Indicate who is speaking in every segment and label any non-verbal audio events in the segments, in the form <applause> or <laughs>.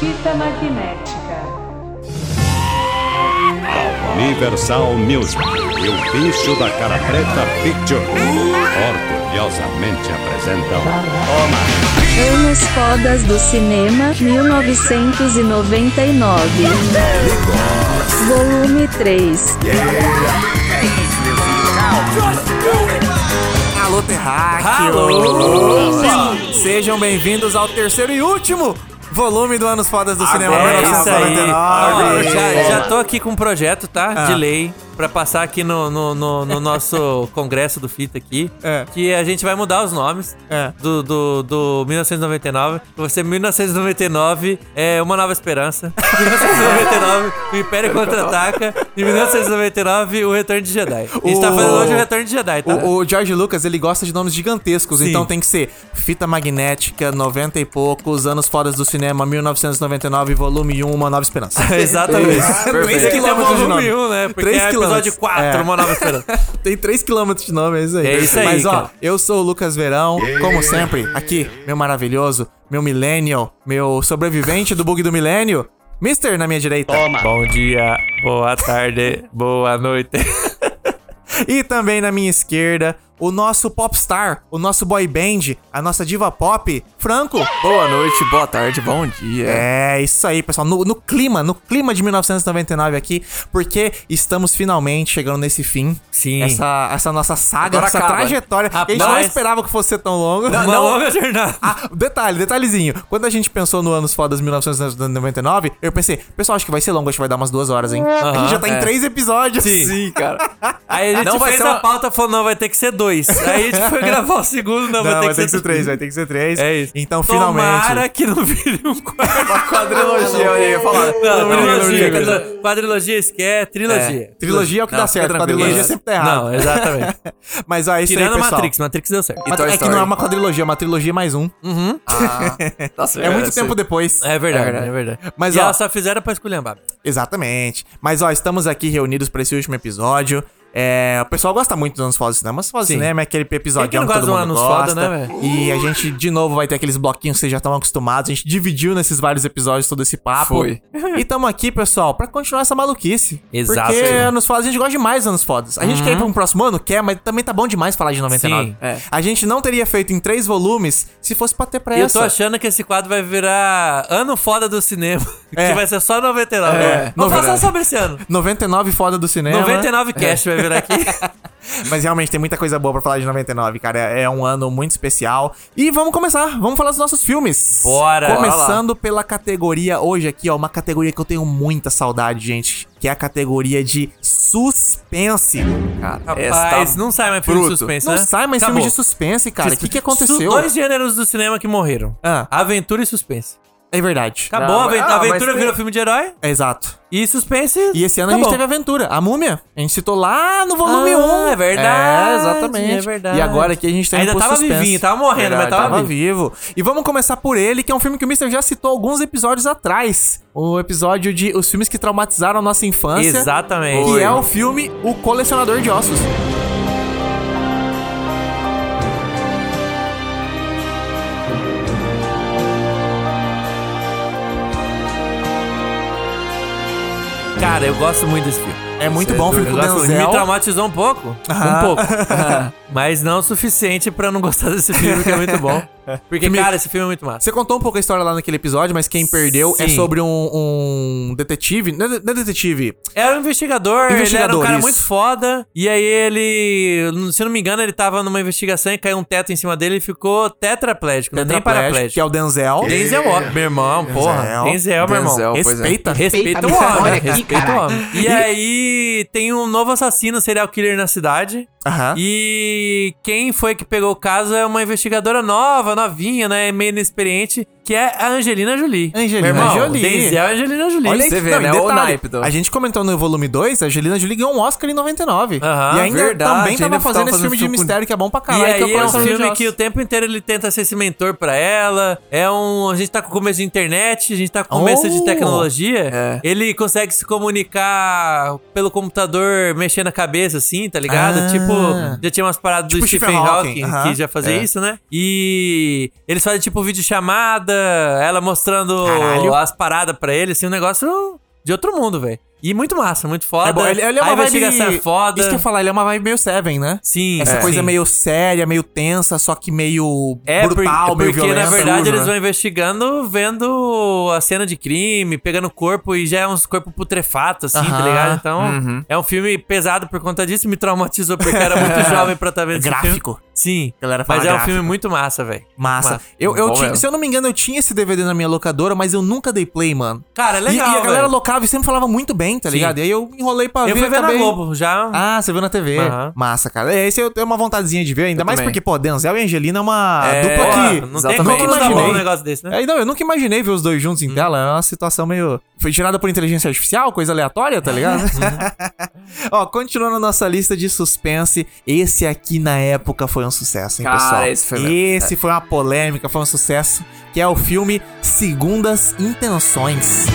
Speaker 1: Fita magnética.
Speaker 2: Universal Music e o bicho da cara preta Picture orgulhosamente apresentam
Speaker 3: Anos Fodas do Cinema, 1999. Volume 3.
Speaker 4: Alô, Terráqueo! Sejam bem-vindos ao terceiro e último volume do Anos Fodas do Cinema
Speaker 5: É isso aí.
Speaker 4: 1949.
Speaker 5: Ó, já, já tô aqui com um projeto,
Speaker 4: Ah.
Speaker 5: tá? De lei. Pra passar aqui no, no,
Speaker 4: <laughs>
Speaker 5: no- no nosso congresso do FITA aqui.
Speaker 4: É.
Speaker 5: Que a gente vai mudar os nomes
Speaker 4: É.
Speaker 5: do, do, do 1999. Vai ser 1999 é Uma
Speaker 4: <laughs>
Speaker 5: Nova Esperança. 1999 O Império Contra-Ataca. E 1999 O Retorno de Jedi. A gente tá
Speaker 4: O-
Speaker 5: fazendo hoje o Retorno de Jedi, tá?
Speaker 4: O, o George Lucas, ele gosta de nomes gigantescos,
Speaker 5: Sim.
Speaker 4: então tem que ser Fita Magnética, 90 e poucos, Anos Fodas do Cinema, 1999, volume 1, Uma Nova Esperança.
Speaker 5: <laughs> <laughs> Exatamente.
Speaker 4: Ah, Perfeito.
Speaker 5: Três quilômetros de nome. né? Porque
Speaker 4: Três
Speaker 5: é
Speaker 4: quilômetros.
Speaker 5: episódio 4,
Speaker 4: É.
Speaker 5: Uma Nova Esperança.
Speaker 4: <laughs> <laughs> Tem 3km de nome, é isso aí.
Speaker 5: É isso aí,
Speaker 4: Mas ó,
Speaker 5: cara.
Speaker 4: eu sou o Lucas Verão, como sempre, aqui, meu maravilhoso, meu millennial, meu sobrevivente do bug do milênio, Mister na minha direita.
Speaker 5: Ah. Bom dia, boa tarde,
Speaker 4: <laughs>
Speaker 5: boa noite.
Speaker 4: E também na minha esquerda, o nosso popstar, o nosso boy band, a nossa diva pop, Franco.
Speaker 6: Boa noite, boa tarde, bom dia.
Speaker 4: É, isso aí, pessoal. No, no clima, no clima de 1999 aqui, porque estamos finalmente chegando nesse fim.
Speaker 5: Sim.
Speaker 4: Essa, essa nossa saga,
Speaker 6: Agora
Speaker 4: essa
Speaker 6: acaba.
Speaker 4: trajetória. que a gente não
Speaker 5: Rapaz.
Speaker 4: esperava que fosse ser tão longo.
Speaker 5: Uma
Speaker 4: Não,
Speaker 5: longa jornada.
Speaker 4: Ah, detalhe, detalhezinho. Quando a gente pensou no Anos Fodas 1999, eu pensei, pessoal, acho que vai ser longo, acho que vai dar umas duas horas, hein? a gente já tá em
Speaker 6: é.
Speaker 4: três episódios.
Speaker 5: Sim.
Speaker 6: Sim, cara.
Speaker 5: Aí a gente
Speaker 6: Não vai
Speaker 5: fez
Speaker 6: ser
Speaker 5: a
Speaker 6: uma-
Speaker 5: pauta e falou, não, vai ter que ser dois. Aí a
Speaker 4: <laughs>
Speaker 5: gente foi gravar o segundo,
Speaker 4: Não,
Speaker 5: não, vai ter
Speaker 4: vai
Speaker 5: que ser
Speaker 4: três, vai ter que ser três.
Speaker 5: É isso.
Speaker 4: Então,
Speaker 5: Tomara
Speaker 4: finalmente.
Speaker 5: que não vire um quarto.
Speaker 6: Uma quadrilogia, eu ia falar.
Speaker 5: Não,
Speaker 4: não, não, não, não,
Speaker 5: trilogia,
Speaker 4: não.
Speaker 5: quadrilogia, quadrilogia esquece, é, trilogia.
Speaker 4: Trilogia é o que
Speaker 6: Não,
Speaker 4: dá certo,
Speaker 6: fica
Speaker 4: quadrilogia
Speaker 6: tranquilo.
Speaker 4: sempre tá errado.
Speaker 5: Não, exatamente.
Speaker 4: Mas ó, é <laughs> isso
Speaker 5: Tirando
Speaker 4: aí,
Speaker 5: a
Speaker 4: pessoal.
Speaker 5: Matrix, né? Matrix deu certo.
Speaker 6: E
Speaker 4: é
Speaker 6: Toy
Speaker 4: que
Speaker 6: Story.
Speaker 4: não é uma quadrilogia, é uma trilogia mais um.
Speaker 6: Tá certo.
Speaker 4: é muito tempo depois.
Speaker 5: É verdade,
Speaker 6: É verdade.
Speaker 5: é verdade.
Speaker 4: Mas,
Speaker 5: e
Speaker 4: ó-
Speaker 5: elas só fizeram pra esculhambar.
Speaker 4: Exatamente. Mas ó, estamos aqui reunidos pra esse último episódio. É, o pessoal gosta muito dos Anos Fodas do Cinema. Anos Fodas do
Speaker 5: Sim.
Speaker 4: Cinema é aquele episódio
Speaker 5: Quem que não
Speaker 4: que todo mundo
Speaker 5: gosta do Anos
Speaker 4: gosta.
Speaker 5: Foda, né, velho?
Speaker 4: e a gente, de novo, vai ter aqueles bloquinhos que vocês já estão acostumados. A gente dividiu nesses vários episódios todo esse papo.
Speaker 6: Foi.
Speaker 4: <laughs> E estamos aqui, pessoal, pra continuar essa maluquice.
Speaker 5: Exato. Uhum.
Speaker 4: Porque Anos Fodas, a gente gosta demais dos Anos Fodas. A gente quer ir pra um próximo ano? Quer, mas também tá bom demais falar de 99.
Speaker 5: Sim,
Speaker 6: é.
Speaker 4: A gente não teria feito em três volumes se fosse pra ter pressa.
Speaker 5: E eu tô achando que esse quadro vai virar ano foda do cinema. <laughs>
Speaker 4: É.
Speaker 5: Que vai ser só 99.
Speaker 4: É,
Speaker 5: Vamos falar só
Speaker 4: verdade.
Speaker 5: sobre esse ano.
Speaker 4: 99 foda do cinema. né?
Speaker 5: 99 cast vai virar
Speaker 4: <laughs>
Speaker 5: aqui.
Speaker 4: Mas realmente tem muita coisa boa pra falar de 99, cara. É é um ano muito especial. E vamos começar. Vamos falar dos nossos filmes.
Speaker 5: Bora,
Speaker 4: Começando pela categoria hoje aqui, ó. Uma categoria que eu tenho muita saudade, gente. Que é a categoria de suspense.
Speaker 6: Cara,
Speaker 5: Rapaz,
Speaker 6: essa
Speaker 5: não sai mais filme
Speaker 6: bruto.
Speaker 5: de suspense,
Speaker 4: tá Não
Speaker 5: né?
Speaker 4: sai mais
Speaker 5: Acabou.
Speaker 4: filme de suspense, cara. O que, que aconteceu?
Speaker 5: Su- Dois gêneros do cinema que morreram.
Speaker 4: Ah.
Speaker 5: Aventura e suspense.
Speaker 4: É verdade.
Speaker 5: Acabou,
Speaker 6: Não,
Speaker 5: a aven-
Speaker 6: ah, mas
Speaker 5: aventura
Speaker 6: tem-
Speaker 5: virou filme de herói
Speaker 4: É exato.
Speaker 5: e suspense.
Speaker 4: E esse ano a gente
Speaker 5: acabou.
Speaker 4: teve aventura. A múmia. A gente citou lá no volume
Speaker 5: Ah,
Speaker 4: 1.
Speaker 5: é verdade,
Speaker 4: É, exatamente.
Speaker 5: é verdade.
Speaker 4: E agora aqui a gente tá indo
Speaker 5: Ainda
Speaker 4: pro
Speaker 5: tava
Speaker 4: suspense.
Speaker 5: vivinho, tava morrendo,
Speaker 4: Verdade,
Speaker 5: mas tava
Speaker 4: vivo. E vamos começar por ele, que é um filme que o Mr. já citou alguns episódios atrás. O episódio de os filmes que traumatizaram a nossa infância.
Speaker 5: Exatamente.
Speaker 4: Que
Speaker 5: Foi.
Speaker 4: é o filme O Colecionador de Ossos.
Speaker 5: Cara, eu gosto muito desse filme.
Speaker 4: É muito bom o filme
Speaker 5: Eu
Speaker 4: com o
Speaker 5: gosto muito. Me
Speaker 4: Denzel.
Speaker 5: traumatizou um pouco. Um
Speaker 4: <laughs>
Speaker 5: pouco. Mas não o suficiente pra eu não gostar desse filme, que é muito bom. Porque, cara, esse filme é muito massa.
Speaker 4: Você contou um pouco a história lá naquele episódio, mas quem perdeu é
Speaker 5: Sim.
Speaker 4: sobre um, um detetive. Não é não é detetive.
Speaker 5: Era um investigador, ele era um
Speaker 4: Investigador,
Speaker 5: cara
Speaker 4: isso.
Speaker 5: muito foda. E aí ele, se eu não me engano, ele tava numa investigação e caiu um teto em cima dele e ficou tetraplégico, não é nem
Speaker 4: Tetraplégico,
Speaker 5: paraplégico.
Speaker 4: que é o Denzel.
Speaker 5: Denzel, ó. Meu irmão, porra. Denzel, meu irmão.
Speaker 6: Denzel, pois é.
Speaker 5: Respeita, respeita o homem. Respeita o homem. E aí tem um novo assassino serial killer na cidade.
Speaker 4: Aham.
Speaker 5: E quem foi que pegou o caso é uma investigadora nova, novinha, né? Meio inexperiente. que é a Angelina Jolie.
Speaker 4: Angelina
Speaker 6: Meu irmão,
Speaker 4: Jolie.
Speaker 5: Denzel e Angelina Jolie.
Speaker 6: Olha
Speaker 4: Tem
Speaker 6: Você
Speaker 4: que-
Speaker 6: vê,
Speaker 4: e
Speaker 6: né? O
Speaker 4: detalhe,
Speaker 6: naipe do-
Speaker 4: A gente comentou no volume 2, a Angelina Jolie ganhou um Oscar em 99.
Speaker 5: Aham,
Speaker 4: e ainda
Speaker 6: verdade,
Speaker 4: também tava
Speaker 6: ainda
Speaker 4: fazendo,
Speaker 6: tava
Speaker 4: esse
Speaker 6: fazendo
Speaker 4: filme de
Speaker 6: suco-
Speaker 4: mistério que é bom pra
Speaker 5: E
Speaker 4: caralho. que eu
Speaker 5: aí é um
Speaker 4: conheço.
Speaker 5: filme que o tempo inteiro ele tenta ser esse mentor pra ela. É um. A gente tá com o começo de internet, a gente tá com o começo
Speaker 4: Oh!
Speaker 5: de tecnologia.
Speaker 6: É.
Speaker 5: Ele consegue se comunicar pelo computador mexendo a cabeça, assim, tá ligado?
Speaker 4: Ah.
Speaker 5: Tipo, já tinha umas paradas do
Speaker 4: Tipo
Speaker 5: Stephen,
Speaker 4: Stephen
Speaker 5: Hawking,
Speaker 4: Hawking,
Speaker 5: que
Speaker 4: aham.
Speaker 5: já fazia
Speaker 4: É.
Speaker 5: isso, né? E eles fazem tipo videochamada, ela mostrando
Speaker 4: Caralho.
Speaker 5: as paradas pra ele, assim, um negócio de outro mundo, velho. E muito massa, muito foda.
Speaker 4: É bom, ele, ele é
Speaker 5: a
Speaker 4: uma vibe...
Speaker 5: investigação é foda.
Speaker 4: Isso que eu ia falar, ele é uma vibe meio Seven, né?
Speaker 5: Sim,
Speaker 4: Essa
Speaker 5: é.
Speaker 4: coisa
Speaker 5: sim.
Speaker 4: meio séria, meio tensa, só que meio
Speaker 5: É, por-
Speaker 4: brutal,
Speaker 5: porque,
Speaker 4: meio violenta.
Speaker 5: na verdade
Speaker 4: sujo,
Speaker 5: eles
Speaker 4: né?
Speaker 5: vão investigando, vendo a cena de crime, pegando o corpo e já é uns corpo putrefato, assim, tá
Speaker 4: Aham, Uhum.
Speaker 5: ligado? Então, é um filme pesado por conta disso, me traumatizou porque eu
Speaker 4: <laughs>
Speaker 5: era muito jovem pra estar vendo esse filme.
Speaker 4: Gráfico.
Speaker 5: Sim,
Speaker 4: Galera fala
Speaker 5: mas é um
Speaker 4: gráfico.
Speaker 5: filme muito massa, velho.
Speaker 4: Massa. Eu, eu
Speaker 6: Bom
Speaker 4: tinha-
Speaker 6: mesmo.
Speaker 4: se eu não me engano, eu tinha esse DVD na minha locadora, mas eu nunca dei play, mano.
Speaker 5: Cara, é
Speaker 4: E-
Speaker 5: legal,
Speaker 4: E, a galera
Speaker 5: velho.
Speaker 4: locava e sempre falava muito bem, tá
Speaker 5: Sim.
Speaker 4: ligado? E aí eu enrolei pra
Speaker 5: Eu
Speaker 4: ver
Speaker 5: fui
Speaker 4: e
Speaker 5: ver na
Speaker 4: acabei-
Speaker 5: Globo já.
Speaker 4: Ah, você viu na TV.
Speaker 5: Aham.
Speaker 4: Massa, cara. É, Esse eu tenho uma vontadezinha de ver, ainda mais
Speaker 6: também.
Speaker 4: porque, pô, Denzel e Angelina é uma
Speaker 5: É,
Speaker 4: dupla que.
Speaker 5: não tem
Speaker 6: exatamente.
Speaker 5: como
Speaker 4: Nunca
Speaker 5: não dar bom um
Speaker 4: imaginei.
Speaker 5: negócio desse, né?
Speaker 4: É, não, eu nunca imaginei ver os dois juntos em tela. É uma situação meio. Foi gerada por inteligência artificial, coisa aleatória, tá ligado? <laughs> Ó, continuando a nossa lista de suspense, esse aqui na época foi um sucesso, hein,
Speaker 6: Cara,
Speaker 4: pessoal?
Speaker 6: esse foi mesmo.
Speaker 4: Esse foi uma polêmica, foi um sucesso, que é o filme Segundas Intenções.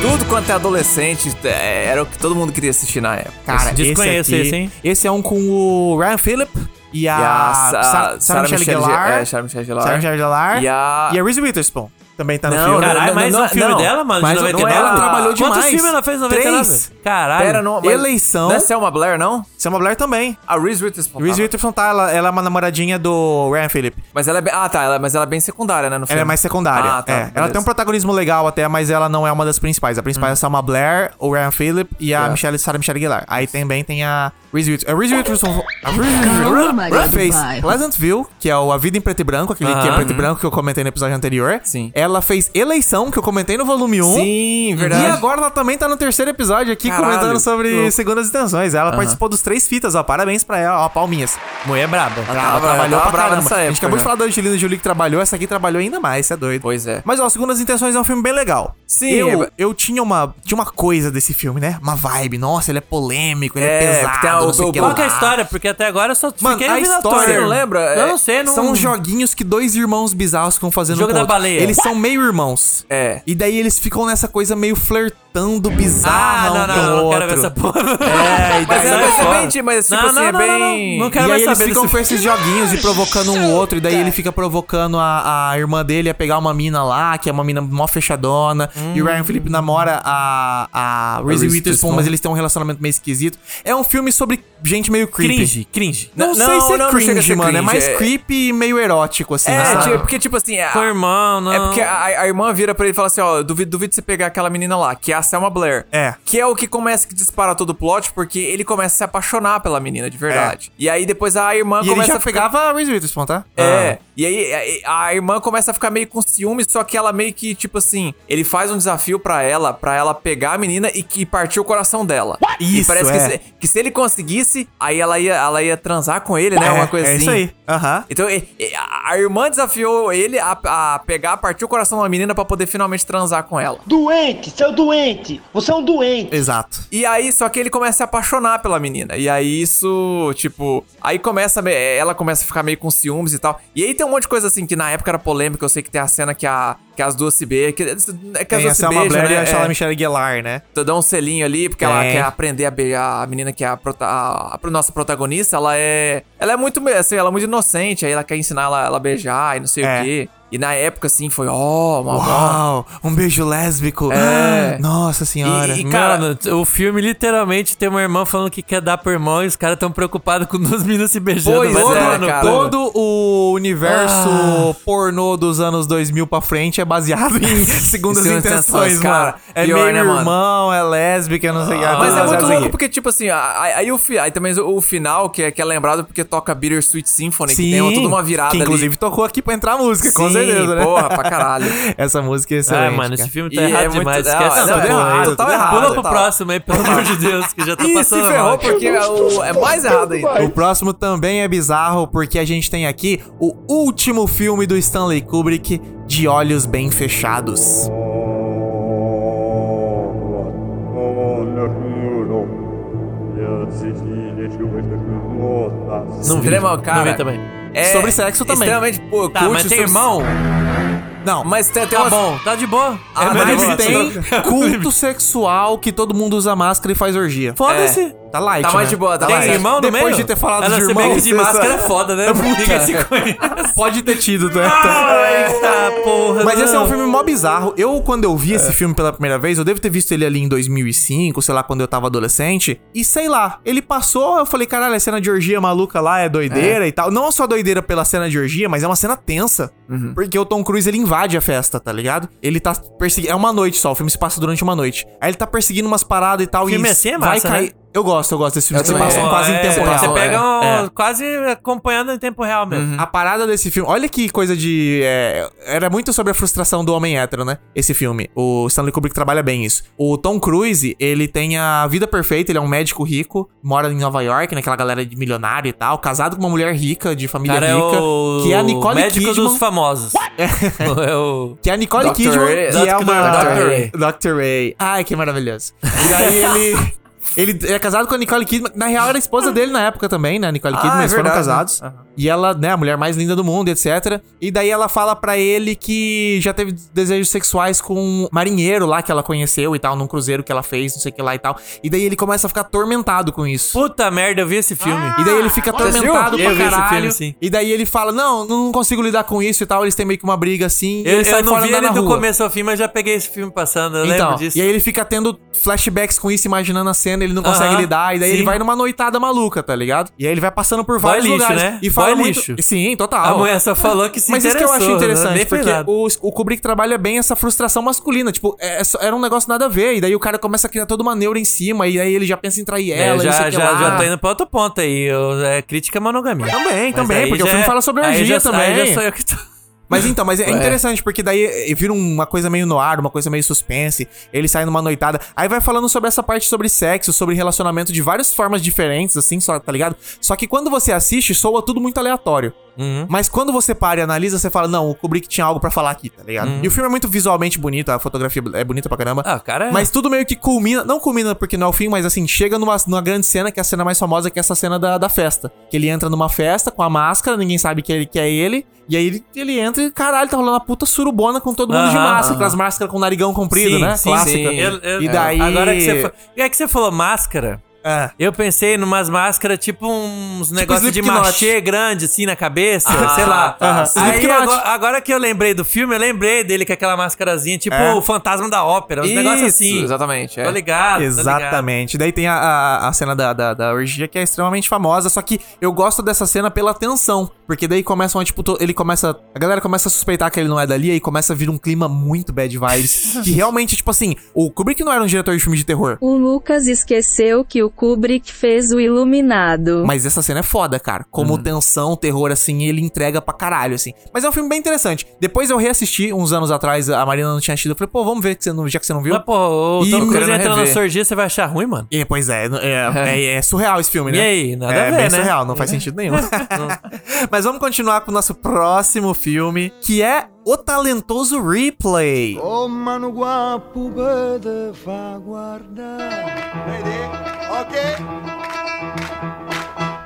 Speaker 6: Tudo quanto é adolescente é, era o que todo mundo queria assistir na época.
Speaker 4: Cara, esse,
Speaker 5: Desconheço
Speaker 4: aqui,
Speaker 5: esse, hein?
Speaker 4: Esse é um com o Ryan Phillip e a,
Speaker 6: E
Speaker 4: Sa- Sarah, Michelle
Speaker 6: Ge-
Speaker 4: Gellar.
Speaker 6: É, Sarah Michelle Gellar.
Speaker 4: Sarah Michelle Gellar.
Speaker 6: E a-
Speaker 4: e Reese Witherspoon. Também tá no
Speaker 6: Não,
Speaker 4: filme.
Speaker 6: não,
Speaker 5: Caralho,
Speaker 6: não,
Speaker 5: mas
Speaker 6: não,
Speaker 5: o filme
Speaker 6: não.
Speaker 5: dela, mano,
Speaker 4: Mas
Speaker 5: de
Speaker 4: o-
Speaker 5: 99.
Speaker 4: ela trabalhou
Speaker 5: Quantos
Speaker 4: demais?
Speaker 5: filmes ela fez em 99?
Speaker 4: Três.
Speaker 5: Caralho.
Speaker 6: Pera, não, mas-
Speaker 4: Eleição.
Speaker 6: Não é Selma Blair, não?
Speaker 4: Selma Blair também.
Speaker 6: A Reese Witherspoon.
Speaker 4: Reese Witherspoon tá, ela, ela é uma namoradinha do Ryan Phillip.
Speaker 6: Mas ela é bem... Ah, tá. Ela, mas ela é bem secundária, né, no filme.
Speaker 4: Ela é mais secundária.
Speaker 6: Ah, tá.
Speaker 4: é. Ela
Speaker 6: beleza. Hum.
Speaker 4: tem um protagonismo legal até, mas ela não é uma das principais. A principal é a Selma Blair, o Ryan Phillip e a
Speaker 6: É.
Speaker 4: Michelle, Sarah Michelle Gellar. Aí também tem a Reese Witherspoon. A Reese Witherspoon a Reese
Speaker 3: Calma,
Speaker 4: Witherspoon
Speaker 3: Maria do
Speaker 4: fez
Speaker 3: Bairro.
Speaker 4: Pleasantville, que é o A Vida em Preto e Branco, aquele que é
Speaker 5: Aham.
Speaker 4: preto e branco que eu comentei no episódio anterior.
Speaker 6: Sim.
Speaker 4: Ela fez Eleição, que eu comentei no volume 1.
Speaker 6: Sim, verdade.
Speaker 4: E agora ela também tá no terceiro episódio aqui
Speaker 6: Caralho,
Speaker 4: comentando
Speaker 6: que
Speaker 4: sobre
Speaker 6: louco.
Speaker 4: segundas intenções. Ela participou dos três fitas, ó. Parabéns pra ela, ó. Palminhas.
Speaker 5: Mulher braba.
Speaker 4: Ela tava-
Speaker 6: Tava-
Speaker 4: trabalhou pra
Speaker 6: tava brava
Speaker 4: caramba.
Speaker 6: nessa
Speaker 4: a gente
Speaker 6: época
Speaker 4: acabou de
Speaker 6: já.
Speaker 4: falar da Angelina Jolie que trabalhou, essa aqui trabalhou ainda mais, você é doido.
Speaker 6: Pois é.
Speaker 4: Mas, ó, Segundas Intenções é um filme bem legal.
Speaker 6: Sim,
Speaker 4: Eu,
Speaker 6: é-
Speaker 4: eu tinha uma tinha uma coisa desse filme, né? Uma vibe. Nossa, ele é polêmico, ele é,
Speaker 6: É,
Speaker 4: pesado,
Speaker 6: tem a-
Speaker 4: não
Speaker 6: o-
Speaker 4: sei o
Speaker 6: o-
Speaker 4: que
Speaker 5: Qual
Speaker 4: lá.
Speaker 5: que é a história? Porque até agora eu só
Speaker 4: Mano,
Speaker 5: fiquei
Speaker 4: a
Speaker 5: ouvindo
Speaker 4: história-
Speaker 5: história.
Speaker 4: Você não
Speaker 6: lembra?
Speaker 5: Eu
Speaker 6: É,
Speaker 5: não sei, não...
Speaker 4: São joguinhos que dois irmãos bizarros ficam fazendo
Speaker 5: Jogo
Speaker 4: um com
Speaker 5: da
Speaker 4: o outro.
Speaker 5: baleia.
Speaker 4: Eles são meio irmãos.
Speaker 6: É.
Speaker 4: E daí eles ficam nessa coisa meio flertando
Speaker 5: Ah,
Speaker 4: bizarro.
Speaker 5: não, não,
Speaker 4: um
Speaker 5: não,
Speaker 4: com
Speaker 5: não,
Speaker 4: o
Speaker 5: quero ver
Speaker 4: outro.
Speaker 5: essa porra.
Speaker 6: É,
Speaker 5: Sai
Speaker 6: e daí- mas é
Speaker 5: fora.
Speaker 6: bem de- mas, tipo
Speaker 5: Não,
Speaker 6: assim,
Speaker 5: não,
Speaker 6: é
Speaker 5: não,
Speaker 6: bem-
Speaker 5: Não, não, não quero
Speaker 4: E aí
Speaker 5: mais
Speaker 4: eles
Speaker 5: saber
Speaker 4: ficam
Speaker 5: desse
Speaker 4: com esses joguinhos e provocando um outro, e daí ele fica provocando a, a irmã dele a pegar uma mina lá, que é uma mina mó fechadona, e o Ryan Phillippe namora a, a Reese
Speaker 6: Hum. Reese
Speaker 4: Witherspoon,
Speaker 6: Witherspoon.
Speaker 4: mas eles têm um relacionamento meio esquisito. É um filme sobre gente meio creepy.
Speaker 5: Cringe, cringe.
Speaker 4: Não,
Speaker 6: Não,
Speaker 4: sei se é
Speaker 6: não, não
Speaker 4: cringe,
Speaker 6: chega a ser
Speaker 4: mano, é
Speaker 6: cringe,
Speaker 4: mais
Speaker 6: é-
Speaker 4: creepy e meio erótico, assim,
Speaker 6: É,
Speaker 4: sabe?
Speaker 6: tipo, porque, tipo assim... a-
Speaker 5: Com o irmão, não.
Speaker 6: É porque a, a irmã vira pra ele e fala assim, ó, eu duvido, duvido você pegar aquela menina lá, que é a Selma Blair.
Speaker 4: É.
Speaker 6: Que é o que começa que dispara todo o plot, porque ele começa a se apaixonar pela menina, de verdade. E aí depois a irmã
Speaker 4: É. E ele
Speaker 6: começa
Speaker 4: já
Speaker 6: a ficar...
Speaker 4: pegava a Reese Witherspoon, tá?
Speaker 6: É, e aí a, a irmã começa a ficar meio com ciúme, só que ela meio que, tipo assim, ele faz um desafio pra ela, pra ela pegar a menina e que partir o coração dela. e
Speaker 4: Isso,
Speaker 6: parece
Speaker 4: é.
Speaker 6: que, se, que se ele conseguisse, aí ela ia, ela ia transar com ele, né?
Speaker 4: É,
Speaker 6: uma coisa
Speaker 4: é
Speaker 6: assim.
Speaker 4: isso aí. Aham.
Speaker 6: Então, e- e- a a irmã desafiou ele a, a pegar, partir o coração da menina pra poder finalmente transar com ela.
Speaker 7: Doente, seu doente! Você é um doente!
Speaker 4: Exato.
Speaker 6: E aí, só que ele começa a se apaixonar pela menina. E aí isso, tipo, aí começa, me- ela começa a ficar meio com ciúmes e tal. E aí tem um monte de coisa assim que na época era polêmica. Eu sei que tem a cena que a que as duas se beijam, que, é que as
Speaker 4: Tem a
Speaker 6: duas se
Speaker 4: Selma
Speaker 6: beijam,
Speaker 4: Blair e
Speaker 6: né?
Speaker 4: a Charlotte
Speaker 6: É.
Speaker 4: Michelle Gellar, né?
Speaker 6: Tu dá um selinho ali, porque ela
Speaker 4: Tem.
Speaker 6: quer aprender a beijar a menina que é a, prota- a- a nossa protagonista, ela é. Ela é muito me- assim, ela é muito inocente, aí ela quer ensinar ela, ela a beijar e não sei
Speaker 4: É.
Speaker 6: o quê. E na época, assim, foi, ó, uma uma-
Speaker 4: Uau, um beijo lésbico.
Speaker 6: É.
Speaker 4: Nossa senhora.
Speaker 6: E- e- cara-
Speaker 5: Mano, o filme literalmente tem uma irmã falando que quer dar pro irmão e os caras tão preocupados com duas meninas se beijando.
Speaker 6: Pois
Speaker 5: vai
Speaker 6: é,
Speaker 5: tomar no
Speaker 6: cara.
Speaker 5: cu.
Speaker 4: Todo o universo pornô dos anos 2000 pra frente é baseado <laughs> em segundas
Speaker 6: Segundas
Speaker 4: intenções,
Speaker 6: intenções,
Speaker 4: mano. Ah,
Speaker 6: cara.
Speaker 4: É
Speaker 6: Pior,
Speaker 4: meio
Speaker 6: né, mano?
Speaker 4: irmão, é lésbica, não sei o que. tudo
Speaker 6: Mas é
Speaker 4: baseado
Speaker 6: muito
Speaker 4: nisso
Speaker 6: louco
Speaker 4: aqui.
Speaker 6: porque, tipo assim, a- aí, aí o fi- aí também o, o final, que é, que é lembrado porque toca Bitter Sweet Symphony, que tem uma- toda uma virada
Speaker 4: que
Speaker 6: ali.
Speaker 4: inclusive tocou aqui pra entrar a música, com
Speaker 6: Sim,
Speaker 4: beleza, né?
Speaker 6: porra,
Speaker 4: <laughs>
Speaker 6: pra <laughs> caralho. Tá
Speaker 4: Essa música é excelente.
Speaker 5: Ah, mano, esse
Speaker 4: cara.
Speaker 5: filme tá
Speaker 6: E
Speaker 5: errado
Speaker 6: é muito-
Speaker 5: demais.
Speaker 6: não,
Speaker 5: Esquece
Speaker 6: não,
Speaker 5: essa porra
Speaker 6: tá errado,
Speaker 5: aí.
Speaker 6: tá
Speaker 5: Pula
Speaker 6: errado,
Speaker 5: pro
Speaker 6: tá.
Speaker 5: próximo aí, pelo amor de Deus, que já tá
Speaker 6: Ih,
Speaker 5: passando
Speaker 6: se ferrou,
Speaker 5: mal.
Speaker 6: porque o- é mais errado ainda.
Speaker 4: O próximo também é bizarro, porque a gente tem aqui o último filme do Stanley Kubrick, De Olhos Bem Fechados.
Speaker 5: Não vi,
Speaker 6: Extremo,
Speaker 5: não
Speaker 6: cara.
Speaker 5: vi também.
Speaker 6: É
Speaker 4: Sobre sexo também.
Speaker 6: Extremamente, pô,
Speaker 5: Tá,
Speaker 6: cult,
Speaker 5: mas tem
Speaker 6: sobre-
Speaker 5: irmão?
Speaker 4: Não,
Speaker 6: Mas tem, tem
Speaker 5: Tá
Speaker 6: umas-
Speaker 5: bom, tá de boa.
Speaker 6: Ah,
Speaker 5: melhor
Speaker 6: mas
Speaker 5: de boa,
Speaker 4: mas tem
Speaker 6: negócio,
Speaker 5: tá-
Speaker 4: culto sexual que todo mundo usa máscara e faz orgia.
Speaker 5: Foda-se.
Speaker 4: Tá light,
Speaker 6: Tá mais
Speaker 4: né?
Speaker 6: de boa, tá
Speaker 5: Tem
Speaker 6: mais.
Speaker 5: irmão no
Speaker 4: Depois
Speaker 5: meio?
Speaker 4: de ter falado
Speaker 5: Ah, não,
Speaker 4: de
Speaker 5: Se bem
Speaker 4: irmão,
Speaker 5: que <laughs> de máscara é
Speaker 4: essa-
Speaker 5: foda, né?
Speaker 4: <laughs>
Speaker 5: Ninguém <laughs> se Ah, é conhece.
Speaker 4: Pode ter tido, né?
Speaker 5: Eita, porra.
Speaker 4: Mas esse é um
Speaker 5: não.
Speaker 4: filme mó bizarro. Eu, quando eu
Speaker 5: É.
Speaker 4: vi esse filme pela primeira vez, eu devo ter visto ele ali em 2005, sei lá, quando eu tava adolescente. E sei lá, ele passou, eu falei, caralho, a cena de orgia maluca lá é doideira e tal. Não só doideira pela cena de orgia, mas é uma cena tensa.
Speaker 5: Uhum.
Speaker 4: Porque o Tom Cruise, ele invade a festa, tá ligado? Ele tá perseguindo... É uma noite só, o filme se passa durante uma noite. Aí ele tá perseguindo umas paradas e tal.
Speaker 5: Filme
Speaker 4: e
Speaker 5: assim é
Speaker 4: vai
Speaker 5: massa,
Speaker 4: cair...
Speaker 5: né?
Speaker 4: Eu gosto, eu gosto desse filme.
Speaker 6: Eu
Speaker 4: que Se
Speaker 6: também.
Speaker 4: passam quase em
Speaker 5: É,
Speaker 4: tempo real.
Speaker 5: Você pega um,
Speaker 4: É. Uhum.
Speaker 5: quase acompanhando em tempo real mesmo.
Speaker 4: A parada desse filme. Olha que coisa de. é, era muito sobre a frustração do homem hétero, né? Esse filme. O Stanley Kubrick trabalha bem isso. O Tom Cruise, ele tem a vida perfeita, ele é um médico rico, mora em Nova York, naquela galera de milionário e tal, casado com uma mulher rica, de família
Speaker 5: cara, é
Speaker 4: rica,
Speaker 5: o
Speaker 4: que é a Nicole
Speaker 5: médico
Speaker 4: Kidman.
Speaker 5: dos famosos. <laughs> É o...
Speaker 4: Que é a Nicole
Speaker 6: Dr.
Speaker 4: Kidman,
Speaker 6: Ray.
Speaker 4: que é
Speaker 5: Dr.
Speaker 4: uma...
Speaker 5: Dr.
Speaker 6: Ray.
Speaker 4: Dr. Ray. Ai, que maravilhoso. E aí ele... Ele é casado com a Nicole Kidman. Na real, era a esposa dele na época também, né? A Nicole
Speaker 6: Ah,
Speaker 4: Kidman,
Speaker 6: é
Speaker 4: eles foram
Speaker 6: verdade, né?
Speaker 4: casados.
Speaker 6: Aham.
Speaker 4: E ela, né, a mulher mais linda do mundo, etc. E daí ela fala pra ele que já teve desejos sexuais com um marinheiro lá que ela conheceu e tal, num cruzeiro que ela fez, não sei o que lá e tal. E daí ele começa a ficar atormentado com isso.
Speaker 5: Puta merda, eu vi esse filme. Ah,
Speaker 4: E daí ele fica atormentado
Speaker 5: Eu
Speaker 4: pra
Speaker 5: vi esse
Speaker 4: caralho.
Speaker 5: filme, sim.
Speaker 4: E daí ele fala: Não, não consigo lidar com isso e tal. Eles têm meio que uma briga assim. e
Speaker 5: Eu,
Speaker 4: ele
Speaker 5: eu
Speaker 4: sai
Speaker 5: não
Speaker 4: fora
Speaker 5: vi
Speaker 4: andar
Speaker 5: ele
Speaker 4: na
Speaker 5: do
Speaker 4: rua.
Speaker 5: começo ao fim, mas já peguei esse filme passando, eu
Speaker 4: Então,
Speaker 5: lembro disso.
Speaker 4: e aí ele fica tendo flashbacks com isso, imaginando a cena, ele não consegue
Speaker 5: Aham,
Speaker 4: lidar, e daí
Speaker 5: sim.
Speaker 4: ele vai numa noitada maluca, tá ligado? E aí ele vai passando por
Speaker 5: Boy
Speaker 4: vários
Speaker 5: lixo,
Speaker 4: lugares.
Speaker 5: né?
Speaker 4: E fala
Speaker 5: Boy
Speaker 4: muito...
Speaker 5: lixo.
Speaker 4: Sim, total.
Speaker 5: A mulher só falou que se
Speaker 4: então, Mas isso que eu
Speaker 5: interessou,
Speaker 4: acho
Speaker 5: né?
Speaker 4: interessante,
Speaker 5: Nem fez
Speaker 4: porque
Speaker 5: nada.
Speaker 4: o, o Kubrick trabalha bem essa frustração masculina. Tipo, é só- era um negócio nada a ver. E daí o cara começa a criar toda uma neura em cima, e aí ele já pensa em trair
Speaker 5: É,
Speaker 4: ela, e não sei
Speaker 5: já,
Speaker 4: o que
Speaker 5: já,
Speaker 4: lá.
Speaker 5: já tô indo pra outro ponto aí. eu- é crítica à monogamia.
Speaker 4: Também,
Speaker 5: Mas
Speaker 4: também,
Speaker 5: aí
Speaker 4: Então porque o
Speaker 5: já
Speaker 4: filme
Speaker 5: é-
Speaker 4: fala sobre
Speaker 5: aí
Speaker 4: orgia
Speaker 5: já-
Speaker 4: também.
Speaker 5: Aí já sou eu que tô... <laughs>
Speaker 4: Mas então, mas é interessante, porque daí eh, vira uma coisa meio no ar, uma coisa meio suspense, ele sai numa noitada. Aí vai falando sobre essa parte sobre sexo, sobre relacionamento de várias formas diferentes, assim, só, tá ligado? Só que quando você assiste, soa tudo muito aleatório. Mas quando você para e analisa, você fala, não, o Kubrick tinha algo pra falar aqui, tá ligado? E o filme é muito visualmente bonito, a fotografia é bonita pra caramba.
Speaker 5: Ah, cara,
Speaker 4: <laughs>
Speaker 5: é.
Speaker 4: Mas tudo meio que culmina, não culmina porque não é o fim, mas assim, chega numa, numa grande cena, que é a cena mais famosa, que é essa cena da, da festa. Que ele entra numa festa com a máscara, ninguém sabe que, ele, que é ele, e aí ele, ele entra e caralho, tá rolando uma puta surubona com todo mundo de
Speaker 5: Aham,
Speaker 4: máscara,
Speaker 5: aham.
Speaker 4: com as máscaras com o narigão comprido,
Speaker 5: Sim,
Speaker 4: né?
Speaker 5: sim,
Speaker 4: Clássica.
Speaker 5: sim. Eu- eu-
Speaker 4: e daí.
Speaker 5: Agora que você, fa- Ah, tá é que você falou máscara,
Speaker 4: É.
Speaker 5: eu pensei numas máscaras tipo uns negócios de
Speaker 4: Slipknot.
Speaker 5: machê grande assim na cabeça, sei lá.
Speaker 4: aham.
Speaker 5: Aí
Speaker 4: Slipknot.
Speaker 5: agora, agora que eu lembrei do filme, eu lembrei dele com aquela máscarazinha, tipo
Speaker 4: É.
Speaker 5: o fantasma da ópera, uns negócios
Speaker 6: Isso,
Speaker 5: assim.
Speaker 6: Exatamente. é.
Speaker 5: Tô ligado, tô ligado.
Speaker 4: Exatamente. Daí tem a, a, a cena da, da, da orgia que é extremamente famosa, só que eu gosto dessa cena pela tensão, porque daí começam, a, tipo, to- ele começa, a galera começa a suspeitar que ele não é dali, aí começa a vir um clima muito bad
Speaker 5: <laughs>
Speaker 4: vibes, que realmente, tipo assim, o Kubrick não era um diretor de filme de terror,
Speaker 3: O Lucas esqueceu que o Kubrick fez o
Speaker 6: Uhum.
Speaker 3: Iluminado.
Speaker 4: mas essa cena é foda, cara. Como tensão, terror, assim, ele entrega pra caralho, assim. Mas é um filme bem interessante. Depois eu reassisti, uns anos atrás, a Marina não tinha assistido, eu falei, pô, vamos ver, que você não, já que você não viu.
Speaker 5: Mas, pô, o
Speaker 4: Ih,
Speaker 5: Tom Cruise
Speaker 6: querendo
Speaker 5: entrando na
Speaker 6: rever.
Speaker 5: sorgia, você vai achar ruim, mano?
Speaker 4: E, pois é,
Speaker 6: <laughs>
Speaker 4: é, é- é surreal esse filme, né?
Speaker 5: E aí, nada
Speaker 4: é
Speaker 5: a ver,
Speaker 4: bem
Speaker 5: né?
Speaker 4: surreal, não faz sentido
Speaker 6: <laughs>
Speaker 4: nenhum. <laughs> Mas vamos continuar com o nosso próximo filme, que é O Talentoso Replay.
Speaker 8: Oh mano guapo bada fa guardare Vedi? Ok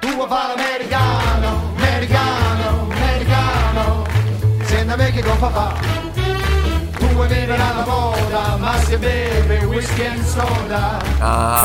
Speaker 8: Tu vuoi fare americano, americano, americano Senta me che con papà Tu vuoi vivere alla moda Ma se beve whisky and soda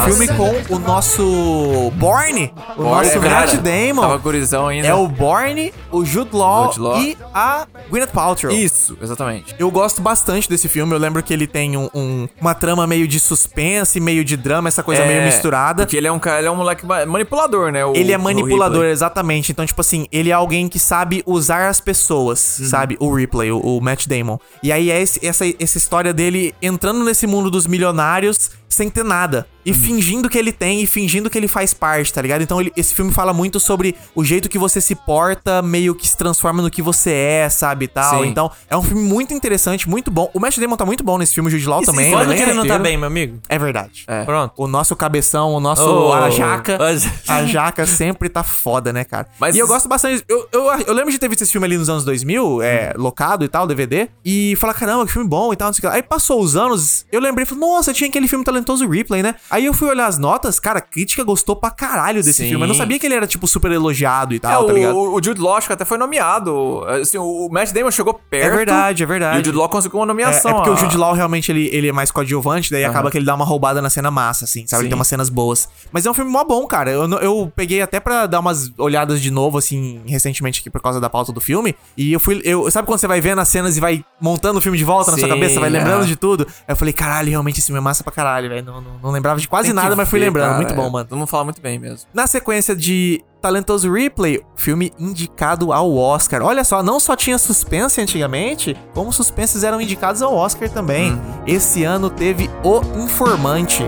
Speaker 4: filme com o nosso Borne, o
Speaker 6: Bora,
Speaker 4: nosso
Speaker 6: é verdade.
Speaker 4: Matt Damon.
Speaker 6: Tava gurizão ainda.
Speaker 4: É o Borne, o Jude Law,
Speaker 6: Jude Law.
Speaker 4: e a Gwyneth Paltrow.
Speaker 6: Isso, exatamente.
Speaker 4: Eu gosto bastante desse filme. Eu lembro que ele tem um- um- uma trama meio de suspense, meio de drama, essa
Speaker 5: É.
Speaker 4: coisa meio misturada.
Speaker 6: Porque ele é um cara, ele é um moleque ma- manipulador, né? o-
Speaker 4: Ele é
Speaker 6: o
Speaker 4: manipulador,
Speaker 6: Ripley.
Speaker 4: exatamente. Então, tipo assim, ele é alguém que sabe usar as pessoas, sabe? O Ripley, o, o Matt Damon. E aí é esse- essa, essa história dele entrando nesse mundo dos milionários, sem ter nada. E fingindo que ele tem e fingindo que ele faz parte, tá ligado? Então ele- esse filme fala muito sobre o jeito que você se porta, meio que se transforma no que você é, sabe, e tal.
Speaker 6: Sim.
Speaker 4: Então, é um filme muito interessante, muito bom. O Matt Damon tá muito bom nesse filme, o Jude Law também.
Speaker 5: Quando
Speaker 4: né?
Speaker 5: que ele não tá
Speaker 4: Inteiro.
Speaker 5: bem, meu amigo?
Speaker 4: É verdade.
Speaker 6: É.
Speaker 5: Pronto.
Speaker 4: O nosso cabeção, o nosso
Speaker 5: Ô,
Speaker 4: a
Speaker 5: <laughs>
Speaker 4: jaca.
Speaker 5: a jaca.
Speaker 4: A jaca sempre tá foda, né, cara?
Speaker 6: Mas-
Speaker 4: e eu gosto bastante. Eu, eu, eu lembro de ter visto esse filme ali nos anos 2000, é, locado e tal, DVD. E falar, caramba, que filme bom e tal, não sei o que. lá. Aí passou os anos, eu lembrei, falei, nossa, tinha aquele filme talentoso Ripley, né? Aí eu fui olhar as notas, cara, a crítica gostou pra caralho desse
Speaker 6: Sim.
Speaker 4: filme. Eu não sabia que ele era, tipo, super elogiado e
Speaker 6: É,
Speaker 4: tal, tá ligado?
Speaker 6: o, o Jude Law acho que até foi nomeado. Assim, o o Matt Damon chegou perto.
Speaker 4: É verdade, é
Speaker 6: E o
Speaker 4: verdade.
Speaker 6: Jude Law conseguiu uma
Speaker 4: É,
Speaker 6: nomeação.
Speaker 4: é porque
Speaker 6: ó.
Speaker 4: o Jude Law realmente ele, ele é mais coadjuvante, daí acaba que ele dá uma roubada na cena massa, assim, sabe? Ele
Speaker 6: Sim.
Speaker 4: tem umas cenas boas. Mas é um filme mó bom, cara. Eu, não- eu peguei até pra dar umas olhadas de novo, assim, recentemente aqui por causa da pauta do filme. E eu fui. Eu, sabe quando você vai vendo as cenas e vai montando o filme de volta na sua
Speaker 6: Sim,
Speaker 4: cabeça, vai lembrando
Speaker 6: é.
Speaker 4: de tudo? Aí eu falei, caralho, realmente esse filme é massa pra caralho, velho. Não, não, não lembrava de quase
Speaker 6: Tem que
Speaker 4: nada, mas fui
Speaker 6: ver,
Speaker 4: lembrando.
Speaker 6: cara,
Speaker 4: Muito
Speaker 6: é.
Speaker 4: bom, mano.
Speaker 6: Todo mundo fala muito bem mesmo.
Speaker 4: Na sequência de Talentoso Replay, filme indicado ao Oscar. Olha só, não só tinha suspense antigamente, como suspenses eram indicados ao Oscar também.
Speaker 6: Uhum.
Speaker 4: Esse ano teve O Informante.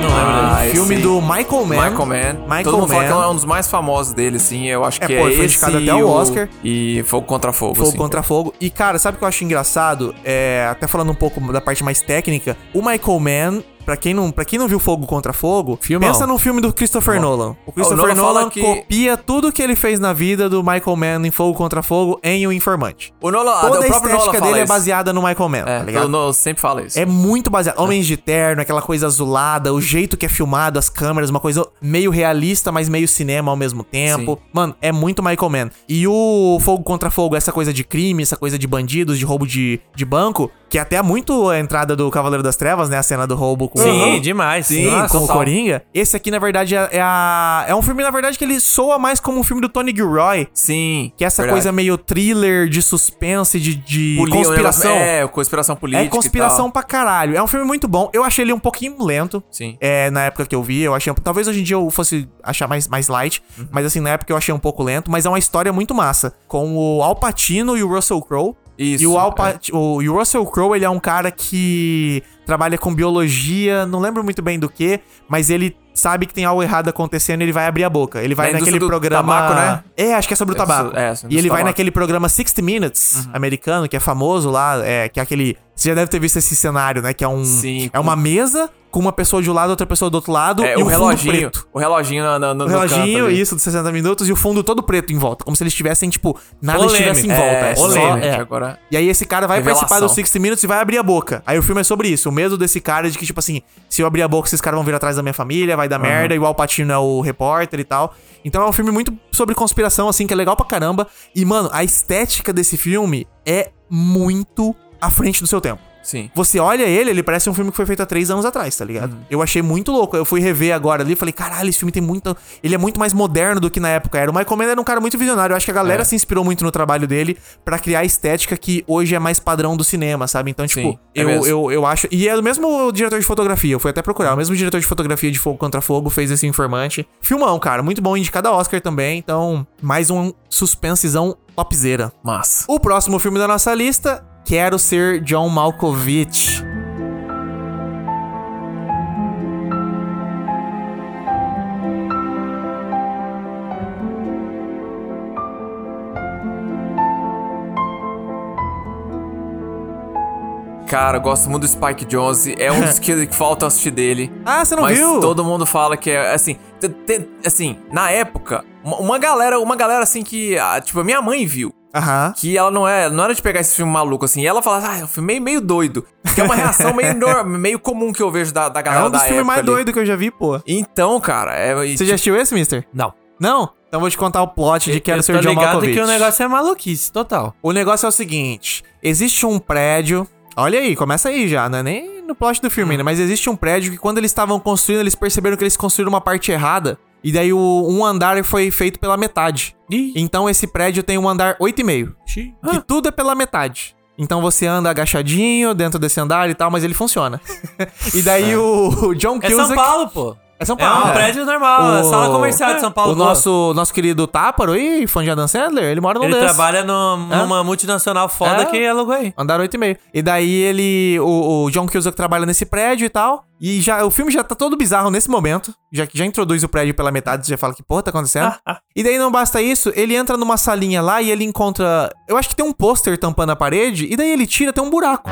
Speaker 5: Não lembro
Speaker 6: Ah,
Speaker 5: dele.
Speaker 4: filme
Speaker 6: esse-
Speaker 4: do Michael Mann.
Speaker 6: Michael Mann.
Speaker 4: Michael
Speaker 6: Todo mundo fala
Speaker 4: Mann.
Speaker 6: que é um dos mais famosos dele, sim. Eu acho
Speaker 4: É,
Speaker 6: que
Speaker 4: pô,
Speaker 6: é
Speaker 4: ele foi
Speaker 6: esse
Speaker 4: indicado até
Speaker 6: e
Speaker 4: ao Oscar.
Speaker 6: E Fogo Contra Fogo.
Speaker 4: Fogo
Speaker 6: assim.
Speaker 4: contra fogo. E, cara, sabe o que eu acho engraçado? É, até falando um pouco da parte mais técnica, o Michael Mann, pra quem não, pra quem não viu Fogo contra Fogo,
Speaker 5: Filmão.
Speaker 4: pensa num filme do Christopher Nolan. O Christopher
Speaker 6: Nolan fala
Speaker 4: Nolan
Speaker 6: que-
Speaker 4: copia tudo que ele fez na vida do Michael Mann em Fogo contra Fogo em O Informante.
Speaker 6: O Nolan, até
Speaker 4: Toda
Speaker 6: Ah, o
Speaker 4: a
Speaker 6: próprio Nolan
Speaker 4: estética
Speaker 6: fala
Speaker 4: dele é
Speaker 6: isso.
Speaker 4: baseada no Michael Mann, tá
Speaker 6: É,
Speaker 4: ligado?
Speaker 6: o Nolan sempre fala isso.
Speaker 4: É muito baseado. Homens de terno, aquela coisa azulada, o jeito que é filmado, as câmeras, uma coisa meio realista, mas meio cinema ao mesmo tempo. Mano, é muito Michael Mann. E o Fogo contra Fogo, essa coisa de crime, essa coisa de bandidos, de roubo de, de banco, que é até muito a entrada do Cavaleiro das Trevas, né? A cena do roubo com
Speaker 5: Sim,
Speaker 4: Uhum.
Speaker 5: demais.
Speaker 4: Sim,
Speaker 5: Nossa,
Speaker 4: com o
Speaker 5: total.
Speaker 4: Coringa. Esse aqui, na verdade, é, é a- é um filme, na verdade, que ele soa mais como um filme do Tony Gilroy.
Speaker 6: Sim.
Speaker 4: Que é essa
Speaker 6: verdade.
Speaker 4: coisa meio thriller, de suspense, de, de
Speaker 6: Poli- o negócio-
Speaker 4: conspiração.
Speaker 6: É, conspiração política.
Speaker 4: É conspiração
Speaker 6: E tal.
Speaker 4: pra caralho. É um filme muito bom. Eu achei ele um pouquinho lento.
Speaker 6: Sim.
Speaker 4: É, na época que eu vi, eu achei. Talvez hoje em dia eu fosse achar mais, mais light.
Speaker 6: Uhum.
Speaker 4: Mas assim, na época eu achei um pouco lento. Mas é uma história muito massa. Com o Al Pacino e o Russell Crowe.
Speaker 6: Isso,
Speaker 4: E o, Al
Speaker 6: é.
Speaker 4: Pa- o, e o Russell Crowe, ele é um cara que trabalha com biologia, não lembro muito bem do que, mas ele sabe que tem algo errado acontecendo e ele vai abrir a boca. Ele vai
Speaker 6: Da
Speaker 4: naquele
Speaker 6: indústria do
Speaker 4: programa.
Speaker 6: tabaco, né?
Speaker 4: É, acho que é sobre o
Speaker 6: É,
Speaker 4: tabaco.
Speaker 6: é, sobre Uhum.
Speaker 4: e ele
Speaker 6: o
Speaker 4: vai
Speaker 6: tabaco.
Speaker 4: naquele programa 60 Minutes americano, que é famoso lá, é, que é aquele. Você já deve ter visto esse cenário, né? Que é um.
Speaker 6: Sim,
Speaker 4: é
Speaker 6: com-
Speaker 4: uma mesa com uma pessoa de um lado, outra pessoa do outro lado
Speaker 6: É,
Speaker 4: e
Speaker 6: o
Speaker 4: um fundo
Speaker 6: reloginho.
Speaker 4: preto.
Speaker 6: O reloginho na- na- no,
Speaker 4: O
Speaker 6: no canto
Speaker 4: reloginho,
Speaker 6: ali.
Speaker 4: isso, dos 60 minutos, e o fundo todo preto em volta. Como se eles estivessem, tipo, nada estivesse em volta.
Speaker 6: É,
Speaker 4: É, só-
Speaker 6: polêmico.
Speaker 4: é.
Speaker 6: Agora...
Speaker 4: E aí esse cara vai
Speaker 6: Revelação.
Speaker 4: participar do 60 Minutes e vai abrir a boca. Aí o filme é sobre isso. O medo desse cara de que, tipo assim, se eu abrir a boca, esses caras vão vir atrás da minha família, vai dar merda, igual o Patino é o repórter e tal. Então é um filme muito sobre conspiração, assim, que é legal pra caramba. E, mano, a estética desse filme é muito à frente do seu tempo.
Speaker 6: Sim. Uhum.
Speaker 4: Você olha ele, ele parece um filme que foi feito há três anos atrás, tá ligado? Eu achei muito louco. Eu fui rever agora ali e falei, caralho, esse filme tem muito. Ele é muito mais moderno do que na época era. O Michael Mann era um cara muito visionário. Eu acho que a
Speaker 6: É.
Speaker 4: galera se inspirou muito no trabalho dele pra criar a estética que hoje é mais padrão do cinema, sabe? Então, tipo,
Speaker 6: Sim, é
Speaker 4: eu,
Speaker 6: mesmo.
Speaker 4: eu, eu acho. E é o mesmo diretor de fotografia. Eu fui até procurar. O mesmo diretor de fotografia de Fogo contra Fogo fez esse informante. Filmão, cara. Muito bom. Indicado a Oscar também. Então, mais um suspensezão topzera.
Speaker 6: Massa.
Speaker 4: O próximo filme da nossa lista, Quero Ser John Malkovich.
Speaker 6: Cara, eu gosto muito do Spike Jonze. É um dos que que falta assistir dele.
Speaker 4: Ah, você não
Speaker 6: mas
Speaker 4: viu?
Speaker 6: todo mundo fala que é assim. te- te- assim, na época, uma, uma galera, uma galera assim que. ah, Tipo, a minha mãe viu.
Speaker 4: Aham.
Speaker 6: Que ela não é. Não era de pegar esse filme maluco, assim. E ela falava, ah, é um filme meio, meio doido. Que é uma reação meio, nor- <laughs> meio comum que eu vejo da, da
Speaker 4: É
Speaker 6: galera.
Speaker 4: um dos
Speaker 6: da
Speaker 4: filmes
Speaker 6: época
Speaker 4: mais
Speaker 6: ali.
Speaker 4: doidos que eu já vi, pô.
Speaker 6: Então, cara, é. e
Speaker 4: Você já assistiu esse, mister?
Speaker 5: Não.
Speaker 4: Não? Então vou te contar o plot de Quero
Speaker 5: eu
Speaker 4: Ser
Speaker 5: tô
Speaker 4: John
Speaker 5: ligado
Speaker 4: Malkovich.
Speaker 5: que o negócio é maluquice, total.
Speaker 4: O negócio é o seguinte: existe um prédio. Olha aí, começa aí já, né? Nem no plot do filme ainda, mas existe um prédio que quando eles estavam construindo, eles perceberam que eles construíram uma parte errada. E daí o, um andar foi feito pela metade.
Speaker 5: Ih.
Speaker 4: Então esse prédio tem um andar 8,5.
Speaker 5: Xiii.
Speaker 4: Que tudo é pela metade. Então você anda
Speaker 5: <laughs>
Speaker 4: agachadinho dentro desse andar e tal, mas ele funciona. e daí o, o John
Speaker 5: É
Speaker 4: Cusack...
Speaker 5: São Paulo, pô.
Speaker 4: É São
Speaker 5: É
Speaker 4: Paulo.
Speaker 5: um
Speaker 4: né?
Speaker 5: prédio normal, é sala comercial de São Paulo.
Speaker 4: O nosso, nosso querido Táparo aí, fã de Adam Sandler, ele mora num
Speaker 5: Ele
Speaker 4: desses.
Speaker 5: trabalha no- numa multinacional foda
Speaker 4: É?
Speaker 5: que alugou aí.
Speaker 4: Andaram 8,5. E daí ele. O, o John Cusack trabalha nesse prédio e tal. E já, o filme já tá todo bizarro nesse momento. Já que já introduz o prédio pela metade, você já fala que porra tá acontecendo. e daí não basta isso, ele entra numa salinha lá e ele encontra. Eu acho que tem um pôster tampando a parede. E daí ele tira, tem um buraco.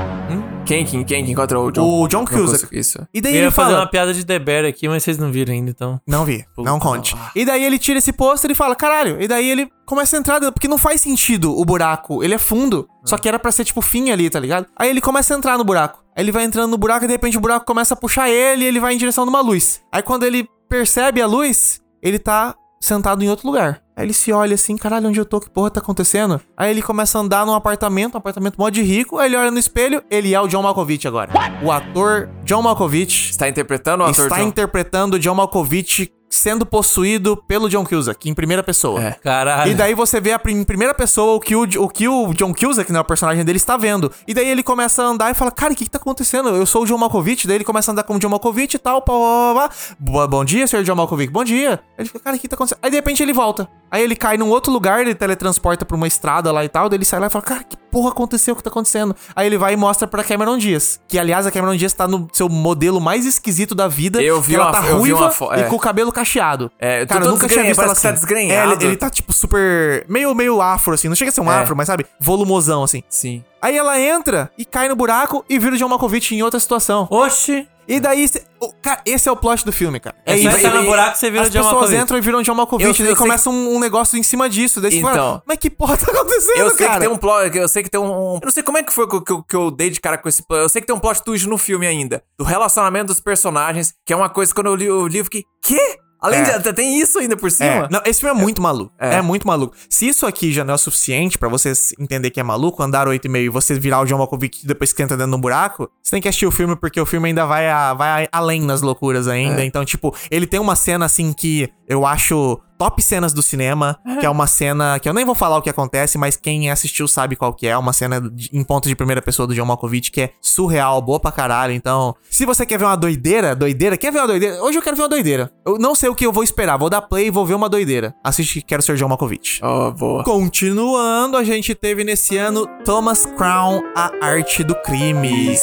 Speaker 6: Quem, quem, quem que encontrou o John?
Speaker 4: O John
Speaker 6: Não
Speaker 4: Cusack.
Speaker 6: consigo- Isso.
Speaker 4: E daí
Speaker 5: Eu ia
Speaker 4: ele
Speaker 5: fazer
Speaker 4: fala.
Speaker 5: uma piada de The Bear aqui, mas vocês não viram ainda, então.
Speaker 4: Não vi, não conte. E daí ele tira esse pôster e fala, caralho. E daí ele começa a entrar, dentro, porque não faz sentido o buraco. Ele é fundo, só que era pra ser tipo fim ali, tá ligado? Aí ele começa a entrar no buraco. Aí ele vai entrando no buraco e de repente o buraco começa a puxar ele e ele vai em direção numa luz. Aí quando ele percebe a luz, ele tá sentado em outro lugar. Aí ele se olha assim, caralho, onde eu tô? Que porra tá acontecendo? Aí ele começa a andar num apartamento, um apartamento mó de rico. Aí ele olha no espelho, ele é o John Malkovich agora. O ator John Malkovich
Speaker 6: Está interpretando o ator
Speaker 4: está
Speaker 6: John?
Speaker 4: interpretando John Malkovich sendo possuído pelo John Cusack em primeira pessoa.
Speaker 6: É.
Speaker 5: Caralho.
Speaker 4: E daí você vê a prim- em primeira pessoa o que o, o que o John Cusack, né, o personagem dele, está vendo. E daí ele começa a andar e fala, cara, o que, que tá acontecendo? Eu sou o John Malkovich. Daí ele começa a andar como John Malkovich e tal. Pá, pá, pá, pá. Boa- Bom dia, senhor John Malkovich. Bom dia. Ele fica, cara, o que que tá acontecendo? Aí de repente ele volta. Aí ele cai num outro lugar, ele teletransporta pra uma estrada lá e tal. Daí ele sai lá e fala, cara, que porra aconteceu? O que tá acontecendo? Aí ele vai e mostra pra Cameron Diaz. Que, aliás, a Cameron Diaz tá no seu modelo mais esquisito da vida.
Speaker 6: Eu
Speaker 4: que
Speaker 6: vi
Speaker 4: ela
Speaker 6: uma
Speaker 4: tá
Speaker 6: fo- eu vi
Speaker 4: ruiva
Speaker 6: uma fo-
Speaker 4: e
Speaker 6: é.
Speaker 4: com o cabelo cacheado.
Speaker 6: É, eu tô
Speaker 4: cara, eu
Speaker 6: todo
Speaker 4: nunca tinha
Speaker 6: desgrenhado,
Speaker 4: visto ela
Speaker 6: parece que tá
Speaker 4: assim.
Speaker 6: desgrenhado.
Speaker 4: É, ele, ele tá, tipo, super... Meio, meio afro, assim. Não chega a ser um
Speaker 6: É.
Speaker 4: afro, mas sabe? Volumosão, assim.
Speaker 6: Sim.
Speaker 4: Aí ela entra e cai no buraco e vira o John Malkovich em outra situação.
Speaker 5: Oxi.
Speaker 4: E daí... cê- o- cara, esse é o plot do filme, cara.
Speaker 5: É só entrar no buraco e você vira
Speaker 4: As
Speaker 5: o John
Speaker 4: pessoas
Speaker 5: Malkovich.
Speaker 4: entram e viram o John Malkovich.
Speaker 6: Eu-
Speaker 4: E daí
Speaker 6: eu sei
Speaker 4: começa um, um negócio em cima disso. Daí você fala,
Speaker 6: Então.
Speaker 4: mas que porra tá acontecendo,
Speaker 6: Eu sei
Speaker 4: cara?
Speaker 6: que tem um plot, eu sei que tem um... Eu não sei como é que foi que, eu- que eu- que eu dei de cara com esse plot. Eu sei que tem um plot twist no filme ainda. Do relacionamento dos personagens, que é uma coisa que quando eu li o livro que... Quê? Além
Speaker 4: É.
Speaker 6: de... Tem isso ainda por
Speaker 4: É.
Speaker 6: cima?
Speaker 4: Não, esse filme é muito maluco. É.
Speaker 6: É.
Speaker 4: muito maluco. Se isso aqui já não é o suficiente pra você s- entender que é maluco, andar 8,5 e você virar o John Malkovich depois que entra dentro de um buraco, você tem que assistir o filme porque o filme ainda vai, a- vai a- além nas loucuras ainda. Então, tipo, ele tem uma cena assim que eu acho top cenas do cinema, que é uma cena que eu nem vou falar o que acontece, mas quem assistiu sabe qual que é, uma cena de- em ponto de primeira pessoa do John Malkovich que é surreal, boa pra caralho. Então, se você quer ver uma doideira, doideira, quer ver uma doideira? Hoje eu quero ver uma doideira. Eu não sei o que eu vou esperar, vou dar play e vou ver uma doideira. Assiste Quero Ser John Malkovich.
Speaker 6: Oh, boa.
Speaker 4: Continuando, a gente teve nesse ano Thomas Crown, A Arte do Crime.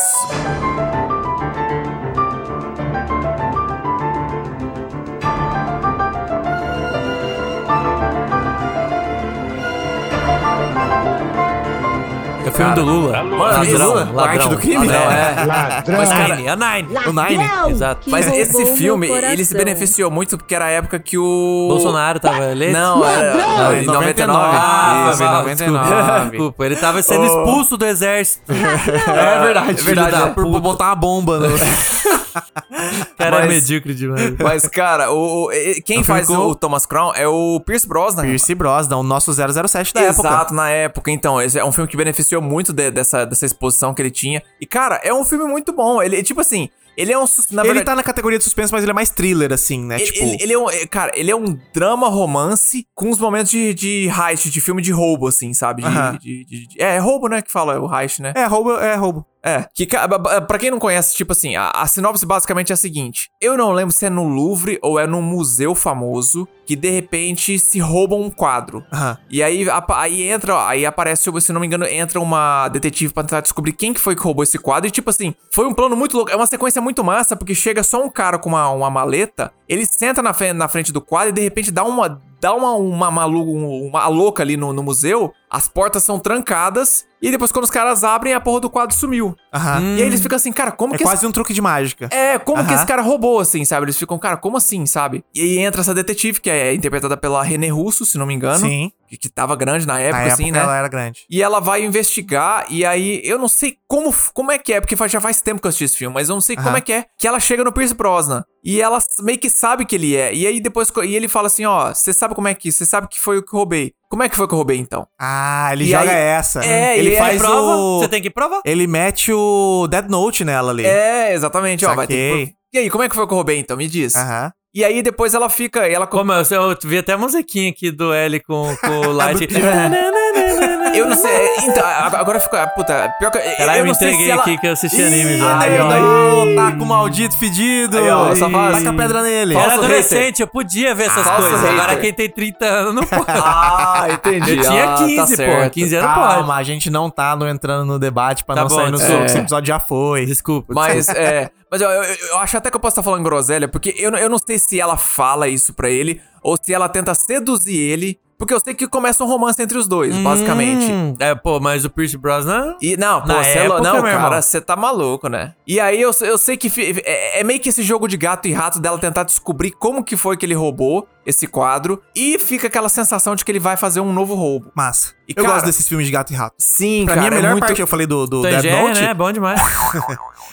Speaker 5: É o filme do Lula.
Speaker 6: Mano,
Speaker 5: Ladrão,
Speaker 6: isso-
Speaker 5: ladrão,
Speaker 4: a arte do crime,
Speaker 5: ladrão,
Speaker 4: né?
Speaker 5: é.
Speaker 7: Ladrão.
Speaker 5: Mas, Nine, a Nine.
Speaker 4: O Nine.
Speaker 5: Exato.
Speaker 6: Mas esse filme, ele se beneficiou muito porque era a época que o...
Speaker 5: Bolsonaro tava eleito?
Speaker 6: Não, era... Não, em 99.
Speaker 5: Ah,
Speaker 6: Isso,
Speaker 5: foi mal, desculpa,
Speaker 6: 99.
Speaker 5: desculpa. Ele tava sendo
Speaker 6: Oh.
Speaker 5: expulso do exército.
Speaker 6: É verdade. É verdade.
Speaker 4: Filho
Speaker 6: é.
Speaker 4: da- por, por botar uma tá bomba no.
Speaker 5: O cara é
Speaker 6: Mas-
Speaker 5: medíocre demais.
Speaker 6: Mas, cara, o, o- e- quem faz
Speaker 4: ficou-
Speaker 6: o Thomas Crown é o Pierce Brosnan.
Speaker 4: Pierce Brosnan, o nosso 007 da
Speaker 6: Exato,
Speaker 4: época.
Speaker 6: na época. Então, esse é um filme que beneficiou muito de- dessa, dessa exposição que ele tinha. E, cara, é um filme muito bom. Ele, tipo assim, ele é um... sus- Na
Speaker 4: Ele
Speaker 6: verdade,
Speaker 4: tá na categoria de suspense, mas ele é mais thriller, assim, né?
Speaker 6: Ele,
Speaker 4: tipo.
Speaker 6: ele- ele é um, é, cara, ele é um drama romance com uns momentos de, de heist, de filme de roubo, assim, sabe? De-
Speaker 4: Aham.
Speaker 6: de- de- de- é, é roubo, né? Que fala o heist, né?
Speaker 4: É roubo, é roubo.
Speaker 6: É, que ca- ba- ba- pra quem não conhece, tipo assim, a, a sinopse basicamente é a seguinte: eu não lembro se é no Louvre ou é num museu famoso que de repente se roubam um quadro.
Speaker 4: Aham.
Speaker 6: E aí, apa- aí entra, ó, aí aparece, se não me engano, entra uma detetive pra tentar descobrir quem que foi que roubou esse quadro. E tipo assim, foi um plano muito louco. É uma sequência muito massa, porque chega só um cara com uma, uma maleta, ele senta na frente, na frente do quadro e de repente dá uma. Dá uma, uma maluca, uma louca ali no, no museu, as portas são trancadas, e depois quando os caras abrem, a porra do quadro sumiu.
Speaker 4: Aham.
Speaker 6: E aí eles ficam assim, cara, como
Speaker 4: É
Speaker 6: que esse
Speaker 4: quase um truque de mágica.
Speaker 6: é, como que
Speaker 4: Aham.
Speaker 6: esse cara roubou, assim, sabe? Eles ficam, cara, como assim, sabe? E aí entra essa detetive, que é interpretada pela René Russo, se não me engano.
Speaker 4: Sim.
Speaker 6: Que, que tava grande na época,
Speaker 4: na
Speaker 6: assim,
Speaker 4: época
Speaker 6: né?
Speaker 4: ela era grande.
Speaker 6: E ela vai investigar, e aí eu não sei como, como é que é, porque faz- já faz tempo que eu assisti esse filme, mas eu não sei
Speaker 4: Aham.
Speaker 6: como é que é que ela chega no Pierce Brosnan. E ela s- meio que sabe que ele é. E aí depois. co- E ele fala assim: ó, você sabe como é que. Você sabe que foi o que eu roubei. Como é que foi que eu roubei então?
Speaker 4: Ah, ele
Speaker 6: E
Speaker 4: joga
Speaker 6: aí-
Speaker 4: essa.
Speaker 6: É,
Speaker 4: ele
Speaker 6: e aí
Speaker 4: faz
Speaker 5: prova?
Speaker 4: o.
Speaker 5: Você tem que provar?
Speaker 4: Ele mete o Dead Note nela ali.
Speaker 6: É, exatamente, ó, vai ter
Speaker 4: Saquei.
Speaker 6: que. pro- E aí, como é que foi que eu roubei então? Me diz.
Speaker 4: Aham.
Speaker 6: E aí depois ela fica. e Ela <laughs>
Speaker 5: Como eu, eu vi até a musiquinha aqui do L com, com o Light.
Speaker 6: É Eu não sei. é, Então, a- agora ficou. Puta, pior que. eu-
Speaker 5: Caralho,
Speaker 6: eu
Speaker 5: me
Speaker 6: não sei
Speaker 5: entreguei
Speaker 6: se ela-
Speaker 5: aqui que eu assisti anime já.
Speaker 6: Ai,
Speaker 5: Ai,
Speaker 4: Ô,
Speaker 6: tá
Speaker 4: taco maldito fedido!
Speaker 6: Aí, ó, só fala
Speaker 4: Taca a
Speaker 6: assim.
Speaker 4: pedra nele!
Speaker 5: Era
Speaker 6: Falso
Speaker 5: adolescente, eu podia ver essas
Speaker 6: falso
Speaker 5: coisas. Agora
Speaker 6: hater.
Speaker 5: quem tem 30 anos não pode.
Speaker 6: Ah, entendi.
Speaker 5: Eu tinha
Speaker 6: Ah,
Speaker 5: 15,
Speaker 6: tá
Speaker 5: pô.
Speaker 6: certo.
Speaker 5: 15 anos pode.
Speaker 4: Calma, a gente não tá no- entrando no debate pra
Speaker 5: Tá
Speaker 4: não
Speaker 5: bom,
Speaker 4: sair no
Speaker 5: desculpa.
Speaker 4: soco. Esse
Speaker 6: É.
Speaker 4: episódio já foi.
Speaker 5: Desculpa.
Speaker 6: Mas é. Mas eu, eu, eu acho até que eu posso estar falando groselha, porque eu, não- eu não sei se ela fala isso pra ele ou se ela tenta seduzir ele. Porque eu sei que começa um romance entre os dois, <laughs> basicamente.
Speaker 5: Hum, é, pô, mas o Pierce Brosnan.
Speaker 6: E, não, pô,
Speaker 5: Na
Speaker 6: cê é lou-
Speaker 5: época,
Speaker 6: não,
Speaker 5: meu
Speaker 6: cara,
Speaker 5: irmão.
Speaker 6: você tá maluco, né? E aí eu, eu sei que fi- é, é meio que esse jogo de gato e rato dela tentar descobrir como que foi que ele roubou esse quadro e fica aquela sensação de que ele vai fazer um novo roubo.
Speaker 4: Massa.
Speaker 6: E,
Speaker 4: eu
Speaker 6: cara,
Speaker 4: gosto desses filmes de gato e rato.
Speaker 6: Sim,
Speaker 4: Pra
Speaker 6: cara,
Speaker 4: mim, a melhor
Speaker 6: é muito...
Speaker 4: parte, eu falei do, do Dead
Speaker 5: Tangé,
Speaker 4: Note.
Speaker 5: né? Bom demais.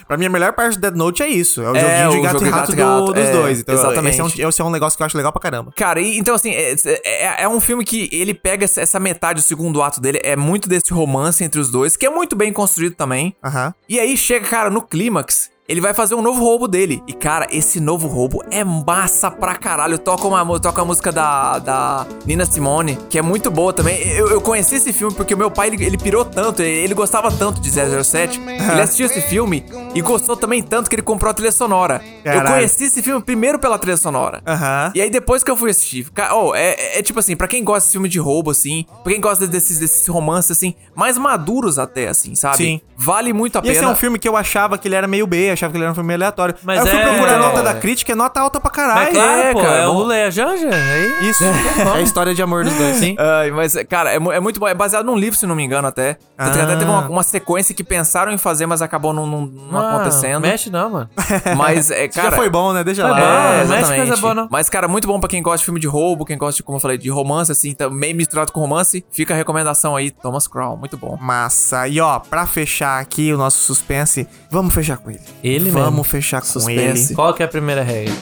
Speaker 4: Pra mim, a melhor parte do Dead Note é isso. É o
Speaker 6: É,
Speaker 4: joguinho de
Speaker 6: o
Speaker 4: gato
Speaker 6: jogo
Speaker 4: e
Speaker 6: de
Speaker 4: rato,
Speaker 6: gato e gato,
Speaker 4: do- dos
Speaker 6: é,
Speaker 4: dois. Então,
Speaker 6: exatamente.
Speaker 4: Esse é, um, esse é um negócio que eu acho legal pra caramba.
Speaker 6: Cara, e- então assim, é, é, é um filme que ele pega essa- essa metade, o segundo ato dele, é muito desse romance entre os dois, que é muito bem construído também.
Speaker 4: Aham.
Speaker 6: E aí chega, cara, no clímax, ele vai fazer um novo roubo dele. E, cara, esse novo roubo é massa pra caralho. Toca, uma, mu- toca a música da, da Nina Simone, que é muito boa também. Eu, eu conheci esse filme porque o meu pai, ele, ele pirou tanto, ele, ele gostava tanto de 007. Ele assistiu esse filme e gostou também tanto que ele comprou a trilha sonora. Eu
Speaker 4: Caralho.
Speaker 6: conheci esse filme primeiro pela trilha sonora.
Speaker 4: Aham.
Speaker 6: E aí depois que eu fui assistir, cara, oh, é, é- é tipo assim, pra quem gosta de filme de roubo, assim, pra quem gosta desses, desses romances, assim, mais maduros até, assim, sabe?
Speaker 4: Sim.
Speaker 6: Vale muito a
Speaker 4: E
Speaker 6: pena.
Speaker 4: esse é um filme que eu achava que ele era meio B, achava que ele era um filme aleatório.
Speaker 5: Mas
Speaker 4: Aí eu fui
Speaker 5: é-
Speaker 4: procurar a nota
Speaker 6: é.
Speaker 4: da crítica, é nota alta pra caralho.
Speaker 5: Mas claro,
Speaker 6: é,
Speaker 5: pô,
Speaker 6: cara,
Speaker 5: é o
Speaker 6: vamos-
Speaker 5: Leia Janja. Aí.
Speaker 4: Isso. <laughs> É a história de amor dos dois, sim.
Speaker 6: Ai, mas, cara, é, mu- é muito bom. É baseado num livro, se não me engano, até. Tanto que
Speaker 4: Ah.
Speaker 6: Até teve uma, uma sequência que pensaram em fazer, mas acabou não, não- não
Speaker 5: Ah,
Speaker 6: acontecendo.
Speaker 5: Mexe não, mano.
Speaker 6: Mas, é,
Speaker 4: Isso <laughs> já
Speaker 6: cara.
Speaker 4: foi bom, né? Deixa
Speaker 5: foi
Speaker 4: lá.
Speaker 5: bom,
Speaker 4: É,
Speaker 5: né?
Speaker 6: É,
Speaker 5: mexe
Speaker 6: exatamente.
Speaker 5: coisa boa, não.
Speaker 6: Mas, cara, muito bom pra quem gosta de filme de roubo, quem gosta, de, como eu falei, de romance, assim, também misturado com romance. Fica a recomendação aí, Thomas Crown. Muito bom.
Speaker 4: Massa. E ó, pra fechar aqui o nosso suspense, vamos fechar com ele.
Speaker 5: Ele
Speaker 4: Vamos
Speaker 5: mesmo.
Speaker 4: fechar com
Speaker 6: Suspense.
Speaker 4: ele.
Speaker 5: Qual que é a primeira regra?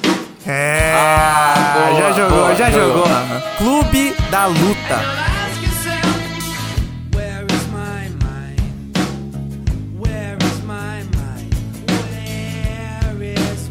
Speaker 4: É.
Speaker 6: boa,
Speaker 4: já jogou,
Speaker 6: boa,
Speaker 4: já
Speaker 6: jogou.
Speaker 4: jogou.
Speaker 6: Aham.
Speaker 4: Clube da Luta.
Speaker 9: Isso.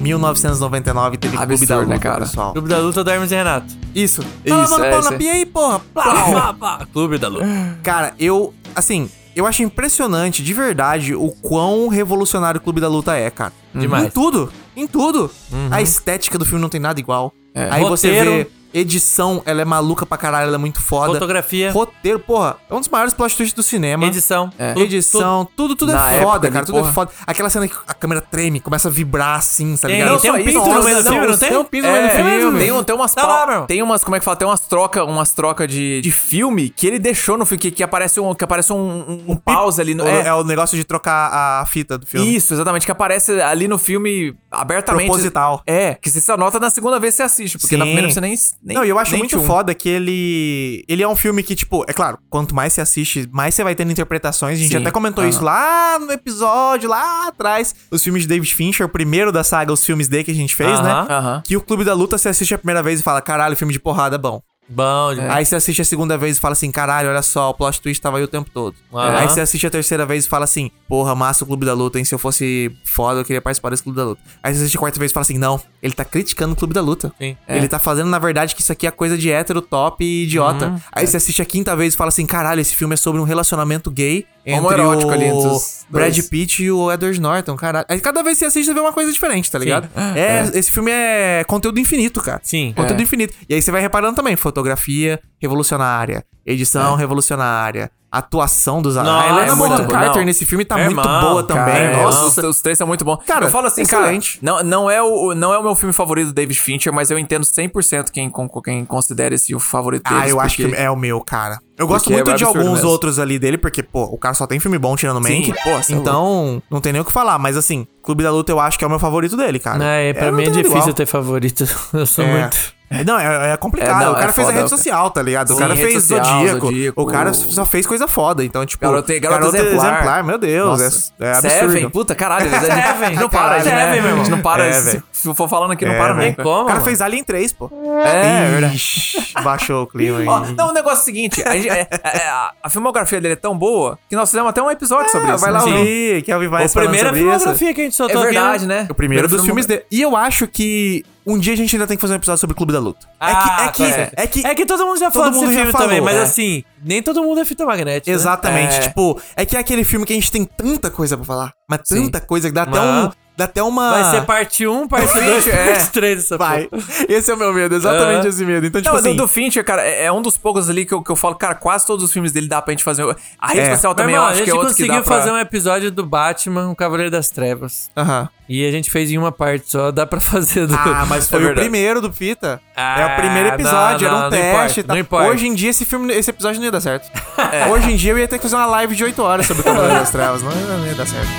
Speaker 4: 1999 teve Clube da
Speaker 6: Absurdo,
Speaker 4: Luta,
Speaker 6: né, cara?
Speaker 4: pessoal.
Speaker 5: Clube da Luta do Hermes e Renato.
Speaker 4: Isso.
Speaker 6: Isso,
Speaker 4: Tá lavando
Speaker 6: é,
Speaker 4: pau
Speaker 6: isso
Speaker 4: na
Speaker 6: aí.
Speaker 4: pia aí, porra. Plá,
Speaker 5: Pá,
Speaker 6: <laughs>
Speaker 5: pá. Clube da Luta.
Speaker 4: Cara, eu, assim, eu acho impressionante de verdade o quão revolucionário o Clube da Luta é, cara.
Speaker 5: Demais. Uhum.
Speaker 4: Em tudo, em tudo. A estética do filme não tem nada igual. Aí
Speaker 5: É. Roteiro.
Speaker 4: você vê edição, ela é maluca pra caralho, ela é muito foda.
Speaker 5: Fotografia.
Speaker 4: Roteiro, porra, é um dos maiores plot twists do cinema.
Speaker 5: Edição.
Speaker 6: É.
Speaker 5: Tudo,
Speaker 4: Edição, tudo, tudo,
Speaker 6: Na
Speaker 4: é foda,
Speaker 6: época,
Speaker 4: cara.
Speaker 6: né,
Speaker 4: Tudo é
Speaker 6: porra.
Speaker 4: foda. Aquela cena que a câmera treme, começa a vibrar assim, tá
Speaker 5: Tem-
Speaker 4: ligado?
Speaker 5: não, tem um
Speaker 4: só
Speaker 5: pinto
Speaker 4: isso,
Speaker 5: no meio do
Speaker 4: nossa,
Speaker 5: filme, não tem?
Speaker 4: Tem um pinto no meio do
Speaker 6: É,
Speaker 4: filme.
Speaker 5: mesmo.
Speaker 6: tem, um, tem umas
Speaker 5: Tá
Speaker 6: pau-
Speaker 5: lá, meu.
Speaker 6: tem umas como é que fala tem umas troca umas troca de, de filme que ele deixou no filme que, que aparece um que aparece um, um, um pause ali no
Speaker 4: O- É. o negócio de trocar a fita do filme.
Speaker 6: Isso, exatamente, que aparece ali no filme abertamente.
Speaker 4: Proposital.
Speaker 6: É, que você só nota na segunda vez tipo, que você assiste, porque na
Speaker 4: Sim.
Speaker 6: primeira você nem. nem
Speaker 4: não, eu acho
Speaker 6: nem
Speaker 4: muito
Speaker 6: tchum.
Speaker 4: foda que ele. Ele é um filme que, tipo, é claro, quanto mais você assiste, mais você vai tendo interpretações. A gente
Speaker 6: Sim.
Speaker 4: até comentou isso lá no episódio, lá atrás. Os filmes de David Fincher, o primeiro da saga, os filmes D que a gente fez,
Speaker 5: Aham.
Speaker 4: né?
Speaker 6: Aham.
Speaker 4: Que o Clube da Luta você assiste a primeira vez e fala, caralho, filme de porrada é bom.
Speaker 5: Bom demais.
Speaker 4: Aí você assiste a segunda vez e fala assim, caralho, olha só, o plot twist tava aí o tempo todo.
Speaker 5: Aham.
Speaker 4: Aí você assiste a terceira vez e fala assim, porra, massa o Clube da Luta, hein? Se eu fosse foda, eu queria participar desse Clube da Luta. Aí você assiste a quarta vez e fala assim, não, ele tá criticando o Clube da Luta.
Speaker 5: Sim.
Speaker 4: Ele tá fazendo, na verdade, que isso aqui é coisa de hétero, top e idiota. Aí você assiste a quinta vez e fala assim, caralho, esse filme é sobre um relacionamento gay entre
Speaker 6: Homoerótico
Speaker 4: o
Speaker 6: ali entre os
Speaker 4: Brad
Speaker 6: dois.
Speaker 4: Pitt e o Edward Norton, caralho. Aí cada vez que você assiste, você vê uma coisa diferente, tá ligado? É, Esse filme é conteúdo infinito, cara.
Speaker 5: Sim.
Speaker 4: Conteúdo infinito. E aí você vai reparando também, fotografia revolucionária, edição revolucionária, atuação dos atores.
Speaker 5: Nossa,
Speaker 4: A Helena
Speaker 6: é muito
Speaker 4: Bonham
Speaker 6: boa.
Speaker 4: Carter
Speaker 5: Não.
Speaker 4: nesse filme tá
Speaker 6: é
Speaker 5: Irmão,
Speaker 4: muito boa
Speaker 5: cara,
Speaker 4: também.
Speaker 5: irmão.
Speaker 4: Nossa.
Speaker 6: Nossa, É, os, os três são muito bons.
Speaker 4: Cara,
Speaker 6: eu falo assim,
Speaker 4: excelente.
Speaker 6: cara, não, não, é o, não é o meu filme favorito do David Fincher, mas eu entendo 100% quem, con- quem considera esse o favorito
Speaker 4: Ah,
Speaker 6: deles,
Speaker 4: eu acho que
Speaker 6: porque-
Speaker 4: é o meu, cara. Eu gosto
Speaker 6: Porque é
Speaker 4: muito de
Speaker 6: absurdo
Speaker 4: alguns
Speaker 6: mesmo.
Speaker 4: outros ali dele, porque, pô, o cara só tem filme bom tirando o
Speaker 6: Sim,
Speaker 4: Mank.
Speaker 6: pô, cê é
Speaker 4: Então, não tem nem o que falar. Mas, assim, Clube da Luta eu acho que é o meu favorito dele, cara.
Speaker 5: É, pra
Speaker 4: não
Speaker 5: mim é
Speaker 4: tem nada
Speaker 5: difícil
Speaker 4: igual.
Speaker 5: ter favorito. <laughs> Eu sou
Speaker 4: É.
Speaker 5: muito.
Speaker 4: É, Não, é, é complicado.
Speaker 6: É, não,
Speaker 4: o cara
Speaker 6: é
Speaker 4: fez a
Speaker 6: foda,
Speaker 4: rede
Speaker 6: cara.
Speaker 4: social, tá ligado? o
Speaker 6: Sim,
Speaker 4: cara
Speaker 6: rede
Speaker 4: fez
Speaker 6: social,
Speaker 4: Zodíaco,
Speaker 6: Zodíaco.
Speaker 4: O cara só fez coisa foda. Então, tipo.
Speaker 6: Garota- Garota Exemplar.
Speaker 4: meu Deus. É, é absurdo.
Speaker 6: Seven, puta, caralho. a gente- A gente não para,
Speaker 5: Caralho,
Speaker 6: né?
Speaker 5: Seven, meu
Speaker 6: A
Speaker 5: irmão.
Speaker 6: gente não para.
Speaker 4: É,
Speaker 6: se,
Speaker 4: velho.
Speaker 6: se eu for falando aqui, não
Speaker 4: É,
Speaker 6: para
Speaker 4: velho.
Speaker 6: nunca.
Speaker 5: Como?
Speaker 4: O cara
Speaker 5: mano?
Speaker 4: fez Alien 3, pô.
Speaker 6: É,
Speaker 4: Ixi, baixou o clima aí.
Speaker 6: Ó, não, o negócio é o seguinte: a, gente- é- é- a- a filmografia dele é tão boa que nós fizemos até um episódio sobre
Speaker 4: Ah,
Speaker 6: isso.
Speaker 4: vai lá
Speaker 6: né?
Speaker 4: ouvir, quer ouvir mais
Speaker 5: O primeiro é a
Speaker 4: sobre isso.
Speaker 5: filmografia que a gente
Speaker 6: É
Speaker 5: soltou aqui.
Speaker 6: verdade, né?
Speaker 4: O primeiro dos filmes dele. E eu acho que Um dia a gente ainda tem que fazer um episódio sobre o Clube da Luta.
Speaker 5: Ah,
Speaker 4: é que, é que,
Speaker 5: tá.
Speaker 4: é que,
Speaker 5: É que todo mundo já
Speaker 4: todo
Speaker 5: falou desse
Speaker 4: mundo já
Speaker 5: filme
Speaker 4: falou,
Speaker 5: também, mas
Speaker 4: é.
Speaker 5: assim, nem todo mundo é fita magnética. né?
Speaker 4: Exatamente.
Speaker 5: É.
Speaker 4: Tipo, é que é aquele filme que a gente tem tanta coisa pra falar. Mas tanta coisa que dá até
Speaker 5: Mas-
Speaker 4: um. Dá até uma.
Speaker 5: Vai ser parte 1, parte 2,
Speaker 6: é.
Speaker 5: parte 3 dessa
Speaker 4: Vai.
Speaker 5: porra.
Speaker 4: Esse é o meu medo, exatamente
Speaker 5: É.
Speaker 4: esse medo. Então, tipo
Speaker 6: Não,
Speaker 4: assim.
Speaker 6: do, do Fincher, cara, é, é um dos poucos ali que eu, que eu falo, cara, quase todos os filmes dele dá pra gente fazer. A rede
Speaker 4: É.
Speaker 6: social
Speaker 5: Meu
Speaker 6: também,
Speaker 5: irmão,
Speaker 6: eu
Speaker 5: a
Speaker 6: acho
Speaker 5: gente
Speaker 6: que é outro que
Speaker 5: conseguiu
Speaker 6: dá pra...
Speaker 5: fazer um episódio do Batman, o Cavaleiro das Trevas. <laughs>
Speaker 4: Aham.
Speaker 5: E a gente fez em uma parte só, dá pra <laughs> fazer do...
Speaker 4: Ah, mas foi
Speaker 6: É
Speaker 4: o
Speaker 6: verdade.
Speaker 4: primeiro do Fita.
Speaker 5: Ah,
Speaker 4: é o primeiro episódio,
Speaker 5: não,
Speaker 4: era um
Speaker 5: não, não
Speaker 4: teste.
Speaker 5: importa,
Speaker 4: e tal.
Speaker 5: não importa. É.
Speaker 4: Hoje em dia esse filme, esse episódio não ia dar certo.
Speaker 5: <laughs>
Speaker 4: Hoje em dia eu ia ter que fazer uma live de 8 horas sobre o Cavaleiro das Trevas. Não, não ia dar certo.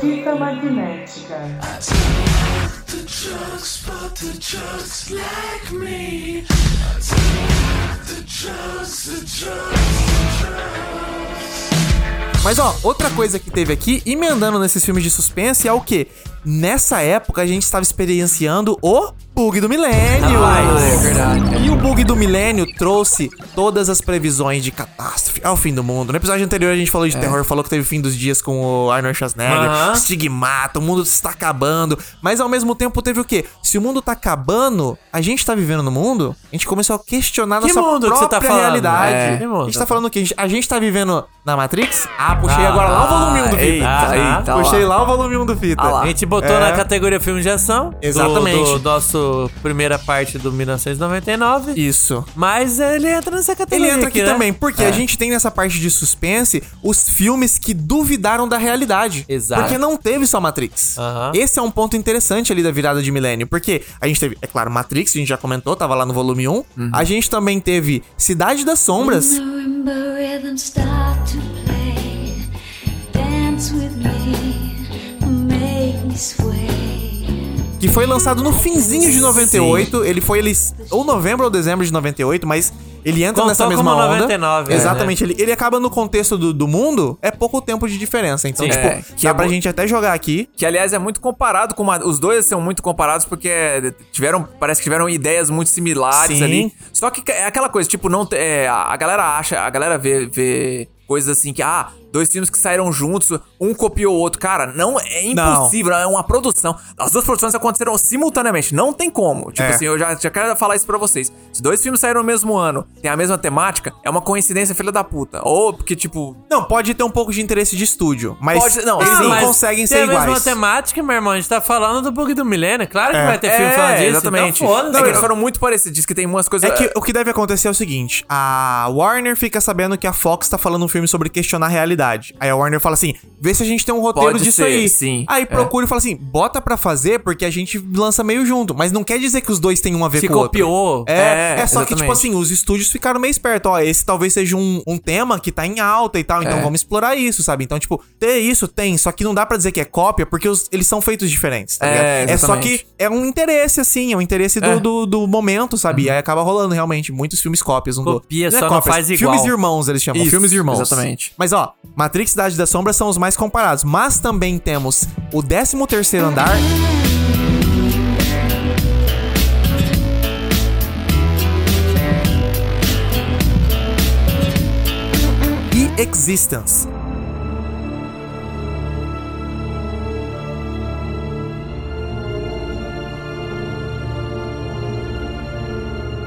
Speaker 1: Fita magnética.
Speaker 4: Mas ó, outra coisa que teve aqui, emendando nesses filmes de suspense, é o quê? Nessa época a gente estava experienciando o bug do milênio.
Speaker 5: é verdade.
Speaker 4: E o bug do milênio trouxe todas as previsões de catástrofe ao fim do mundo. No episódio anterior a gente falou de terror, falou que teve fim dos dias com o Arnold Schwarzenegger,
Speaker 5: É. Aham.
Speaker 4: estigmata, o mundo está acabando. Mas ao mesmo tempo teve o quê? Se o mundo tá acabando, a gente tá vivendo no mundo, a gente começou a questionar
Speaker 5: Que
Speaker 4: nossa
Speaker 5: mundo que
Speaker 4: própria
Speaker 5: você tá falando?
Speaker 4: realidade.
Speaker 5: É. Que mundo
Speaker 4: A gente
Speaker 5: você
Speaker 4: tá
Speaker 5: tá
Speaker 4: falando o quê? A gente- A gente tá vivendo na Matrix? Ah, puxei agora lá o volume 1 do Fita.
Speaker 5: eita, eita,
Speaker 4: puxei lá o volume 1 do Fita.
Speaker 5: A gente botou na categoria filme de ação. do-
Speaker 4: Exatamente.
Speaker 5: Do, nosso primeira parte do 1999.
Speaker 4: Isso.
Speaker 5: Mas ele entra nessa
Speaker 4: Ele
Speaker 5: categoria
Speaker 4: entra aqui
Speaker 5: né?
Speaker 4: também, porque a gente tem nessa parte de suspense os filmes que duvidaram da realidade.
Speaker 5: Exato.
Speaker 4: Porque não teve só Matrix.
Speaker 5: Aham.
Speaker 4: Esse é um ponto interessante ali da virada de milênio, porque a gente teve, é claro, Matrix, que a gente já comentou, tava lá no volume 1.
Speaker 5: Uhum.
Speaker 4: A gente também teve Cidade das Sombras.
Speaker 10: November rhythms start to play. Dance with me, make me sway.
Speaker 4: que foi lançado no finzinho de 98. Ele foi ele, ou novembro ou dezembro de 98, mas ele entra
Speaker 5: Contou
Speaker 4: nessa
Speaker 5: como
Speaker 4: mesma onda.
Speaker 5: 99, é,
Speaker 4: Exatamente. Ele, ele acaba no contexto do, do mundo, é pouco tempo de diferença. Então,
Speaker 5: Sim.
Speaker 4: tipo,
Speaker 6: É, que
Speaker 4: dá
Speaker 6: é
Speaker 4: pra
Speaker 6: mu-
Speaker 4: gente até jogar aqui.
Speaker 6: Que, aliás, é muito comparado com... Uma... Os dois são muito comparados porque tiveram... Parece que tiveram ideias muito similares
Speaker 4: Sim.
Speaker 6: ali. Só que é aquela coisa, tipo, não... te- É, a a galera acha... A galera vê... vê coisas assim que... Ah, dois filmes que saíram juntos, um copiou o outro. Cara, não... É impossível. É uma produção. As duas produções aconteceram simultaneamente. Não tem como. Tipo
Speaker 4: É.
Speaker 6: assim, eu já, já quero falar isso pra vocês. Se dois filmes saíram no mesmo ano, tem a mesma temática, é uma coincidência filha da puta. Ou porque, tipo...
Speaker 4: Não, pode ter um pouco de interesse de estúdio, mas
Speaker 6: Pode- não,
Speaker 4: eles
Speaker 6: sim.
Speaker 4: não
Speaker 5: mas
Speaker 4: conseguem
Speaker 5: tem
Speaker 4: ser
Speaker 5: a mesma
Speaker 4: iguais.
Speaker 5: temática, meu irmão. A gente tá falando do bug do milênio. Claro que vai ter filme
Speaker 4: um
Speaker 6: é,
Speaker 5: falando disso.
Speaker 6: exatamente.
Speaker 5: Então, foda-se.
Speaker 6: é que eles foram muito parecidos. Diz que tem umas coisas...
Speaker 4: É que o que deve acontecer é o seguinte: a Warner fica sabendo que a Fox tá falando um filme sobre questionar a realidade. Aí a Warner fala assim: vê se a gente tem um roteiro
Speaker 6: Pode
Speaker 4: disso
Speaker 6: ser,
Speaker 4: aí.
Speaker 6: sim.
Speaker 4: Aí
Speaker 6: É.
Speaker 4: procura e fala assim: bota pra fazer porque a gente lança meio junto. Mas não quer dizer que os dois têm um a ver
Speaker 5: Se
Speaker 4: com o outro.
Speaker 5: copiou.
Speaker 4: É,
Speaker 6: É,
Speaker 4: é só que, tipo
Speaker 6: exatamente.
Speaker 4: assim, os estúdios ficaram meio espertos. Ó, esse talvez seja um, um tema que tá em alta e tal, então
Speaker 6: É.
Speaker 4: vamos explorar isso, sabe? Então, tipo, ter isso tem, só que não dá pra dizer que é cópia, porque os- eles são feitos diferentes, tá
Speaker 6: É,
Speaker 4: ligado? É só
Speaker 6: exatamente.
Speaker 4: que é um interesse, assim, é um interesse do,
Speaker 6: É.
Speaker 4: do, do momento, sabe? E aí acaba rolando, realmente, muitos filmes cópias. Um do-
Speaker 5: Copia,
Speaker 4: é
Speaker 5: só não faz igual.
Speaker 4: Filmes irmãos, eles chamam,
Speaker 6: Isso,
Speaker 4: filmes irmãos.
Speaker 6: exatamente.
Speaker 4: Mas, ó, Matrix Cidade das Sombras são os mais comparados, mas também temos o 13 terceiro andar... e Existence.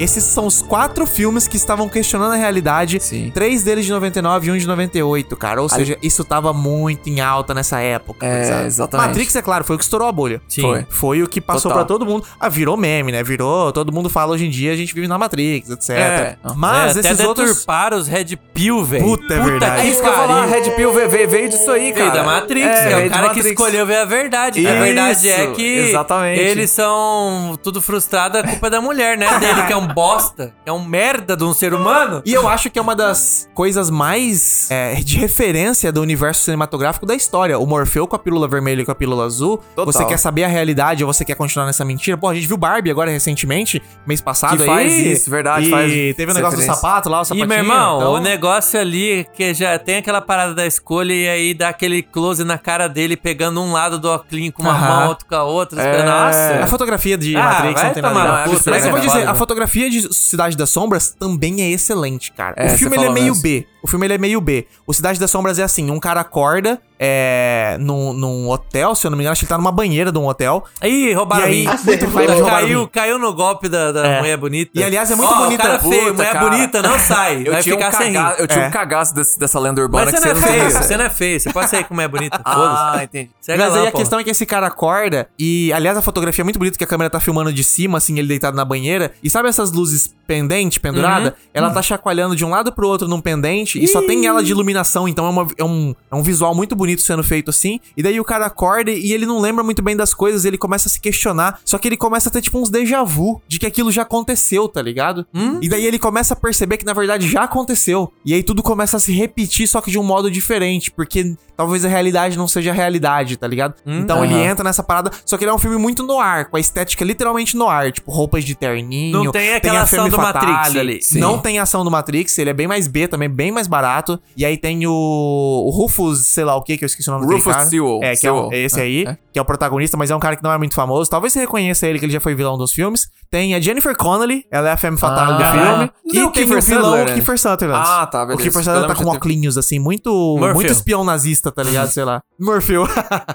Speaker 4: Esses são os quatro filmes que estavam questionando a realidade.
Speaker 6: Sim.
Speaker 4: Três deles de 99 e um de 98, cara. Ou
Speaker 6: Ali-
Speaker 4: seja, isso tava muito em alta nessa época.
Speaker 6: É,
Speaker 4: sabe?
Speaker 6: exatamente.
Speaker 4: Matrix, é claro, foi o que estourou a bolha.
Speaker 5: Sim.
Speaker 4: Foi. Foi o que passou
Speaker 6: Total.
Speaker 4: pra todo mundo. Ah, virou meme, né? Virou, todo mundo fala hoje em dia, a gente vive na Matrix, etc.
Speaker 6: É, não.
Speaker 4: Mas
Speaker 5: é,
Speaker 4: esses
Speaker 5: até
Speaker 4: outros...
Speaker 5: deturparam os Red Pill, velho.
Speaker 4: Puta, é verdade.
Speaker 6: É isso que eu ia falar, Red Pill veio, veio disso aí, cara.
Speaker 5: Veio da Matrix,
Speaker 6: é,
Speaker 5: é,
Speaker 6: veio
Speaker 5: o
Speaker 6: de
Speaker 5: cara que
Speaker 6: Matrix.
Speaker 5: escolheu ver a verdade. a
Speaker 6: Isso,
Speaker 5: verdade é que
Speaker 6: exatamente.
Speaker 5: eles são tudo frustrado, a culpa é da mulher, né? Dele que é um bosta, é um merda de um ser humano.
Speaker 4: E eu acho que é uma das coisas mais é, de referência do universo cinematográfico da história. O Morfeu com a pílula vermelha e com a pílula azul.
Speaker 6: Total.
Speaker 4: Você quer saber a realidade ou você quer continuar nessa mentira? Pô, a gente viu Barbie agora recentemente, mês passado
Speaker 6: Que
Speaker 4: aí.
Speaker 6: faz isso, verdade,
Speaker 4: E
Speaker 6: faz
Speaker 4: teve o
Speaker 6: essa
Speaker 4: negócio do
Speaker 6: referência.
Speaker 4: sapato lá, o
Speaker 5: E,
Speaker 4: sapatinho.
Speaker 5: meu irmão,
Speaker 4: então-
Speaker 5: o negócio ali que já tem aquela parada da escolha e aí dá aquele close na cara dele, pegando um lado do óculos com uma
Speaker 4: Aham.
Speaker 5: mão, outro com a outra.
Speaker 6: É.
Speaker 5: Nossa.
Speaker 4: A fotografia de
Speaker 5: Ah,
Speaker 4: Matrix
Speaker 5: vai
Speaker 4: não tem
Speaker 5: tomar
Speaker 4: nada. a
Speaker 5: no
Speaker 4: ver.
Speaker 5: cu,
Speaker 4: Mas eu vou
Speaker 5: né?
Speaker 4: dizer, a
Speaker 5: Foda.
Speaker 4: fotografia de Cidade das Sombras também é excelente, cara.
Speaker 6: É,
Speaker 4: o
Speaker 6: você
Speaker 4: filme ele é
Speaker 6: falou
Speaker 4: meio
Speaker 6: mesmo.
Speaker 4: B. O filme ele é meio B. O Cidade das Sombras é assim, um cara acorda é, num, num hotel, se eu não me engano, acho que ele tá numa banheira de um hotel.
Speaker 5: Ih, roubaram
Speaker 4: E aí,
Speaker 5: mim.
Speaker 4: muito vibe de roubaram
Speaker 5: caiu,
Speaker 4: mim.
Speaker 5: caiu no golpe da, da mulher bonita.
Speaker 4: E, aliás, é muito
Speaker 5: Ó,
Speaker 4: bonita.
Speaker 5: O cara feio,
Speaker 6: Puta,
Speaker 5: mulher
Speaker 6: cara.
Speaker 5: bonita, não sai.
Speaker 6: Eu
Speaker 5: vai
Speaker 6: tinha, um
Speaker 5: ficar sem
Speaker 6: caga...
Speaker 5: rir.
Speaker 6: eu tinha
Speaker 4: É.
Speaker 6: um cagaço desse- dessa lenda urbana
Speaker 5: Mas
Speaker 6: que
Speaker 5: você não é
Speaker 6: você não
Speaker 5: feio,
Speaker 6: fez.
Speaker 5: você não é feio. Você pode sair com mulher bonita.
Speaker 6: Ah,
Speaker 5: Foda-se.
Speaker 6: entendi.
Speaker 5: Segue
Speaker 4: Mas
Speaker 5: lá,
Speaker 4: aí a
Speaker 5: pô.
Speaker 4: questão é que esse cara acorda e, aliás, a fotografia é muito bonita que a câmera tá filmando de cima, assim, ele deitado na banheira. E sabe essas luzes pendente, pendurada? Ela tá chacoalhando de um lado pro outro num pendente e só tem ela de iluminação, então é, uma- é um, é um visual muito bonito sendo feito assim. E daí o cara acorda e ele não lembra muito bem das coisas, ele começa a se questionar, só que ele começa a ter tipo uns déjà vu de que aquilo já aconteceu, tá ligado? E daí ele começa a perceber que na verdade já aconteceu. E aí tudo começa a se repetir, só que de um modo diferente, porque talvez a realidade não seja a realidade, tá ligado? então ele entra nessa parada, só que ele é um filme muito no ar, com a estética literalmente no ar, tipo roupas de terninho.
Speaker 5: Não tem
Speaker 4: a
Speaker 5: aquela ação
Speaker 4: femme
Speaker 5: do Matrix
Speaker 4: fatale.
Speaker 5: ali.
Speaker 4: Sim. Não tem ação do Matrix, ele é bem mais B também, bem mais barato. E aí tem o, o Rufus, sei lá o que, que eu esqueci o nome
Speaker 6: Rufus
Speaker 4: dele, cara.
Speaker 6: Sewell.
Speaker 4: É, que é, o-
Speaker 6: Sewell.
Speaker 4: é esse aí,
Speaker 6: É.
Speaker 4: que é o protagonista, mas é um cara que não é muito famoso. Talvez você reconheça ele, que ele já foi vilão dos filmes. Tem a Jennifer Connelly, ela é a femme fatale do
Speaker 6: Ah.
Speaker 4: filme.
Speaker 6: Não,
Speaker 4: e
Speaker 6: o Kiefer
Speaker 4: quem é o vilão é o
Speaker 6: Sutherland.
Speaker 4: Kiefer Sutherland.
Speaker 6: Ah, tá,
Speaker 4: O
Speaker 6: beleza.
Speaker 4: Kiefer
Speaker 6: Eu
Speaker 4: Sutherland tá
Speaker 6: lembro
Speaker 4: com
Speaker 6: de ter-
Speaker 4: óculos, assim, muito,
Speaker 5: Murphy.
Speaker 4: muito espião nazista, tá ligado? Sei lá. Murphy. <laughs>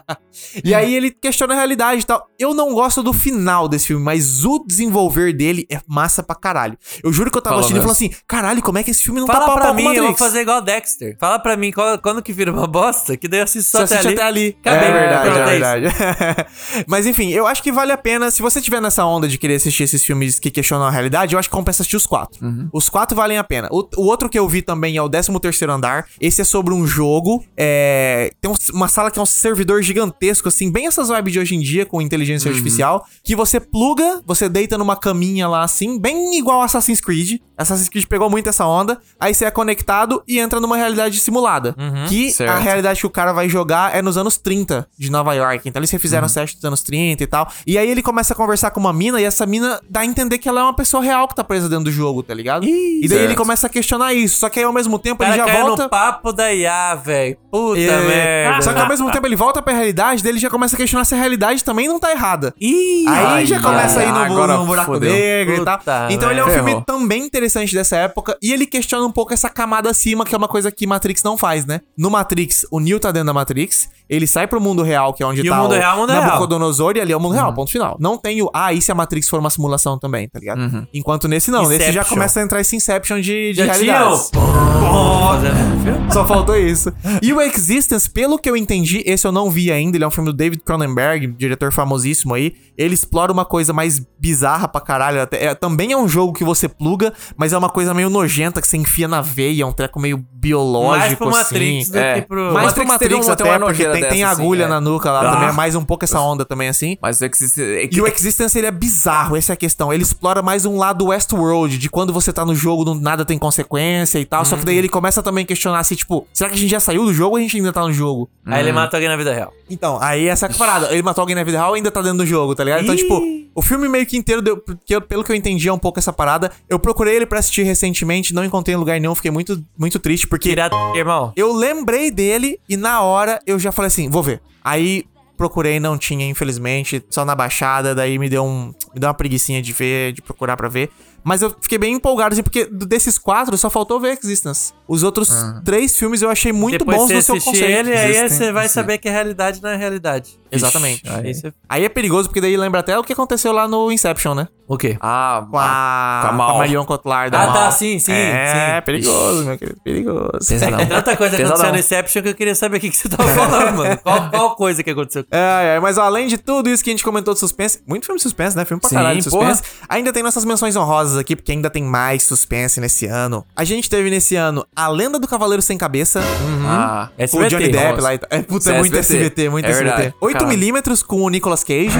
Speaker 4: E aí ele questiona a realidade e tal. Eu não gosto do final desse filme, mas o desenvolver dele é massa pra caralho. Eu juro que eu tava
Speaker 6: Fala
Speaker 4: assistindo e
Speaker 6: mesmo.
Speaker 4: falando assim, caralho, como é que esse filme não tá
Speaker 5: Fala
Speaker 4: pau a
Speaker 5: pra
Speaker 4: pau com
Speaker 5: mim, eu vou
Speaker 4: Matrix?"
Speaker 5: fazer igual o Dexter. Fala pra mim qual- quando que vira uma bosta, que daí eu assisto
Speaker 4: Só
Speaker 5: só até
Speaker 4: assiste
Speaker 5: ali.
Speaker 4: até ali.
Speaker 6: Tá
Speaker 5: Acabei.
Speaker 4: é verdade,
Speaker 5: Pronto,
Speaker 4: é
Speaker 5: isso.
Speaker 4: verdade. <laughs> Mas enfim, eu acho que vale a pena. Se você tiver nessa onda de querer assistir esses filmes que questionam a realidade, eu acho que compensa assistir os quatro. Os quatro valem a pena. O, o outro que eu vi também é o 13 terceiro andar. Esse é sobre um jogo. é, tem um- uma sala que é um servidor gigantesco, assim, bem essas vibes de hoje em dia com inteligência artificial, que você pluga, você deita numa caminha lá, assim, bem igual Assassin's Creed. Assassin's Creed pegou muito essa onda. Aí você é conectado e entra numa realidade simulada. que a
Speaker 6: Certo.
Speaker 4: realidade que o cara vai jogar é nos anos 30 de Nova York. Então eles
Speaker 5: Uhum.
Speaker 4: refizeram o set dos anos 30 e tal. E aí ele começa a conversar com uma mina e essa mina dá a entender que ela é uma pessoa real que tá presa dentro do jogo, tá ligado? e daí ele
Speaker 6: Certo.
Speaker 4: começa a questionar isso. Só que aí ao mesmo tempo
Speaker 5: O
Speaker 4: ele
Speaker 5: cara
Speaker 4: já
Speaker 5: caiu
Speaker 4: volta.
Speaker 5: no papo da IA, velho. Puta
Speaker 4: É.
Speaker 5: merda.
Speaker 4: Só que ao mesmo tempo ele volta pra realidade, daí ele já começa a questionar se a realidade também não tá errada.
Speaker 5: Ih,
Speaker 4: Aí
Speaker 6: Ai,
Speaker 4: já começa aí no,
Speaker 6: ai, agora
Speaker 4: no buraco
Speaker 6: fodeu.
Speaker 4: negro e
Speaker 5: Puta
Speaker 4: tal. Então ele é um
Speaker 6: merda.
Speaker 4: filme
Speaker 6: Ferrou.
Speaker 4: também interessante dessa época. E ele questiona um pouco essa camada acima, que é uma coisa que Matrix não faz, né? No Matrix, o Neo tá dentro da Matrix. Ele sai pro mundo real, que é onde
Speaker 5: E
Speaker 4: tá
Speaker 5: o mundo real Uhum. é o mundo real.
Speaker 4: Nabucodonosor. E ali é o mundo real, ponto final. Não tem o... Ah, e se a Matrix for uma simulação também, tá ligado? Enquanto nesse não. Nesse já
Speaker 5: Uhum. Inception.
Speaker 4: começa a entrar esse Inception de, de
Speaker 5: já tinha
Speaker 4: realidades.
Speaker 5: o... Fazendo-
Speaker 4: Só faltou isso. E o Existence, pelo que eu entendi, esse eu não vi ainda. Ele é um filme do David Cronenberg, diretor famosíssimo aí. Ele explora uma coisa mais bizarra pra caralho. Até- é- também é um jogo que você pluga, mas é uma coisa meio nojenta que você enfia na veia, é um treco meio biológico.
Speaker 5: Mais pro Matrix
Speaker 4: assim.
Speaker 5: do
Speaker 6: É.
Speaker 5: que pro...
Speaker 4: Mais
Speaker 6: Matrix
Speaker 4: pro Matrix
Speaker 6: teria uma- tem
Speaker 4: até,
Speaker 6: uma
Speaker 4: porque tem,
Speaker 6: nojeira
Speaker 4: tem
Speaker 6: dessa, assim,
Speaker 4: agulha
Speaker 6: é.
Speaker 4: na nuca lá
Speaker 6: Ah.
Speaker 4: também. É mais um pouco essa onda também, assim.
Speaker 6: Mas é que se- é que-
Speaker 4: E o Existence, ele é bizarro, essa é a questão. Ele explora mais um lado Westworld, de quando você tá no jogo, não- nada tem consequência e tal. Só que daí ele começa também a questionar, assim, tipo, será que a gente já saiu do jogo ou a gente ainda tá no jogo?
Speaker 5: Aí ele mata alguém na vida real.
Speaker 4: Então, aí essa é a parada. Ele matou alguém na vida real ou ainda tá dentro do jogo, tá ligado? Então, tipo, o filme meio que inteiro, deu, porque eu- pelo que eu entendi, é um pouco essa parada. Eu procurei ele pra assistir recentemente, não encontrei em lugar nenhum, fiquei muito, muito triste, porque
Speaker 5: Pirata, irmão.
Speaker 4: eu lembrei dele e na hora eu já falei assim, vou ver. Aí procurei, não tinha, infelizmente, só na baixada, daí me deu um, me deu uma preguicinha de ver, de procurar pra ver. Mas eu fiquei bem empolgado, assim, porque do- desses quatro só faltou ver Existence. Os outros
Speaker 5: Ah.
Speaker 4: três filmes eu achei muito
Speaker 5: Depois
Speaker 4: bons
Speaker 5: você
Speaker 4: no seu
Speaker 5: assistir
Speaker 4: conceito.
Speaker 5: ele, aí é
Speaker 4: Existence.
Speaker 5: você vai saber que a realidade não é realidade.
Speaker 4: Exatamente.
Speaker 5: Aí você-
Speaker 4: Aí é perigoso, porque daí lembra até o que aconteceu lá no Inception, né?
Speaker 5: O quê?
Speaker 6: Ah,
Speaker 4: Com
Speaker 6: <laughs>
Speaker 4: a,
Speaker 6: com a Mal.
Speaker 4: com a Marion Cotillard. da
Speaker 5: Ah, tá,
Speaker 4: Mal.
Speaker 5: sim, sim,
Speaker 4: É,
Speaker 5: sim.
Speaker 4: perigoso, meu querido, perigoso.
Speaker 5: ah, Tanta coisa
Speaker 6: Pesadão.
Speaker 5: aconteceu no Inception que eu queria saber o que, que você
Speaker 6: <laughs>
Speaker 5: tava falando, mano. Qual, qual coisa que aconteceu?
Speaker 4: É, é, mas ó, além de tudo isso que a gente comentou de suspense, muito filme de suspense, né? Filme pra
Speaker 6: Sim,
Speaker 4: caralho de
Speaker 6: porra.
Speaker 4: suspense. Ainda tem nossas menções honrosas aqui, porque ainda tem mais suspense nesse ano. A gente teve nesse ano A Lenda do Cavaleiro Sem Cabeça, hum,
Speaker 6: Ah,
Speaker 5: Hum?
Speaker 4: com o Johnny Depp lá e tal. É, puta, é
Speaker 6: Isso é
Speaker 4: muito
Speaker 6: SBT,
Speaker 4: SBT, muito
Speaker 6: é
Speaker 4: SBT.
Speaker 6: verdade.
Speaker 4: 8mm com o Nicolas Cage.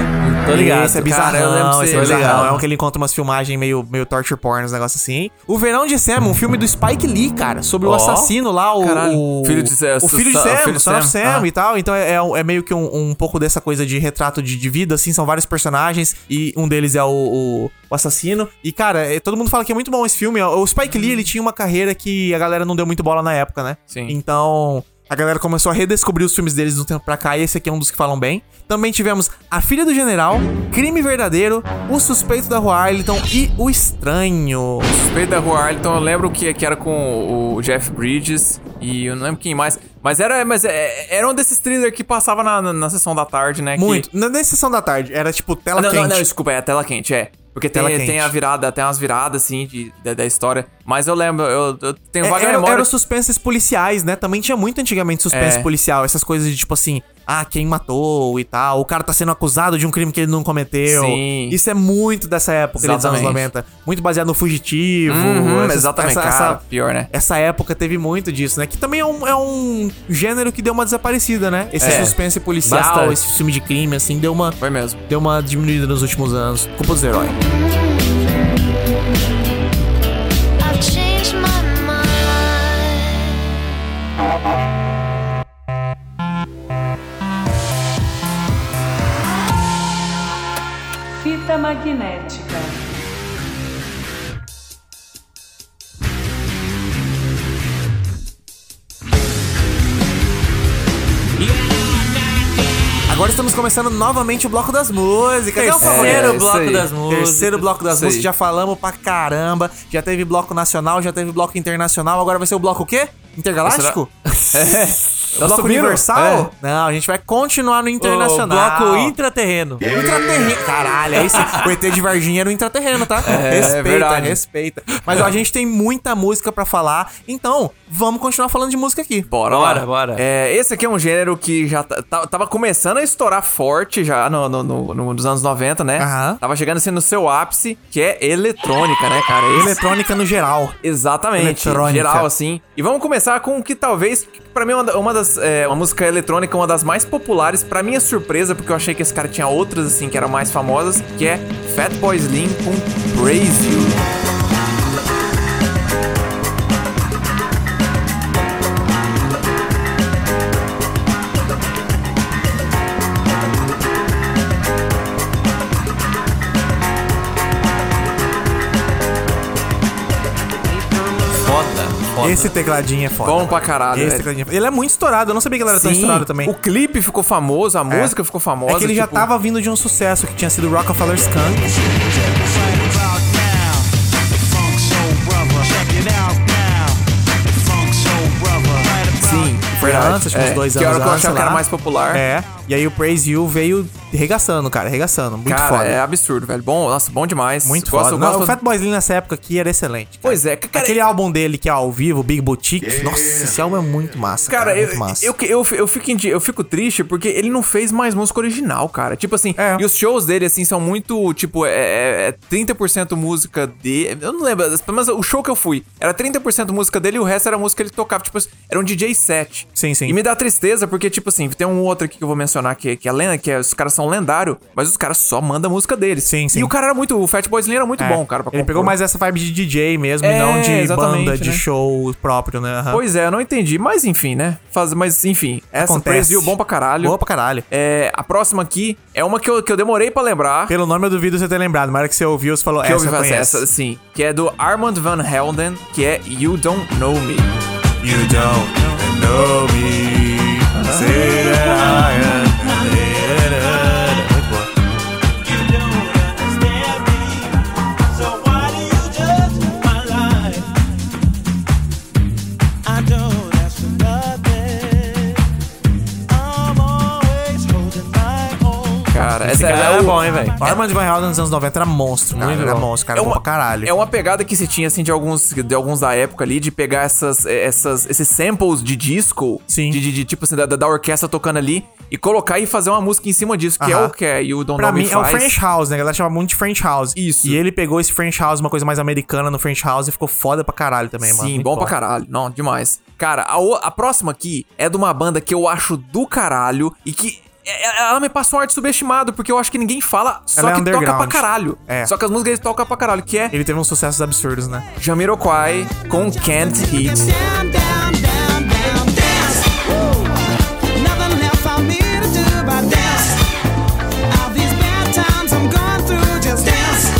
Speaker 5: Tô ligado.
Speaker 4: Esse é
Speaker 5: Cara,
Speaker 4: bizarrão,
Speaker 5: eu lembro
Speaker 4: esse é
Speaker 5: disso aí.
Speaker 4: bizarrão. É um Então, que ele encontra umas filmagens meio, meio torture porn, uns negócios assim. O Verão de Sam, um filme do Spike Lee, cara, sobre o
Speaker 6: Ó.
Speaker 4: assassino lá, o.
Speaker 6: Caralho.
Speaker 4: o-
Speaker 6: Filho de Sam,
Speaker 4: O filho de
Speaker 6: o
Speaker 4: Sam,
Speaker 6: filho
Speaker 4: o
Speaker 6: de
Speaker 4: Son of
Speaker 6: Sam,
Speaker 4: Sam
Speaker 6: ah.
Speaker 4: e tal. Então, é, é um- é meio que um, um pouco dessa coisa de retrato de, de vida, assim. São vários personagens e um deles é o. o- o assassino. E, cara, é- todo mundo fala que é muito bom esse filme. O Spike Lee, ele tinha uma carreira que a galera não deu muito bola na época, né?
Speaker 6: Sim.
Speaker 4: Então, a galera começou a redescobrir os filmes deles de um tempo pra cá, e esse aqui é um dos que falam bem. Também tivemos A Filha do General, Crime Verdadeiro, O Suspeito da Rua Arlington e O Estranho.
Speaker 6: Suspeito da Rua Arlington, eu lembro que, que era com o Jeff Bridges e eu não lembro quem mais. Mas era, mas é- era um desses thriller que passava na, na, na sessão da tarde, né? que-
Speaker 4: Muito. Na, na sessão da tarde, era tipo tela
Speaker 6: Ah, não,
Speaker 4: quente.
Speaker 6: não, não, desculpa, é a tela quente, é. Porque tem,
Speaker 4: Tela quente.
Speaker 6: tem a virada, tem umas viradas assim de, da, da história. Mas eu lembro, eu, eu tenho
Speaker 4: É,
Speaker 6: vaga
Speaker 4: era,
Speaker 6: memória.
Speaker 4: era os suspenses policiais, né? Também tinha muito antigamente suspense
Speaker 6: É.
Speaker 4: policial. Essas coisas de tipo assim, ah, quem matou e tal. O cara tá sendo acusado de um crime que ele não cometeu.
Speaker 6: Sim.
Speaker 4: Isso é muito dessa época ali dos anos
Speaker 6: Exatamente.
Speaker 4: 90. Muito baseado no fugitivo.
Speaker 6: Uhum,
Speaker 4: essas-
Speaker 6: exatamente, cara, pior, né?
Speaker 4: Essa época teve muito disso, né? Que também é um, é um gênero que deu uma desaparecida, né? Esse
Speaker 6: É.
Speaker 4: suspense policial,
Speaker 6: Bastante.
Speaker 4: esse filme de crime, assim, deu uma,
Speaker 6: Foi mesmo.
Speaker 4: deu uma diminuída nos últimos anos. Culpa dos heróis.
Speaker 10: I've changed my mind.
Speaker 1: Fita magnética.
Speaker 4: Agora estamos começando novamente o bloco das músicas. É o
Speaker 5: Terceiro
Speaker 6: É,
Speaker 5: bloco
Speaker 6: isso aí.
Speaker 5: das músicas.
Speaker 4: Terceiro bloco das
Speaker 6: Isso
Speaker 4: músicas,
Speaker 6: aí.
Speaker 4: já falamos pra caramba. Já teve bloco nacional, já teve bloco internacional. Agora vai ser o bloco o quê?
Speaker 6: <laughs>
Speaker 4: Intergaláctico?
Speaker 6: É.
Speaker 4: bloco
Speaker 6: subindo?
Speaker 4: universal?
Speaker 6: É.
Speaker 4: Não, a gente vai continuar no internacional.
Speaker 5: O bloco intraterreno.
Speaker 4: Intraterreno. Caralho, é isso. O ET de Varginha era o intraterreno, tá?
Speaker 6: É,
Speaker 4: respeita,
Speaker 6: é verdade.
Speaker 4: respeita. Mas ó, a gente tem muita música pra falar, então vamos continuar falando de música aqui.
Speaker 6: Bora,
Speaker 5: Bora,
Speaker 6: lá.
Speaker 5: bora.
Speaker 6: É, esse aqui é um gênero que já tá- tá- tava começando a estourar forte já no, no- no- no- nos anos 90, né?
Speaker 4: Aham.
Speaker 6: Tava chegando assim no seu ápice, que é eletrônica, né, cara? Esse-
Speaker 4: Eletrônica no geral.
Speaker 6: Exatamente,
Speaker 4: Eletrônica.
Speaker 6: geral assim. E vamos começar com o que talvez, pra mim, é uma, da- uma das. é, uma música eletrônica, uma das mais populares, pra minha surpresa, porque eu achei que esse cara tinha outras, assim, que eram mais famosas, que é Fatboy Slim com Praise You.
Speaker 5: Foda. foda.
Speaker 4: Esse tecladinho é foda.
Speaker 6: Bom pra caralho.
Speaker 4: Esse
Speaker 6: velho.
Speaker 4: tecladinho é foda. Ele é muito estourado, eu não sabia que ele era tão
Speaker 6: Sim,
Speaker 4: estourado também.
Speaker 6: O clipe ficou famoso, a música ficou famosa.
Speaker 4: É que ele já
Speaker 6: tipo,
Speaker 4: tava vindo de um sucesso que tinha sido Rockefeller Skunk.
Speaker 6: Sim, verdade.
Speaker 4: Verdade, acho que uns
Speaker 6: É,
Speaker 4: dois
Speaker 6: que
Speaker 4: anos
Speaker 6: era o que eu
Speaker 4: antes,
Speaker 6: achava que
Speaker 4: sei
Speaker 6: era
Speaker 4: lá.
Speaker 6: mais popular.
Speaker 4: É. E aí o Praise You veio regaçando, cara, regaçando. Muito
Speaker 6: Cara,
Speaker 4: foda.
Speaker 6: é absurdo, velho. Bom, nossa, bom demais.
Speaker 4: Muito
Speaker 6: Gosto-
Speaker 4: foda.
Speaker 6: eu
Speaker 4: Não,
Speaker 6: gosto-
Speaker 4: o Fatboy Slim nessa época aqui era excelente. cara.
Speaker 6: Pois é, cara,
Speaker 4: Aquele álbum dele que é ao vivo, Big Boutique. Nossa, esse álbum é muito massa. Cara,
Speaker 6: Cara, é eu,
Speaker 4: muito massa. É
Speaker 6: eu, eu, eu, fico, indi- eu fico triste porque ele não fez mais música original, cara. Tipo assim,
Speaker 4: É.
Speaker 6: e os shows dele, assim, são muito, tipo, é, é- é 30% música dele. Eu não lembro, mas o show que eu fui era 30% música dele e o resto era música que ele tocava. Tipo, assim, era um DJ set.
Speaker 4: Sim, sim.
Speaker 6: E me dá tristeza porque, tipo assim, tem um outro aqui que eu vou mencionar que, que é lenda, que é, os caras são lendários, mas os caras só mandam música deles.
Speaker 4: Sim, sim.
Speaker 6: E o cara era muito, o Fatboy Slim era muito
Speaker 4: É.
Speaker 6: bom, cara, pra
Speaker 4: Ele pegou
Speaker 6: compor.
Speaker 4: mais essa vibe de DJ mesmo, e
Speaker 6: É,
Speaker 4: não de
Speaker 6: exatamente,
Speaker 4: banda, de
Speaker 6: né?
Speaker 4: show próprio, né? Aham.
Speaker 6: Pois é, eu não entendi, mas enfim, né? Faz, mas enfim, essa
Speaker 4: Acontece.
Speaker 6: Brasil bom pra caralho.
Speaker 4: Boa pra caralho.
Speaker 6: É, a próxima aqui é uma que eu, que eu demorei pra lembrar.
Speaker 4: Pelo nome eu duvido você ter lembrado, mas na hora que você ouviu, você falou,
Speaker 6: que eu
Speaker 4: essa
Speaker 6: ouvi
Speaker 4: eu
Speaker 6: fazer
Speaker 4: conheço.
Speaker 6: essa, sim. Que é do Armand Van Helden, que é You Don't Know Me.
Speaker 4: You don't know me. Say that I am.
Speaker 6: Cara,
Speaker 5: Esse
Speaker 6: essa
Speaker 5: cara é
Speaker 6: o-
Speaker 5: bom, hein, velho?
Speaker 4: Armand Van Helden nos anos 90 era monstro, cara.
Speaker 6: Muito
Speaker 4: era
Speaker 6: bom.
Speaker 4: monstro, cara.
Speaker 6: É
Speaker 4: bom
Speaker 6: uma-
Speaker 4: pra caralho.
Speaker 6: É uma pegada que se tinha, assim, de alguns, de alguns da época ali, de pegar essas, eh, essas, esses samples de disco.
Speaker 4: Sim.
Speaker 6: De, de- de, tipo assim, da, da orquestra tocando ali. E colocar e fazer uma música em cima disso, que é
Speaker 4: Aham.
Speaker 6: o que é You Don't
Speaker 4: Pra
Speaker 6: Know
Speaker 4: mim
Speaker 6: Me
Speaker 4: é o
Speaker 6: faz.
Speaker 4: French House, né? A galera chama muito de French House.
Speaker 6: Isso.
Speaker 4: E ele pegou esse French House, uma coisa mais americana no French House, e ficou foda pra caralho também, mano.
Speaker 6: Sim,
Speaker 4: Muito
Speaker 6: bom, pra caralho. Não, demais. Cara, a, o- a próxima aqui é de uma banda que eu acho do caralho e que é- ela me passa um arte subestimado, porque eu acho que ninguém fala, só
Speaker 4: Ela é
Speaker 6: que toca
Speaker 4: underground.
Speaker 6: pra caralho.
Speaker 4: É.
Speaker 6: Só que as músicas eles tocam pra caralho, que é
Speaker 4: Ele teve uns sucessos absurdos, né?
Speaker 6: Jamiroquai com Can't Hit.
Speaker 9: Down, down, down, down, dance. Woo. Nothing else I'm here to do but dance. All these bad times I'm going through, just dance.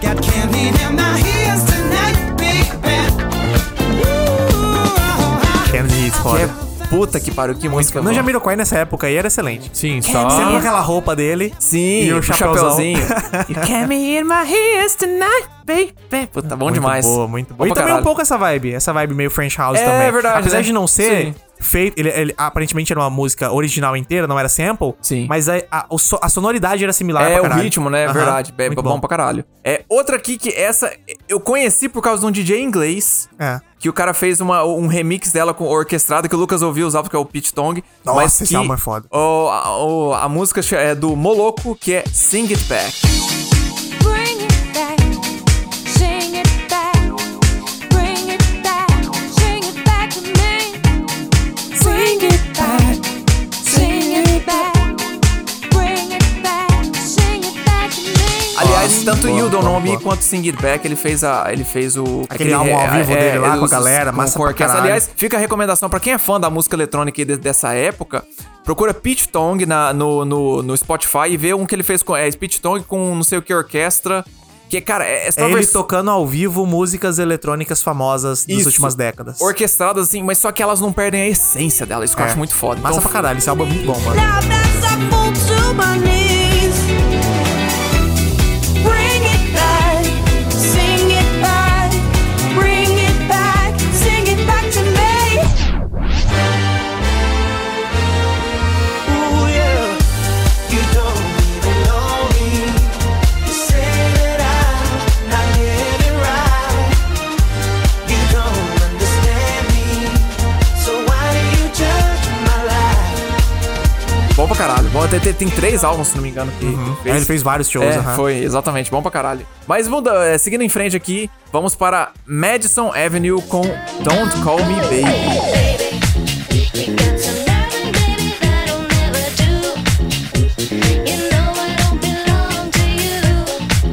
Speaker 9: Got candy in my ears tonight, big band. Woo.
Speaker 4: Kennedy Hits,
Speaker 6: Que
Speaker 4: foda.
Speaker 6: é puta que pariu, que música.
Speaker 4: No
Speaker 6: boa.
Speaker 4: Jamiroquai nessa época aí era excelente.
Speaker 5: Sim,
Speaker 4: Sempre com
Speaker 5: só.
Speaker 4: aquela roupa dele.
Speaker 6: Sim,
Speaker 4: E o
Speaker 6: o
Speaker 4: chapeuzinho.
Speaker 6: chapeuzinho.
Speaker 4: <laughs>
Speaker 6: you can't me in my ears tonight, baby. Puta, bom
Speaker 4: muito
Speaker 6: demais.
Speaker 4: Boa, muito boa. E
Speaker 6: pra
Speaker 4: também um
Speaker 6: caralho.
Speaker 4: pouco essa vibe, essa vibe meio French House
Speaker 6: É
Speaker 4: também.
Speaker 6: verdade,
Speaker 4: Apesar
Speaker 6: né?
Speaker 4: de não ser
Speaker 6: Sim.
Speaker 4: feito, ele, ele aparentemente era uma música original inteira, não era sample.
Speaker 6: Sim.
Speaker 4: Mas a, a- o so- a sonoridade era similar
Speaker 6: É,
Speaker 4: pra
Speaker 6: o
Speaker 4: caralho.
Speaker 6: ritmo, né? É
Speaker 4: Aham,
Speaker 6: verdade. É
Speaker 4: muito
Speaker 6: bom, pra caralho. É, outra aqui que essa eu conheci por causa de um DJ inglês.
Speaker 4: É.
Speaker 6: Que o cara fez uma, um remix dela com orquestrada que o Lucas ouviu usar, porque é o Pit Tong.
Speaker 4: Nossa,
Speaker 6: mas
Speaker 4: esse
Speaker 6: que,
Speaker 4: álbum é foda.
Speaker 6: o- a, o- a música che- é do Moloco, que é Sing It Back.
Speaker 10: Bring it back, sing it back, bring it back, sing it back to me. Bring it back, sing it back, bring it back, sing it back to me.
Speaker 6: Aliás, tanto
Speaker 4: boa,
Speaker 6: You Don't
Speaker 4: boa,
Speaker 6: Know Me
Speaker 4: boa.
Speaker 6: quanto Sing It Back, ele fez, a, ele fez o... é,
Speaker 4: Aquele álbum ao vivo dele lá com a galera, massa pra
Speaker 6: orquestra.
Speaker 4: caralho.
Speaker 6: Aliás, fica a recomendação pra quem é fã da música eletrônica e de- dessa época, procura Pete Tong na- no, no, no Spotify e vê um que ele fez com... É, Pete Tong com não sei o que orquestra, que, cara, é, é só
Speaker 4: É ele
Speaker 6: vers-
Speaker 4: tocando ao vivo músicas eletrônicas famosas das
Speaker 6: Isso.
Speaker 4: últimas décadas.
Speaker 6: Orquestradas, assim, mas só que elas não perdem a essência dela, isso que eu
Speaker 4: É.
Speaker 6: acho muito foda. Então,
Speaker 4: Massa pra caralho, esse álbum é muito bom,
Speaker 6: <laughs>
Speaker 4: mano.
Speaker 9: Now as I fall to my knees,
Speaker 10: Bring it back, sing it back, bring it back, sing it back to me.
Speaker 9: ooh yeah, you don't even know me. You say that I'm not living right. You don't understand me, so why do you judge my life?
Speaker 6: Bom pra caralho. Bom, tem, tem- tem três álbuns, se não me engano, que que
Speaker 4: É, ele fez vários shows,
Speaker 6: É,
Speaker 4: aham.
Speaker 6: foi, exatamente, bom pra caralho. Mas muda, é, seguindo em frente aqui, vamos para Madison Avenue com Don't Call Me Baby.
Speaker 10: You got some loving, baby, that I'll never do. You know I don't belong to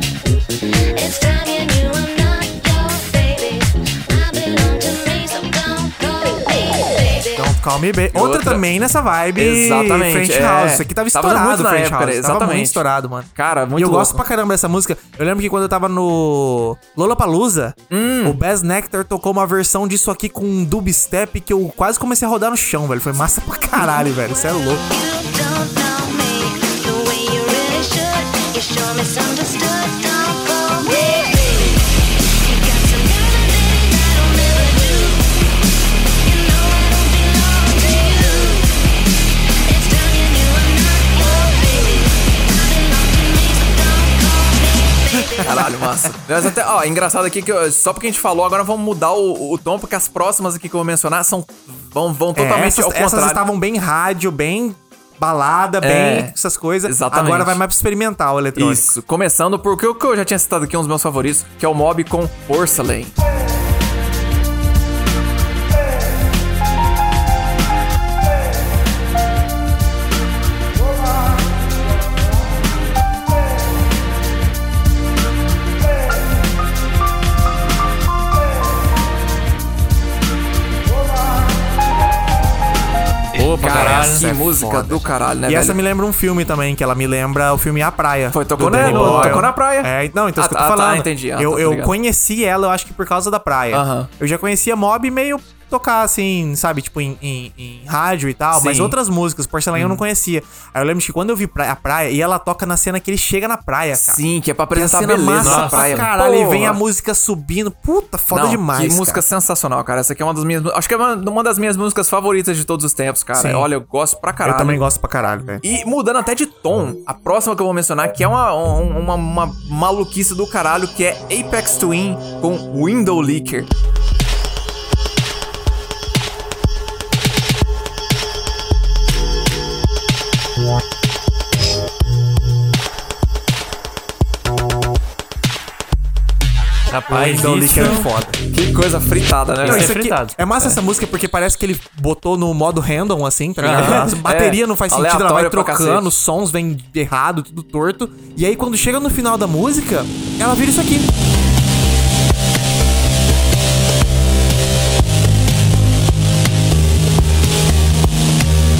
Speaker 10: you. It's time you knew I'm not your baby. I belong to me, so don't call me baby.
Speaker 4: Don't Call Me Baby. É, Outra,
Speaker 6: Outra.
Speaker 4: também nessa vibe.
Speaker 6: Exatamente,
Speaker 4: French
Speaker 6: é.
Speaker 4: House. Isso aqui tava
Speaker 6: Tava
Speaker 4: estourado,
Speaker 6: muito na
Speaker 4: French House.
Speaker 6: época,
Speaker 4: Tava
Speaker 6: né?
Speaker 4: muito
Speaker 6: Exatamente.
Speaker 4: estourado, mano.
Speaker 6: Cara, muito
Speaker 4: E eu
Speaker 6: louco.
Speaker 4: gosto pra caramba dessa música. Eu lembro que quando eu tava no Lollapalooza,
Speaker 6: Hum.
Speaker 4: o Bass Nectar tocou uma versão disso aqui com um dubstep que eu quase comecei a rodar no chão, velho. Foi massa pra caralho, velho. Você é louco.
Speaker 10: You don't know me the way you really should. You sure misunderstood. Don't call me baby. You got some loving, baby, that I'll never do. You know I don't belong to you. It's time you knew I'm not your baby. I belong to me, so don't call me baby.
Speaker 6: Caralho, massa. Mas até, ó, engraçado aqui que eu- só porque a gente falou, agora vamos mudar o, o tom, porque as próximas aqui que eu vou mencionar são vão, vão
Speaker 4: É,
Speaker 6: totalmente
Speaker 4: essas,
Speaker 6: ao
Speaker 4: essas
Speaker 6: contrário.
Speaker 4: estavam bem rádio, bem balada,
Speaker 6: É,
Speaker 4: bem essas coisas.
Speaker 6: exatamente.
Speaker 4: Agora vai mais pro experimental eletrônico.
Speaker 6: Isso, começando por que eu- que eu já tinha citado aqui um dos meus favoritos, que é o Mob com Porcelain.
Speaker 5: Boa pra
Speaker 6: Cara, é
Speaker 5: caralho.
Speaker 6: que né? música
Speaker 4: foda.
Speaker 6: do caralho, né,
Speaker 4: E essa
Speaker 6: velho?
Speaker 4: me lembra um filme também, que ela me lembra o filme A Praia.
Speaker 6: Foi, tocou
Speaker 4: do
Speaker 6: na-
Speaker 4: Danny
Speaker 6: no-
Speaker 4: Boyle.
Speaker 6: tocou na praia.
Speaker 4: É, não, então isso que eu tô
Speaker 6: Ah, tá,
Speaker 4: falando.
Speaker 6: entendi. Ah,
Speaker 4: eu
Speaker 6: tá,
Speaker 4: eu
Speaker 6: obrigado.
Speaker 4: conheci ela, eu acho que por causa da praia.
Speaker 6: Aham.
Speaker 4: Eu já conhecia Mob meio tocar assim, sabe, tipo em, em- em rádio e tal, mas
Speaker 6: Sim. Uhum.
Speaker 4: outras músicas, Porcelain eu não conhecia. Aí eu lembro que quando eu vi pra- a praia, e ela toca na cena que ele chega na praia, cara.
Speaker 6: Sim, que é pra
Speaker 4: Que a
Speaker 6: apresentar a
Speaker 4: cena é
Speaker 6: beleza
Speaker 4: massa
Speaker 6: da praia.
Speaker 4: pra caralho, e vem a
Speaker 6: Porra.
Speaker 4: música subindo. Puta, foda
Speaker 6: Não,
Speaker 4: demais,
Speaker 6: Que
Speaker 4: cara.
Speaker 6: música sensacional, cara. Essa aqui é uma das minhas. Acho que é uma, uma das minhas músicas favoritas de todos os tempos, cara.
Speaker 4: Sim.
Speaker 6: Olha, eu gosto pra caralho.
Speaker 4: Eu também gosto pra caralho, velho.
Speaker 6: E mudando até de tom, a próxima que eu vou mencionar, que é uma, um- uma, uma maluquice do caralho, que é Apex Twin com Window Leaker.
Speaker 5: Rapaz,
Speaker 4: então o lixo é
Speaker 5: isso-
Speaker 4: foda.
Speaker 6: Que coisa fritada, né?
Speaker 4: Não,
Speaker 5: é
Speaker 6: velho?
Speaker 4: isso aqui-
Speaker 5: fritado.
Speaker 4: é massa essa música porque parece que ele botou no modo random, assim, tá
Speaker 5: Aham.
Speaker 4: ligado? A bateria
Speaker 6: É,
Speaker 4: não faz sentido, ela vai
Speaker 6: aleatório pra
Speaker 4: trocando,
Speaker 6: cacete.
Speaker 4: os sons vêm errado, tudo torto. E aí quando chega no final da música, ela vira isso aqui.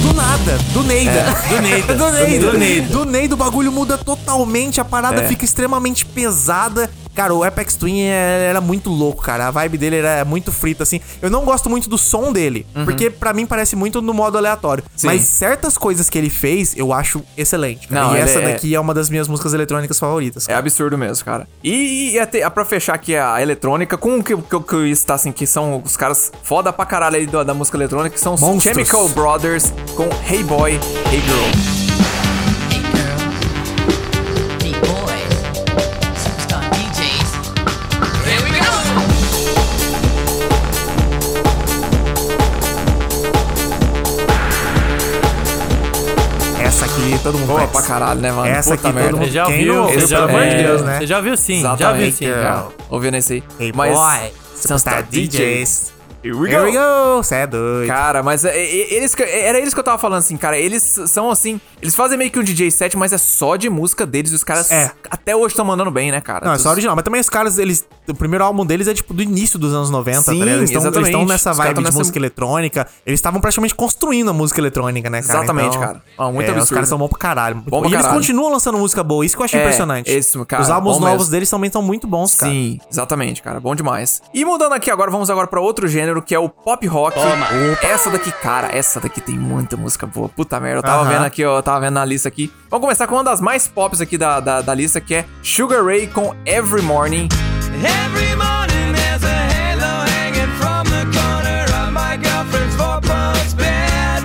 Speaker 4: Do nada, do Neida.
Speaker 5: É. do Neida.
Speaker 4: do Neida.
Speaker 5: Do Neida.
Speaker 4: Do Neida, o bagulho muda totalmente, a parada
Speaker 6: É.
Speaker 4: fica extremamente pesada. Cara, o Apex Twin é- era muito louco, cara. A vibe dele era muito frita, assim. Eu não gosto muito do som dele, porque pra mim parece muito no modo aleatório.
Speaker 6: Sim.
Speaker 4: Mas certas coisas que ele fez, eu acho excelente. cara.
Speaker 6: Não,
Speaker 4: e
Speaker 6: ele
Speaker 4: essa
Speaker 6: é-
Speaker 4: daqui é uma das minhas músicas eletrônicas favoritas.
Speaker 6: É
Speaker 4: cara.
Speaker 6: absurdo mesmo, cara. E, e até, ah, pra fechar aqui a eletrônica, com o que, que, que eu ia citar, assim, que são os caras foda pra caralho aí da, da música eletrônica, que são os
Speaker 4: Monstros.
Speaker 6: Chemical Brothers com Hey Boy, Hey Girl.
Speaker 4: Essa aqui todo mundo
Speaker 6: Boa
Speaker 4: conhece.
Speaker 6: pra caralho, né, mano?
Speaker 4: Essa aqui todo
Speaker 5: Você
Speaker 4: mundo-
Speaker 5: já
Speaker 4: Quem
Speaker 5: ouviu?
Speaker 4: não-
Speaker 5: Você
Speaker 6: Esse,
Speaker 5: já
Speaker 6: pelo
Speaker 5: ouviu?
Speaker 6: amor de Deus,
Speaker 4: né? É.
Speaker 5: Você já ouviu sim, já
Speaker 6: Exatamente,
Speaker 5: ouviu sim.
Speaker 6: cara. Ouvindo esse aí.
Speaker 4: Hey
Speaker 6: Mas-
Speaker 4: boy, Superstar DJs. Tá Here we go, cê é doido.
Speaker 6: Cara, mas é, é, eles, que- era eles que eu tava falando, assim, cara. Eles são assim. Eles fazem meio que um DJ set, mas é só de música deles. E os caras
Speaker 4: É.
Speaker 6: até hoje estão mandando bem, né, cara?
Speaker 4: Não, é só
Speaker 6: Dos-
Speaker 4: original. Mas também os caras, eles. O primeiro álbum deles é tipo do início dos anos 90, tá
Speaker 6: Sim,
Speaker 4: ligado? Eles tão- Eles
Speaker 6: exatamente.
Speaker 4: estão nessa
Speaker 6: Os caras
Speaker 4: vibe de
Speaker 6: tão nessa-
Speaker 4: música eletrônica. Eles estavam praticamente construindo a música eletrônica, né, cara?
Speaker 6: Exatamente, cara. Ah, muito
Speaker 4: é, Os
Speaker 6: absurdo.
Speaker 4: caras são bons pra caralho. muito
Speaker 6: Bom
Speaker 4: bom.
Speaker 6: pra
Speaker 4: e eles
Speaker 6: caralho.
Speaker 4: continuam lançando música boa, isso que eu acho
Speaker 6: É,
Speaker 4: impressionante.
Speaker 6: esse, cara,
Speaker 4: os álbuns
Speaker 6: bom
Speaker 4: novos
Speaker 6: mesmo.
Speaker 4: deles também estão muito bons, cara.
Speaker 6: Sim, exatamente, cara. Bom demais. E mudando aqui agora, vamos agora pra outro gênero, que é o pop rock. Essa daqui, cara, essa daqui tem muita música boa. Puta merda, eu tava
Speaker 4: Aham.
Speaker 6: vendo aqui, ó, eu tava vendo na lista aqui. Vamos começar com uma das mais pops aqui da, da, da lista, que é Sugar Ray com Every Morning.
Speaker 9: Every morning there's a halo hanging from the corner of my girlfriend's four pounds bed.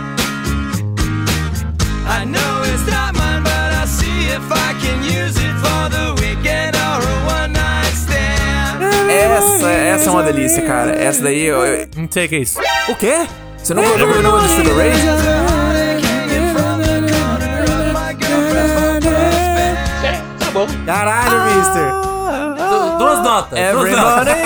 Speaker 9: I know it's not mine, but I'll see if I can use it for the weekend or a one night stand.
Speaker 6: Essa, essa é uma delícia, cara. Essa daí, eu, eu-
Speaker 5: Não sei o que é isso.
Speaker 6: o quê? Você nunca ouviu o nome do Sugar Ray?
Speaker 9: My girlfriend's four pounds bed.
Speaker 4: Caralho, mister.
Speaker 5: Du- Duas notas. duas notas.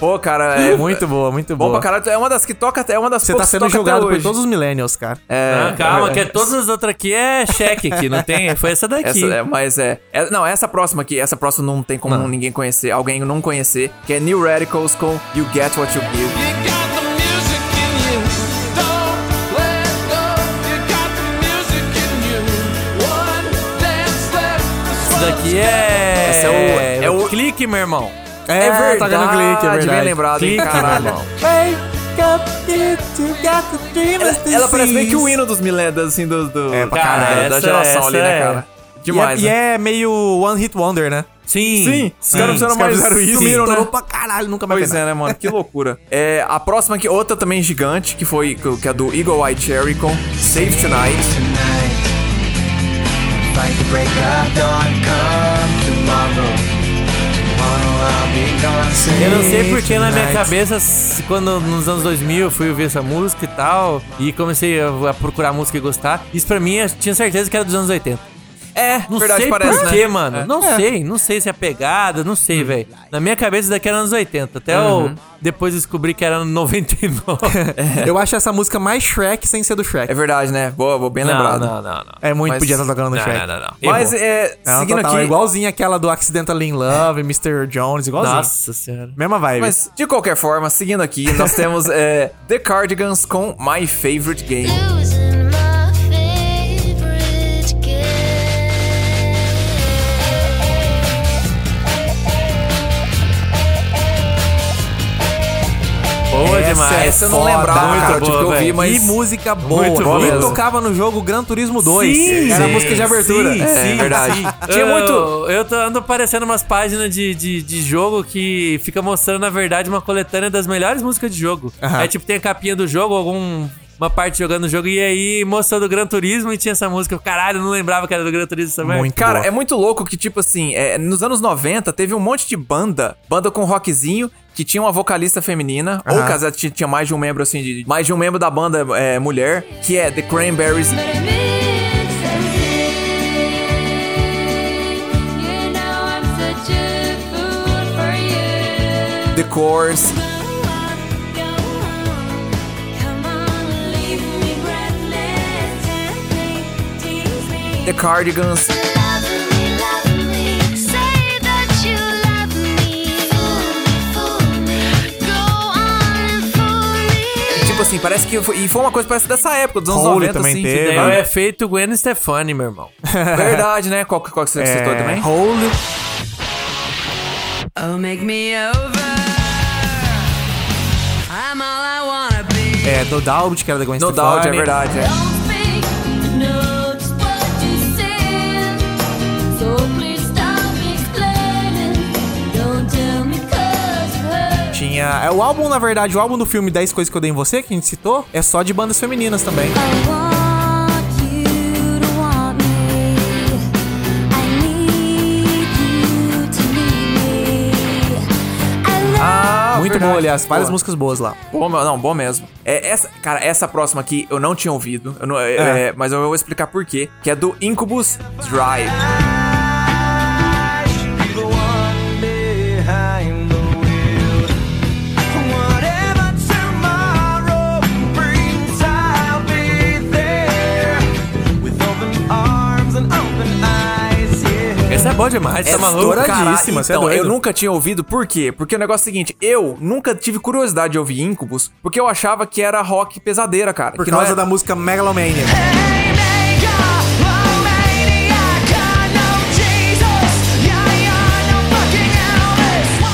Speaker 6: Pô, cara, é
Speaker 4: Muito boa, muito
Speaker 6: bom
Speaker 4: boa.
Speaker 6: pra caralho. É uma das que toca até, é uma das
Speaker 4: Você tá
Speaker 6: poucas que
Speaker 4: sendo
Speaker 6: toca até
Speaker 4: julgado por
Speaker 6: hoje.
Speaker 4: todos os millennials, cara.
Speaker 6: É,
Speaker 5: Ah, calma,
Speaker 6: é-
Speaker 5: que todas as outras aqui é cheque aqui, não tem? Foi essa daqui.
Speaker 6: Essa, é, mas é, é- Não, essa próxima aqui, essa próxima não tem como ninguém conhecer, alguém não conhecer, que é New Radicals com You Get What You Give.
Speaker 9: You got the music in you. Don't let go. You got the music in you. One dance left.
Speaker 5: Essa daqui é.
Speaker 6: Essa é o- é o-
Speaker 5: clique, meu irmão.
Speaker 4: É, tá dando clique, é
Speaker 6: bem
Speaker 4: verdade.
Speaker 6: lembrado, hein,
Speaker 5: Clique,
Speaker 6: caralho.
Speaker 5: irmão.
Speaker 6: Ela, ela parece meio que um o hino dos milênios, assim, do, do-
Speaker 4: É, pra
Speaker 6: da-
Speaker 5: caralho.
Speaker 6: da
Speaker 5: Essa-
Speaker 6: geração
Speaker 5: essa
Speaker 6: ali, né,
Speaker 5: é-
Speaker 6: cara?
Speaker 4: E é,
Speaker 6: Demais,
Speaker 4: e
Speaker 6: né?
Speaker 4: é meio One Hit Wonder, né?
Speaker 5: Sim.
Speaker 6: os caras fizeram
Speaker 4: Os caras
Speaker 6: mais zero isso.
Speaker 4: Sumiram,
Speaker 6: Estourou
Speaker 4: né? pra caralho, nunca mais
Speaker 6: Pois é, né, mano? Que loucura. É, a próxima aqui, outra também gigante, que foi que é do Eagle Eye Cherry com Save Tonight.
Speaker 9: Tonight, fight the break of dawn. Come tomorrow. Tomorrow I'll be gone.
Speaker 5: Eu não sei porque na minha cabeça, s- quando nos anos 2000 eu fui ouvir essa música e tal, e comecei a, a procurar música e gostar, isso pra mim eu tinha certeza que era dos anos 80.
Speaker 6: É,
Speaker 5: Não
Speaker 6: verdade,
Speaker 5: sei
Speaker 6: parece,
Speaker 5: por
Speaker 6: né?
Speaker 5: quê, mano.
Speaker 6: É. Uhum.
Speaker 5: Não sei, não sei se é pegada, não sei, velho. Na minha cabeça isso daqui era anos 80, até eu depois descobri que era 99.
Speaker 4: <laughs>
Speaker 6: <laughs>
Speaker 4: Eu acho essa música mais Shrek sem ser do Shrek.
Speaker 6: É verdade, né? Boa, boa, bem
Speaker 5: Não,
Speaker 6: lembrado.
Speaker 5: não, não, não.
Speaker 4: É, muito,
Speaker 6: mas-
Speaker 4: podia estar tocando no
Speaker 5: Não,
Speaker 4: Shrek.
Speaker 5: não, não, não.
Speaker 6: Mas
Speaker 5: Errou.
Speaker 6: é,
Speaker 4: Não,
Speaker 6: seguindo
Speaker 4: total, é
Speaker 6: aqui,
Speaker 4: igualzinho aquela do Accidental in Love, Mr. Jones, igualzinho.
Speaker 5: Nossa senhora.
Speaker 4: É. Mesma vibe.
Speaker 6: Mas, de qualquer forma, seguindo aqui, nós temos é, The Cardigans com My Favorite Game.
Speaker 10: Losing my favorite game.
Speaker 5: Boa demais.
Speaker 6: essa eu não lembrava,
Speaker 5: muito
Speaker 6: cara,
Speaker 5: boa,
Speaker 6: tipo, eu vi,
Speaker 5: velho.
Speaker 6: mas-
Speaker 4: Que música boa.
Speaker 5: Muito boa
Speaker 4: e
Speaker 5: mesmo.
Speaker 4: tocava no jogo Gran Turismo 2.
Speaker 5: Sim,
Speaker 4: Era a
Speaker 5: sim,
Speaker 4: música de abertura.
Speaker 5: sim,
Speaker 4: É.
Speaker 5: sim,
Speaker 6: verdade.
Speaker 5: <laughs> sim.
Speaker 6: Tinha
Speaker 5: Eu-
Speaker 6: muito-
Speaker 5: Eu tô ando aparecendo umas páginas de, de, de jogo que fica mostrando, na verdade, uma coletânea das melhores músicas de jogo.
Speaker 4: Aham.
Speaker 5: É tipo, tem a capinha do jogo, algum. Uma parte jogando o jogo e aí mostrando o Gran Turismo e tinha essa música. Caralho, eu não lembrava que era do Gran Turismo também.
Speaker 4: Muito
Speaker 6: Cara,
Speaker 4: boa.
Speaker 6: é muito louco que, tipo assim, é, nos anos 90 teve um monte de banda, banda com rockzinho, que tinha uma vocalista feminina, ou
Speaker 4: Aham.
Speaker 6: caso ela tinha tinha mais de um membro, assim, de, mais de um membro da banda é, mulher, que é The Cranberries.
Speaker 10: But it means something. You know I'm such a fool for
Speaker 6: The Course. The Cardigans. Tipo assim, parece que. foi- E foi uma coisa parece dessa época, dos anos
Speaker 4: Hole
Speaker 6: 90,
Speaker 4: também
Speaker 6: assim,
Speaker 4: teve.
Speaker 6: que
Speaker 5: É,
Speaker 6: deu-
Speaker 5: o efeito Gwen Stefani, meu irmão.
Speaker 6: <laughs> Verdade, né? Qual, qual que você
Speaker 4: É,
Speaker 6: citou também?
Speaker 4: Hole.
Speaker 9: Oh, make me over. I'm all I wanna be.
Speaker 4: É, No Doubt, que era da Gwen
Speaker 6: No
Speaker 4: Stefani.
Speaker 6: Doubt, é verdade. é.
Speaker 4: Tinha... é, O álbum, na verdade, o álbum do filme 10 Coisas Que Eu Dei Em Você, que a gente citou, é só de bandas femininas também.
Speaker 6: Ah,
Speaker 4: Muito
Speaker 6: verdade.
Speaker 4: bom, aliás. Várias
Speaker 6: Boa.
Speaker 4: músicas boas lá.
Speaker 6: Bom, meu- não, bom mesmo. É, essa, cara, essa próxima aqui eu não tinha ouvido, eu não- é, é, mas eu vou explicar por quê. Que é do Incubus Drive.
Speaker 5: Essa é boa demais, tá maluco?
Speaker 4: estouradíssima,
Speaker 6: Caralho,
Speaker 4: você é
Speaker 6: então,
Speaker 4: doido.
Speaker 6: eu nunca tinha ouvido, por quê? Porque o negócio é o seguinte, eu nunca tive curiosidade de ouvir Incubus, porque eu achava que era rock pesadeira, cara.
Speaker 4: Por
Speaker 6: que não
Speaker 4: causa
Speaker 6: é-
Speaker 4: da música Megalomania.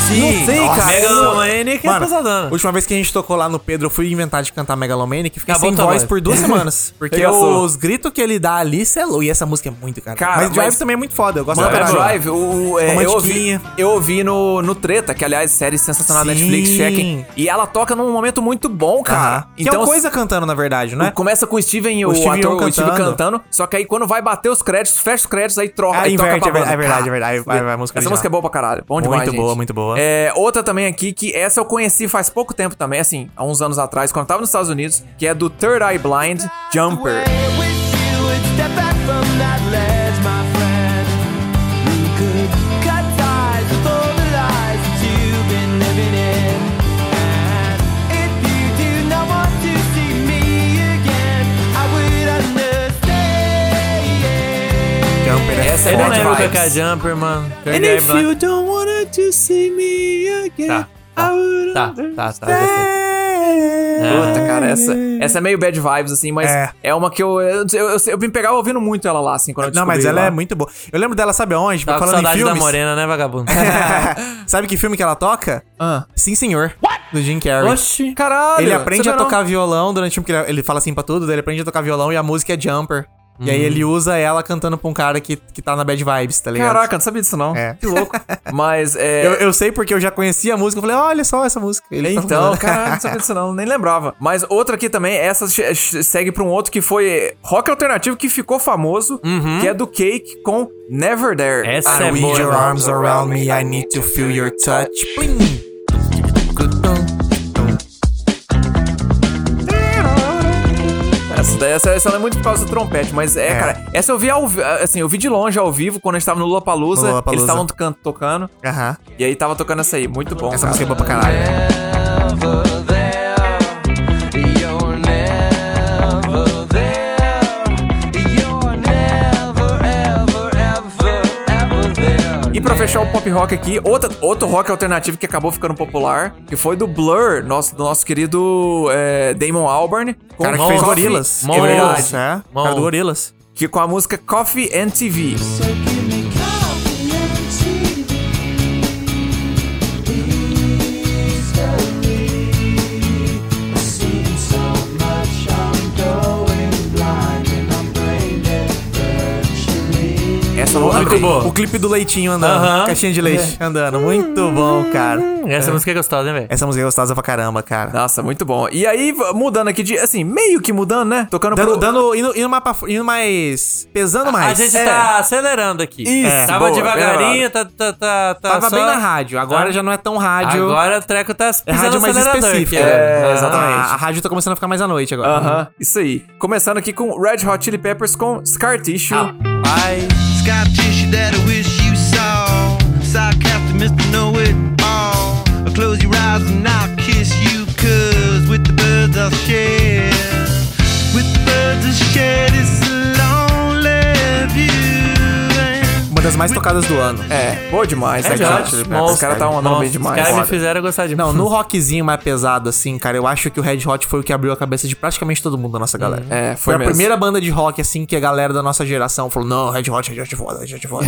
Speaker 5: Sim,
Speaker 4: Não sei, cara.
Speaker 5: Megalomania que é
Speaker 4: Mano,
Speaker 5: pesadona.
Speaker 4: última vez que a gente tocou lá no Pedro, eu fui inventar de cantar Megalomania, que fiquei
Speaker 5: Acabou
Speaker 4: sem
Speaker 5: tua
Speaker 4: voz
Speaker 5: voz.
Speaker 4: por <laughs> duas semanas. Porque
Speaker 6: Regaçou.
Speaker 4: os gritos que ele dá ali, cê é louco. E essa música é muito, cara.
Speaker 6: Cara,
Speaker 4: mas Drive
Speaker 6: mas-
Speaker 4: também é muito foda, eu gosto
Speaker 6: Mano,
Speaker 4: pra caralho.
Speaker 6: Drive, o, o- é, eu ouvi,
Speaker 4: Romantiquinha.
Speaker 6: eu ouvi no, no Treta, que aliás, série sensacional da
Speaker 4: Sim.
Speaker 6: Netflix, chequem. E ela toca num momento muito bom, cara.
Speaker 4: Aham. que é uma coisa cantando, na verdade, né?
Speaker 6: Começa com o Steven, o,
Speaker 4: O Steven
Speaker 6: ator,
Speaker 4: cantando.
Speaker 6: o Steven cantando. Só que aí quando vai bater os créditos, fecha os créditos, aí troca.
Speaker 4: Ah,
Speaker 6: aí
Speaker 4: inverte,
Speaker 6: toca
Speaker 4: é ver-
Speaker 6: banda.
Speaker 4: é verdade, é verdade. Aí
Speaker 6: Fudeu.
Speaker 4: vai- vai a música
Speaker 6: essa
Speaker 4: original.
Speaker 6: música é boa pra caralho. Bom demais,
Speaker 4: Muito
Speaker 6: gente.
Speaker 4: boa, muito boa.
Speaker 6: É, outra também aqui, que essa eu conheci faz pouco tempo também, assim, há uns anos atrás, quando eu tava nos Estados Unidos, que é do Third Eye Blind, Jumper.
Speaker 4: Jumper, é
Speaker 6: Essa é
Speaker 5: Eu não
Speaker 6: boa
Speaker 5: lembro qual que é a
Speaker 6: demais.
Speaker 5: Jumper, mano.
Speaker 6: And
Speaker 5: Guy
Speaker 6: if
Speaker 5: Blunt.
Speaker 6: you don't wanna to see me again,
Speaker 5: Tá,
Speaker 6: I would
Speaker 5: Tá, tá, tá, já sei.
Speaker 6: Puta, cara, essa, essa é meio bad vibes, assim, mas é,
Speaker 4: É.
Speaker 6: uma que eu eu, eu, eu- eu me pegava ouvindo muito ela lá, assim, quando eu
Speaker 4: Não, mas
Speaker 6: descobri
Speaker 4: ela
Speaker 6: lá.
Speaker 4: é muito boa. Eu lembro dela, sabe aonde?
Speaker 5: Tava Tá com
Speaker 4: Falando em
Speaker 5: saudade da
Speaker 4: filmes. É.
Speaker 5: morena, né, vagabundo?
Speaker 4: <laughs> sabe que filme que ela toca?
Speaker 6: Ah.
Speaker 4: Sim, senhor. Do Jim Carrey.
Speaker 5: Oxi.
Speaker 6: Caralho!
Speaker 4: Ele
Speaker 6: você
Speaker 4: aprende a
Speaker 6: não-
Speaker 4: tocar tá violão durante o filme, que ele, ele fala assim pra tudo, daí ele aprende a tocar violão e a música é Jumper. E
Speaker 6: Hum.
Speaker 4: aí ele usa ela cantando pra um cara que, que tá na bad vibes, tá ligado?
Speaker 6: Caraca, não sabia disso não.
Speaker 4: É. <laughs>
Speaker 6: Que louco. Mas, é...
Speaker 4: Eu, eu sei porque eu já conhecia a música, eu falei, olha só essa música. Ele tá
Speaker 6: Então,
Speaker 4: falando.
Speaker 6: cara, não sabia disso não, nem lembrava. Mas outra aqui também, essa che- che- segue pra um outro que foi rock alternativo que ficou famoso, que é do Cake com Never There.
Speaker 5: Essa
Speaker 6: Ah,
Speaker 5: é
Speaker 6: we
Speaker 5: boa.
Speaker 6: just-
Speaker 4: Your arms around me, I need to feel your touch. Plim.
Speaker 6: Essa, daí- essa, essa ela é muito por causa do trompete, mas é,
Speaker 4: É.
Speaker 6: cara, essa eu vi ao vi- assim, eu vi de longe ao vivo quando a gente tava no
Speaker 4: No
Speaker 6: Lollapalooza,
Speaker 4: Lollapalooza.
Speaker 6: eles estavam tocan- tocando,
Speaker 4: Aham.
Speaker 6: e aí tava tocando essa aí, muito bom.
Speaker 4: Essa
Speaker 6: cara.
Speaker 4: música é boa pra caralho.
Speaker 6: E pra fechar o pop rock aqui, outra, outro rock alternativo que acabou ficando popular, que foi do Blur, nosso, do nosso querido é, Damon Albarn, com
Speaker 4: Cara que
Speaker 6: Coffee-
Speaker 4: fez Gorilas.
Speaker 5: Mons.
Speaker 6: Gorilas,
Speaker 4: é.
Speaker 5: Mons.
Speaker 4: Cara do Gorilas.
Speaker 6: que com a música Coffee and TV. Essa
Speaker 4: Ah,
Speaker 6: música é
Speaker 4: tem
Speaker 6: tem-
Speaker 4: O clipe do leitinho andando.
Speaker 5: Aham.
Speaker 4: Caixinha de leite andando. Muito bom, cara.
Speaker 5: Essa música é gostosa, hein, velho?
Speaker 4: Essa música é gostosa pra caramba, cara.
Speaker 6: Nossa, muito bom. E aí, v- mudando aqui de. Assim, meio que mudando, né? Tocando
Speaker 4: Dando,
Speaker 6: pro.
Speaker 4: dando, indo, indo, mais pra fu- indo mais. Pesando
Speaker 5: A
Speaker 4: mais.
Speaker 5: gente
Speaker 4: É.
Speaker 5: tá acelerando aqui.
Speaker 6: Isso,
Speaker 5: É, Tava
Speaker 6: boa,
Speaker 5: devagarinho, tá, tá, tá, tá
Speaker 4: Tava
Speaker 5: só-
Speaker 4: bem na rádio, agora
Speaker 5: Tá.
Speaker 4: já não é tão rádio.
Speaker 5: Agora o treco tá pisando
Speaker 4: é rádio
Speaker 5: no
Speaker 4: mais
Speaker 5: acelerador aqui,
Speaker 4: específica.
Speaker 5: velho.
Speaker 4: né?
Speaker 5: Ah,
Speaker 4: A, a rádio tá começando a ficar mais à noite agora.
Speaker 6: Aham, isso aí. Começando aqui com Red Hot Chili Peppers com Scar Tissue.
Speaker 5: Ai,
Speaker 9: Sky tissue that I wish you saw. Sarcastic Mr. Know It All. Close your eyes.
Speaker 4: mais tocadas do ano.
Speaker 6: É, boa demais, né,
Speaker 5: já.
Speaker 6: cara? Os caras estavam andando
Speaker 5: Nossa,
Speaker 6: bem demais.
Speaker 5: Os caras me
Speaker 6: Foda.
Speaker 5: fizeram gostar de
Speaker 4: Não, no rockzinho mais pesado, assim, cara, eu acho que o Red Hot foi o que abriu a cabeça de praticamente todo mundo da nossa galera.
Speaker 6: É,
Speaker 4: Foi
Speaker 6: foi
Speaker 4: a
Speaker 6: mesmo.
Speaker 4: primeira banda de rock, assim, que a galera da nossa geração falou: não, Red Hot, Red Hot é foda, Red Hot
Speaker 6: <laughs>
Speaker 4: é foda.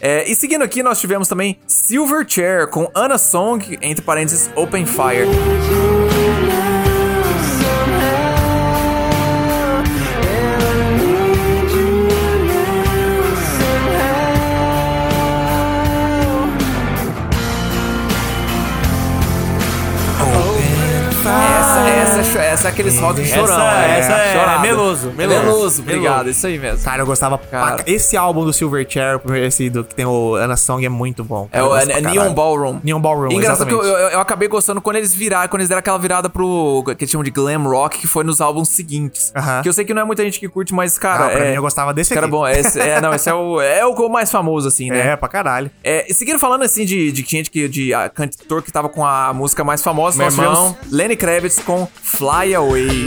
Speaker 6: É, e seguindo aqui, nós tivemos também Silverchair com Anna Song, entre parênteses, Open Fire. Essa, essa, é cho- essa é aqueles rock chorão.
Speaker 5: é, essa é
Speaker 6: chorado.
Speaker 5: meloso, meloso.
Speaker 6: meloso. obrigado, isso aí mesmo.
Speaker 4: Cara, eu gostava. pra
Speaker 6: Cara.
Speaker 4: ca- Esse álbum do Silverchair, esse do, que tem o Anna Song, é muito bom.
Speaker 6: É
Speaker 4: Eu
Speaker 6: o
Speaker 4: gosto
Speaker 6: é,
Speaker 4: pra
Speaker 6: é
Speaker 4: caralho.
Speaker 6: Neon Ballroom.
Speaker 4: Neon Ballroom,
Speaker 6: E Engraçado que eu,
Speaker 4: exatamente.
Speaker 6: eu, eu acabei gostando quando eles viraram, quando eles deram aquela virada pro que eles chamam de glam rock, que foi nos álbuns seguintes.
Speaker 4: Aham.
Speaker 6: Que eu sei que não é muita gente que curte, mas, cara.
Speaker 4: Ah, pra
Speaker 6: é,
Speaker 4: mim eu gostava desse
Speaker 6: cara
Speaker 4: aqui. <laughs>
Speaker 6: bom, esse, é, não, esse é o, é o mais famoso, assim, né?
Speaker 4: É, pra caralho.
Speaker 6: É, e seguindo falando assim de, de gente que de ah, cantor que tava com a música mais famosa,
Speaker 5: Meu
Speaker 6: nós
Speaker 5: irmão.
Speaker 6: tivemos Lenny Kravitz com Fly Away.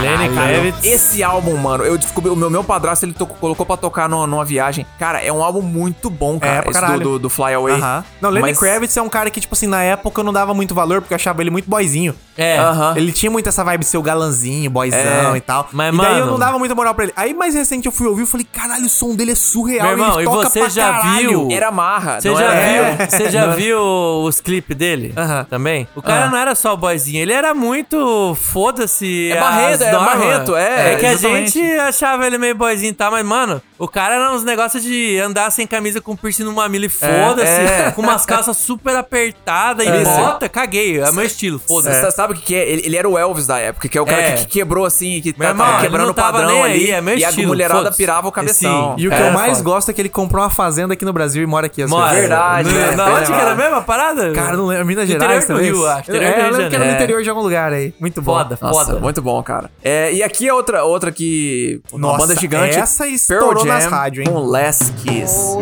Speaker 5: Lenny Kravitz.
Speaker 6: Esse álbum, mano, eu descobri, o meu, meu padrasto ele to- colocou pra tocar no- numa viagem. Cara, é um álbum muito bom, cara.
Speaker 4: É, pra
Speaker 6: esse do,
Speaker 4: caralho.
Speaker 6: do, do Fly Away.
Speaker 4: Aham. Não, Lenny
Speaker 6: Mas-
Speaker 4: Kravitz é um cara que, tipo assim, na época eu não dava muito valor porque eu achava ele muito boyzinho.
Speaker 5: É.
Speaker 6: Aham.
Speaker 4: Ele tinha muito essa vibe de ser o galanzinho, boyzão
Speaker 6: É.
Speaker 4: e tal.
Speaker 5: Mas,
Speaker 4: e daí eu
Speaker 5: mano-
Speaker 4: não dava muita moral pra ele. Aí mais recente eu fui ouvir e falei, caralho, o som dele é surreal.
Speaker 5: Meu irmão,
Speaker 4: ele
Speaker 5: e
Speaker 4: toca
Speaker 5: você
Speaker 4: pra
Speaker 5: já
Speaker 4: caralho."
Speaker 5: viu?
Speaker 6: Era marra.
Speaker 5: Você
Speaker 6: não
Speaker 5: já,
Speaker 6: era- <laughs>
Speaker 5: viu, você já viu os clipes dele
Speaker 6: Aham.
Speaker 5: também? O cara não era só boyzinho, ele era muito foda-se.
Speaker 6: É barreto,
Speaker 5: as
Speaker 6: é
Speaker 5: normas.
Speaker 6: barreto, é,
Speaker 5: É que
Speaker 6: exatamente.
Speaker 5: a gente achava ele meio boyzinho e tal, mas, mano, o cara era uns negócios de andar sem camisa com piercing no mamilo e foda-se,
Speaker 6: é.
Speaker 5: com umas calças super apertadas e
Speaker 6: Isso.
Speaker 5: bota, caguei. É meu estilo,
Speaker 6: Você
Speaker 5: foda-se.
Speaker 6: sabe o que que é? Ele, ele era o Elvis da época, que é o cara
Speaker 5: É.
Speaker 6: que, que quebrou assim, que tá,
Speaker 5: irmão,
Speaker 6: tava
Speaker 5: ele
Speaker 6: quebrando
Speaker 5: não
Speaker 6: o
Speaker 5: tava
Speaker 6: padrão
Speaker 5: nem
Speaker 6: ali.
Speaker 5: aí, é meu
Speaker 6: e a
Speaker 5: estilo,
Speaker 6: mulherada
Speaker 5: foda-se.
Speaker 6: pirava o cabeção.
Speaker 5: Sim.
Speaker 4: E o que
Speaker 6: É,
Speaker 4: eu mais
Speaker 6: foda.
Speaker 4: gosto é que ele comprou uma fazenda aqui no Brasil e mora aqui. As
Speaker 5: Mora.
Speaker 4: coisas.
Speaker 6: verdade,
Speaker 5: Na-
Speaker 6: né?
Speaker 5: Na
Speaker 6: Verdade.
Speaker 5: onde que era mesmo a parada?
Speaker 4: Cara, não lembro. Minas
Speaker 5: Interior
Speaker 4: Gerais,
Speaker 5: do
Speaker 4: talvez.
Speaker 5: Rio, acho. Interior
Speaker 4: é,
Speaker 5: do Rio
Speaker 4: eu
Speaker 5: de
Speaker 4: lembro que era no
Speaker 5: Janeiro.
Speaker 4: interior de algum lugar aí. Muito bom.
Speaker 5: Foda,
Speaker 6: Nossa,
Speaker 5: foda.
Speaker 6: muito bom, cara. É, e aqui é outra, outra que. Uma
Speaker 4: Nossa,
Speaker 6: banda gigante.
Speaker 4: essa
Speaker 6: Pearl
Speaker 4: estourou nas
Speaker 6: Jam
Speaker 4: rádio, hein?
Speaker 6: Com Last Kiss.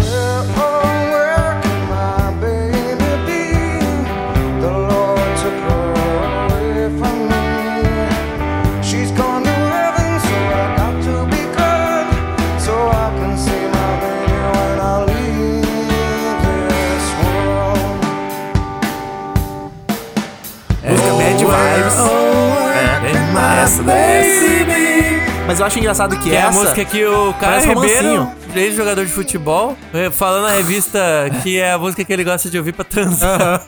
Speaker 4: Música bad
Speaker 5: Oh,
Speaker 6: É,
Speaker 4: vibes.
Speaker 6: Essa daí. é
Speaker 4: Mas eu acho engraçado que,
Speaker 5: Que é
Speaker 4: essa...
Speaker 5: a música que o Caio
Speaker 4: parece
Speaker 5: Ribeiro,
Speaker 4: romancinho.
Speaker 5: ex-jogador de futebol, eh, falou na revista que é a música que ele gosta de ouvir pra transar.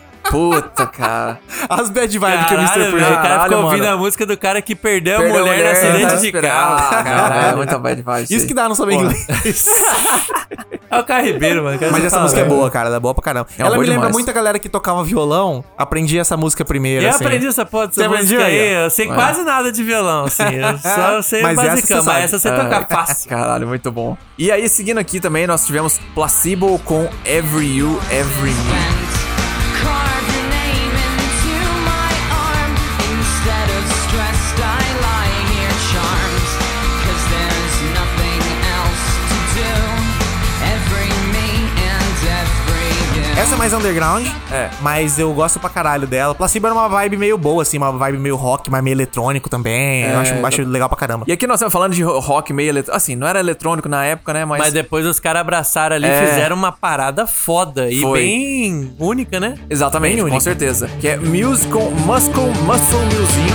Speaker 5: <laughs>
Speaker 6: Puta, cara.
Speaker 4: As bad vibes que o Mr.
Speaker 5: Caralho,
Speaker 4: Purge...
Speaker 5: velho, o cara ficou
Speaker 6: Caralho,
Speaker 5: ouvindo
Speaker 6: mano.
Speaker 5: a música do cara que perdeu,
Speaker 6: Perdeu
Speaker 5: a mulher, né, no acidente
Speaker 6: tá
Speaker 5: de
Speaker 6: esperando.
Speaker 5: carro. <laughs>
Speaker 6: Caralho, é muita bad vibes.
Speaker 4: Isso que dá não saber inglês.
Speaker 5: É o Caio Ribeiro, mano.
Speaker 4: Mas essa música é boa, cara. Ela é boa pra caramba.
Speaker 6: tá É uma
Speaker 4: Ela
Speaker 6: boa
Speaker 4: me lembra
Speaker 6: demais.
Speaker 4: muito a galera que tocava violão. Aprendi essa música primeiro,
Speaker 5: Eu
Speaker 4: assim.
Speaker 5: aprendi essa porra dessa
Speaker 4: Você
Speaker 5: música
Speaker 4: aprendeu aí,
Speaker 5: aí. Eu sei quase nada de violão, assim. Eu só sei
Speaker 4: Mas essa
Speaker 5: basicão,
Speaker 4: você sabe.
Speaker 5: mas essa você
Speaker 6: Ah.
Speaker 5: toca fácil.
Speaker 6: Caralho, muito bom. E aí, seguindo aqui também, nós tivemos Placebo com Every You, Every Me.
Speaker 10: Carve your name into my arm. Instead of stressed, I lie here charmed. 'Cause there's nothing else to do. Every me and every you.
Speaker 4: Essa é mais underground,
Speaker 6: É.
Speaker 4: mas eu gosto pra caralho dela. Placebo era uma vibe meio boa, assim, uma vibe meio rock, mas meio eletrônico também. eu acho, acho legal pra caramba.
Speaker 6: É. E aqui nós estamos falando de ro- rock meio eletrônico. Assim, não era eletrônico na época, né? Mas,
Speaker 5: Mas é depois os caras abraçaram ali e
Speaker 6: É.
Speaker 5: fizeram uma parada foda. E
Speaker 6: Foi.
Speaker 5: bem única, né?
Speaker 6: exatamente, com certeza. Que é Musical, Muscle, Muscle Music.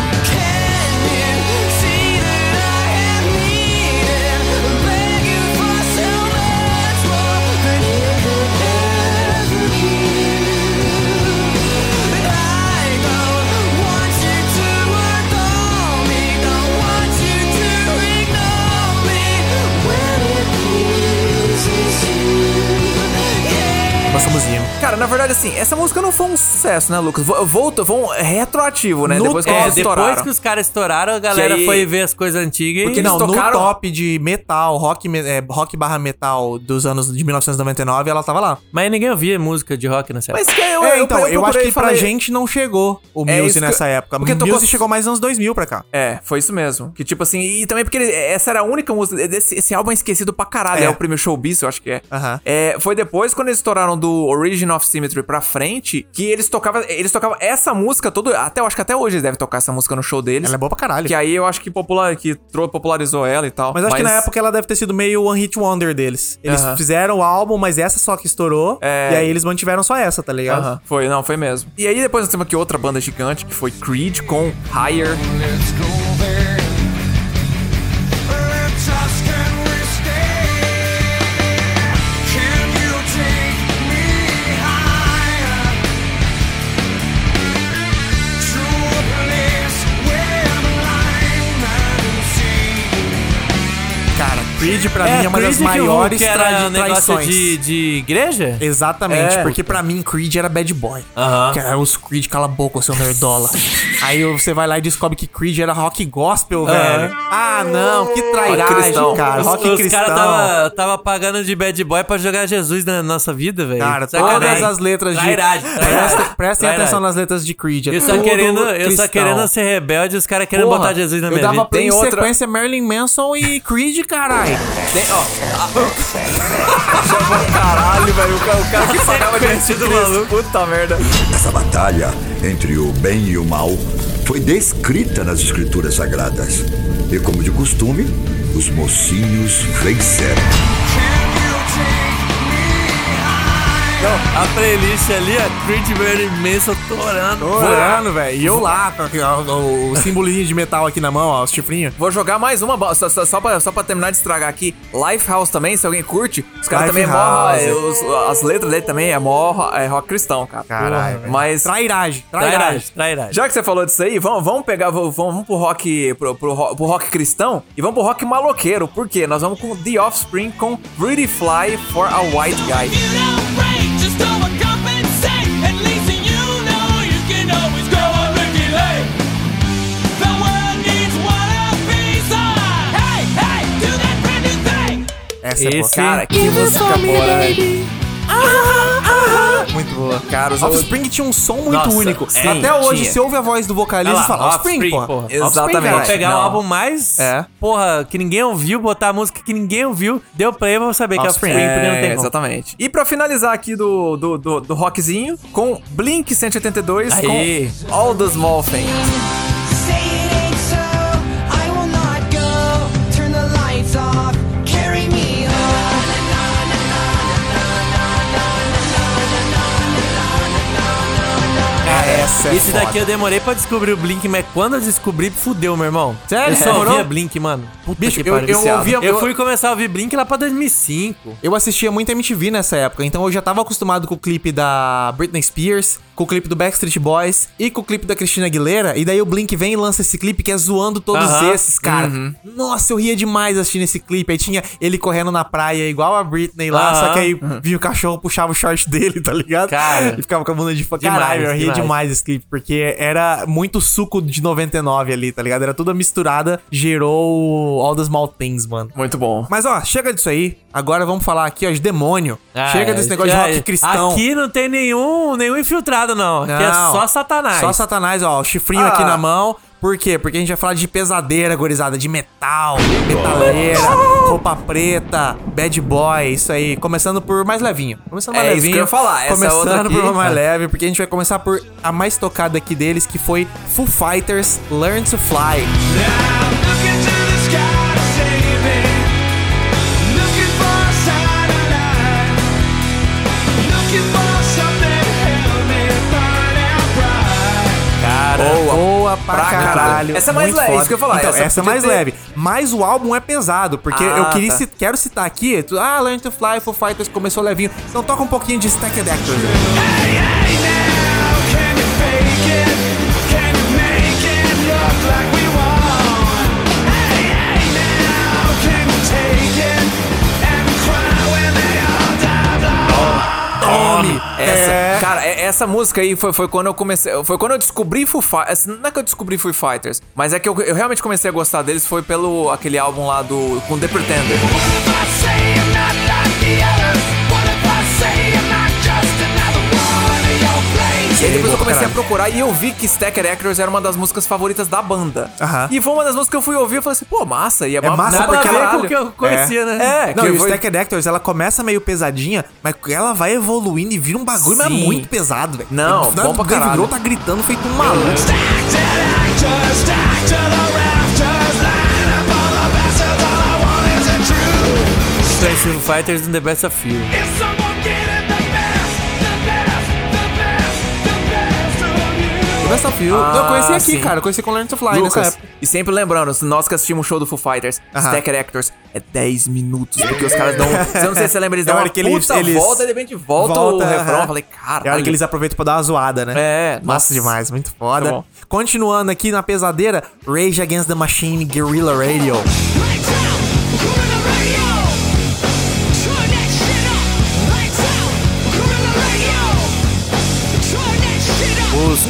Speaker 4: Nossa musiquinha.
Speaker 6: Cara, na verdade, assim, essa música não foi um sucesso, né, Lucas? Vo- Voltou, foi um retroativo, né?
Speaker 4: No
Speaker 6: depois que
Speaker 5: É,
Speaker 6: eles estouraram.
Speaker 5: depois que os caras estouraram, a galera
Speaker 6: aí-
Speaker 5: foi ver as coisas antigas
Speaker 6: Porque
Speaker 5: e...
Speaker 6: eles
Speaker 4: Não,
Speaker 6: tocaram-
Speaker 4: no top de metal, rock, me- é, rock barra metal dos anos de 1999, ela tava lá.
Speaker 5: Mas ninguém ouvia música de rock nessa época.
Speaker 6: Mas que eu,
Speaker 4: é, então, eu, acho
Speaker 6: procurei
Speaker 4: que
Speaker 6: e
Speaker 4: pra
Speaker 6: falei-
Speaker 4: gente não chegou o
Speaker 6: É isso
Speaker 4: Muse
Speaker 6: que-
Speaker 4: nessa época.
Speaker 6: porque
Speaker 4: Porque
Speaker 6: tocou-
Speaker 4: Muse chegou mais nos anos 2000 pra cá.
Speaker 6: É, foi isso mesmo. Que tipo assim, e também porque ele- essa era a única música. Esse, esse álbum é esquecido pra caralho. É,
Speaker 4: É.
Speaker 6: o prêmio Showbiz, eu acho que é.
Speaker 4: Aham.
Speaker 6: É, Foi depois quando eles estouraram do Origin of Sin Cemetery pra frente, que eles tocavam, eles tocavam essa música todo, até eu acho que até hoje eles devem tocar essa música no show deles.
Speaker 4: Ela é boa pra caralho.
Speaker 6: Que aí eu acho que popular, que tro- popularizou ela e tal.
Speaker 4: Mas eu acho que na época ela deve ter sido meio One Hit Wonder deles. Eles
Speaker 6: Aham.
Speaker 4: fizeram o álbum, mas essa só que estourou.
Speaker 6: É.
Speaker 4: E aí eles mantiveram só essa, tá ligado?
Speaker 6: Aham, Foi, não, foi mesmo. E aí depois nós temos aqui outra banda gigante, que foi Creed com Higher.
Speaker 4: Cara, Creed pra
Speaker 5: É,
Speaker 4: mim é uma das
Speaker 5: Creed que o
Speaker 4: maiores
Speaker 5: que era
Speaker 4: tra
Speaker 5: um negócio
Speaker 4: traições.
Speaker 5: de, de igreja?
Speaker 4: Exatamente,
Speaker 5: É.
Speaker 4: porque pra mim Creed era bad boy.
Speaker 5: Aham.
Speaker 4: Que era os Creed, cala a boca, seu nerdola. Aí você vai lá e descobre que Creed era rock gospel, velho. Ah, não, que trairagem,
Speaker 6: cristão.
Speaker 4: cara.
Speaker 5: Os-
Speaker 4: Rock
Speaker 5: os
Speaker 4: cristão.
Speaker 5: caras tava, tava pagando de bad boy pra jogar Jesus na nossa vida, velho.
Speaker 4: Cara,
Speaker 5: Sacanagem.
Speaker 4: todas as letras de.
Speaker 5: Trairagem, trairagem.
Speaker 4: Prestem, prestem
Speaker 5: Trairagem.
Speaker 4: atenção nas letras de Creed. é
Speaker 6: né?
Speaker 5: Eu só,
Speaker 4: tudo
Speaker 5: querendo, eu só
Speaker 4: cristão.
Speaker 5: querendo ser rebelde, os caras querendo
Speaker 6: Porra,
Speaker 5: botar Jesus na
Speaker 4: Eu
Speaker 5: minha
Speaker 4: dava
Speaker 5: vida.
Speaker 4: play em
Speaker 6: Tem outra-
Speaker 4: sequência Marilyn Manson e Creed, caralho.
Speaker 6: Caralho, velho, o cara, o cara
Speaker 4: <laughs>
Speaker 6: que pagava de
Speaker 5: Sequência do
Speaker 6: Cristo.
Speaker 5: maluco.
Speaker 6: Puta merda.
Speaker 11: Essa batalha entre o bem e o mal foi descrita nas escrituras sagradas. E como de costume, os mocinhos venceram.
Speaker 5: A playlist ali, a Creed Mary Manson torando.
Speaker 4: Orando, velho. E eu lá, com aquele- ó, o, o simbolinho de metal aqui na mão, ó, os chifrinhos.
Speaker 6: Vou jogar mais uma, bo- só, só, só, pra, só pra terminar de estragar aqui. Lifehouse também, se alguém curte, os caras também é mó.
Speaker 4: Lifehouse.
Speaker 6: é, os- as letras dele também é mó ro- é rock cristão, cara.
Speaker 4: Caralho,
Speaker 6: Porra, Mas.
Speaker 4: Trairagem, trairagem.
Speaker 5: Trairagem, trairagem.
Speaker 6: Já que você falou disso aí, vamos, vamos pegar, vamos, vamos pro rock pro, pro ro- pro rock cristão e vamos pro rock maloqueiro, por quê? Nós vamos com The Offspring com Pretty Fly for a White Guy.
Speaker 4: Essa é boa.
Speaker 5: Esse-
Speaker 4: Cara,
Speaker 6: Cara, que música boa, velho.
Speaker 4: muito boa.
Speaker 6: Cara, os
Speaker 4: Offspring tinha um som muito
Speaker 5: Nossa,
Speaker 4: único.
Speaker 5: sim,
Speaker 4: Até hoje,
Speaker 6: tinha.
Speaker 4: se ouve a voz do vocalista,
Speaker 5: Olha
Speaker 4: você
Speaker 5: lá,
Speaker 4: fala Offspring,
Speaker 5: Offspring,
Speaker 4: porra.
Speaker 5: porra.
Speaker 4: Offspring,
Speaker 6: Exatamente.
Speaker 4: cara.
Speaker 5: Vou pegar
Speaker 6: Não.
Speaker 5: um álbum mais,
Speaker 6: É.
Speaker 5: porra, que ninguém ouviu, botar a música que ninguém ouviu, deu play, eu vou saber que é
Speaker 4: Offspring.
Speaker 5: Offspring, porque não
Speaker 6: É,
Speaker 5: tem como.
Speaker 6: exatamente. E pra finalizar aqui do, do, do, do rockzinho, com Blink 182
Speaker 5: Aí.
Speaker 6: com All the Small Things.
Speaker 9: Say it ain't so, I will not go. Turn the lights off, carry me home.
Speaker 4: Cara, essa é
Speaker 5: Esse
Speaker 4: foda.
Speaker 5: daqui eu demorei pra descobrir o Blink, mas quando eu descobri, fudeu, meu irmão.
Speaker 4: Sério?
Speaker 5: Eu só
Speaker 4: Demorou?
Speaker 5: ouvia Blink, mano. Puta
Speaker 4: Bicho,
Speaker 5: que
Speaker 4: eu-
Speaker 5: pariu.
Speaker 4: eu
Speaker 5: viciado.
Speaker 4: ouvia- eu-
Speaker 5: eu fui começar a ouvir Blink lá pra 2005.
Speaker 4: Eu assistia muito MTV nessa época, então eu já tava acostumado com o clipe da Britney Spears, com o clipe do Backstreet Boys e com o clipe da Christina Aguilera. E daí o Blink vem e lança esse clipe que é zoando todos
Speaker 5: Aham. Uhum.
Speaker 4: esses, cara. Nossa, eu ria demais assistindo esse clipe. Aí tinha ele correndo na praia igual a Britney lá,
Speaker 5: Aham. Uhum.
Speaker 4: só que aí vinha o cachorro, puxava o short dele, tá ligado?
Speaker 5: Cara.
Speaker 4: E ficava com a bunda de fora.
Speaker 5: Demais,
Speaker 4: Caralho, eu ria
Speaker 5: demais.
Speaker 4: demais esse clipe, porque era muito suco de 99 ali, tá ligado? Era toda misturada, gerou All the Small Things, mano.
Speaker 6: Muito bom.
Speaker 4: Mas ó, chega disso aí. Agora vamos falar aqui, ó, de demônio.
Speaker 5: Ah,
Speaker 4: chega desse
Speaker 5: é,
Speaker 4: negócio
Speaker 5: já-
Speaker 4: de rock cristão.
Speaker 5: Aqui não tem nenhum, nenhum infiltrado, não. Aqui é
Speaker 4: Não.
Speaker 5: só Satanás.
Speaker 4: Só Satanás, ó, o chifrinho aqui na mão. Por quê? Porque a gente vai falar de pesadeira, gorizada, de metal, metaleira, roupa preta, bad boy, isso aí. Começando por mais levinho. Começando mais
Speaker 6: É isso
Speaker 4: levinho.
Speaker 6: que eu ia falar, essa
Speaker 4: Começando
Speaker 6: outra aqui-
Speaker 4: por uma mais leve, porque a gente vai começar por a mais tocada aqui deles, que foi Foo Fighters Learn to Fly.
Speaker 5: Cara,
Speaker 4: Boa, pra
Speaker 6: pra
Speaker 4: caralho.
Speaker 6: caralho. Essa é mais
Speaker 4: Muito
Speaker 6: leve,
Speaker 4: foda.
Speaker 6: isso que eu ia falar,
Speaker 4: Então, essa,
Speaker 6: essa
Speaker 4: é
Speaker 6: podia
Speaker 4: mais
Speaker 6: ter-
Speaker 4: leve. Mas o álbum é pesado, porque
Speaker 6: Ah,
Speaker 4: eu queria
Speaker 6: tá.
Speaker 4: ci- quero citar aqui. tu- Ah, Learn to Fly, Foo Fighters começou levinho. Então toca um pouquinho de Stack Actors. Tome!
Speaker 6: Essa,
Speaker 4: É.
Speaker 6: Cara, é- essa música aí foi, foi quando eu comecei. Foi quando eu descobri Foo Fighters.
Speaker 4: assim,
Speaker 6: Não é que eu descobri Foo Fighters, mas é que eu, eu realmente comecei a gostar deles foi pelo aquele álbum lá do. com The Pretender.
Speaker 9: What if I say I'm not just another one of your plays?
Speaker 4: E aí depois eu comecei a
Speaker 6: caralho.
Speaker 4: procurar e eu vi que Stacker Actors era uma das músicas favoritas da banda.
Speaker 6: Aham.
Speaker 4: E foi uma das músicas que eu fui ouvir e falei assim, pô, massa. E é,
Speaker 6: É
Speaker 4: uma-
Speaker 6: massa
Speaker 4: nada
Speaker 6: porque
Speaker 4: a ver
Speaker 6: ela...
Speaker 4: com o que eu conhecia,
Speaker 6: é.
Speaker 4: né?
Speaker 6: É, não,
Speaker 4: que
Speaker 6: e o
Speaker 4: foi-
Speaker 6: Stack Actors, ela começa meio pesadinha, mas ela vai evoluindo e vira um bagulho mas
Speaker 4: Sim.
Speaker 6: muito pesado, velho.
Speaker 4: Não,
Speaker 6: No final
Speaker 4: bom
Speaker 6: do
Speaker 4: pra
Speaker 6: Dave
Speaker 4: caralho. É.
Speaker 6: Grohl tá gritando feito um maluco.
Speaker 5: Festival Fighters in the Best of You.
Speaker 6: Começa o filme.
Speaker 4: Ah,
Speaker 6: eu conheci aqui,
Speaker 4: sim.
Speaker 6: cara. Eu conheci com o Learn to Fly nessa
Speaker 4: Lucas,
Speaker 6: época.
Speaker 4: e sempre lembrando, nós que assistimos o show do Foo Fighters,
Speaker 6: Aham.
Speaker 4: Stacker Actors, é 10 minutos, porque os caras
Speaker 6: <laughs>
Speaker 4: dão. Eu não sei se você lembra, eles
Speaker 6: É a
Speaker 4: dão uma
Speaker 6: hora que eles-
Speaker 4: puta
Speaker 6: eles-
Speaker 4: volta e de repente volta,
Speaker 6: Volta,
Speaker 4: o refrão.
Speaker 6: aham.
Speaker 4: Eu falei, cara,
Speaker 6: É a hora que eles aproveitam pra dar uma zoada, né?
Speaker 4: É, nossa.
Speaker 6: massa demais, muito foda.
Speaker 4: Muito
Speaker 6: Continuando aqui na pesadeira, Rage Against the Machine Guerrilla Radio.
Speaker 5: Os companheiros.
Speaker 6: Os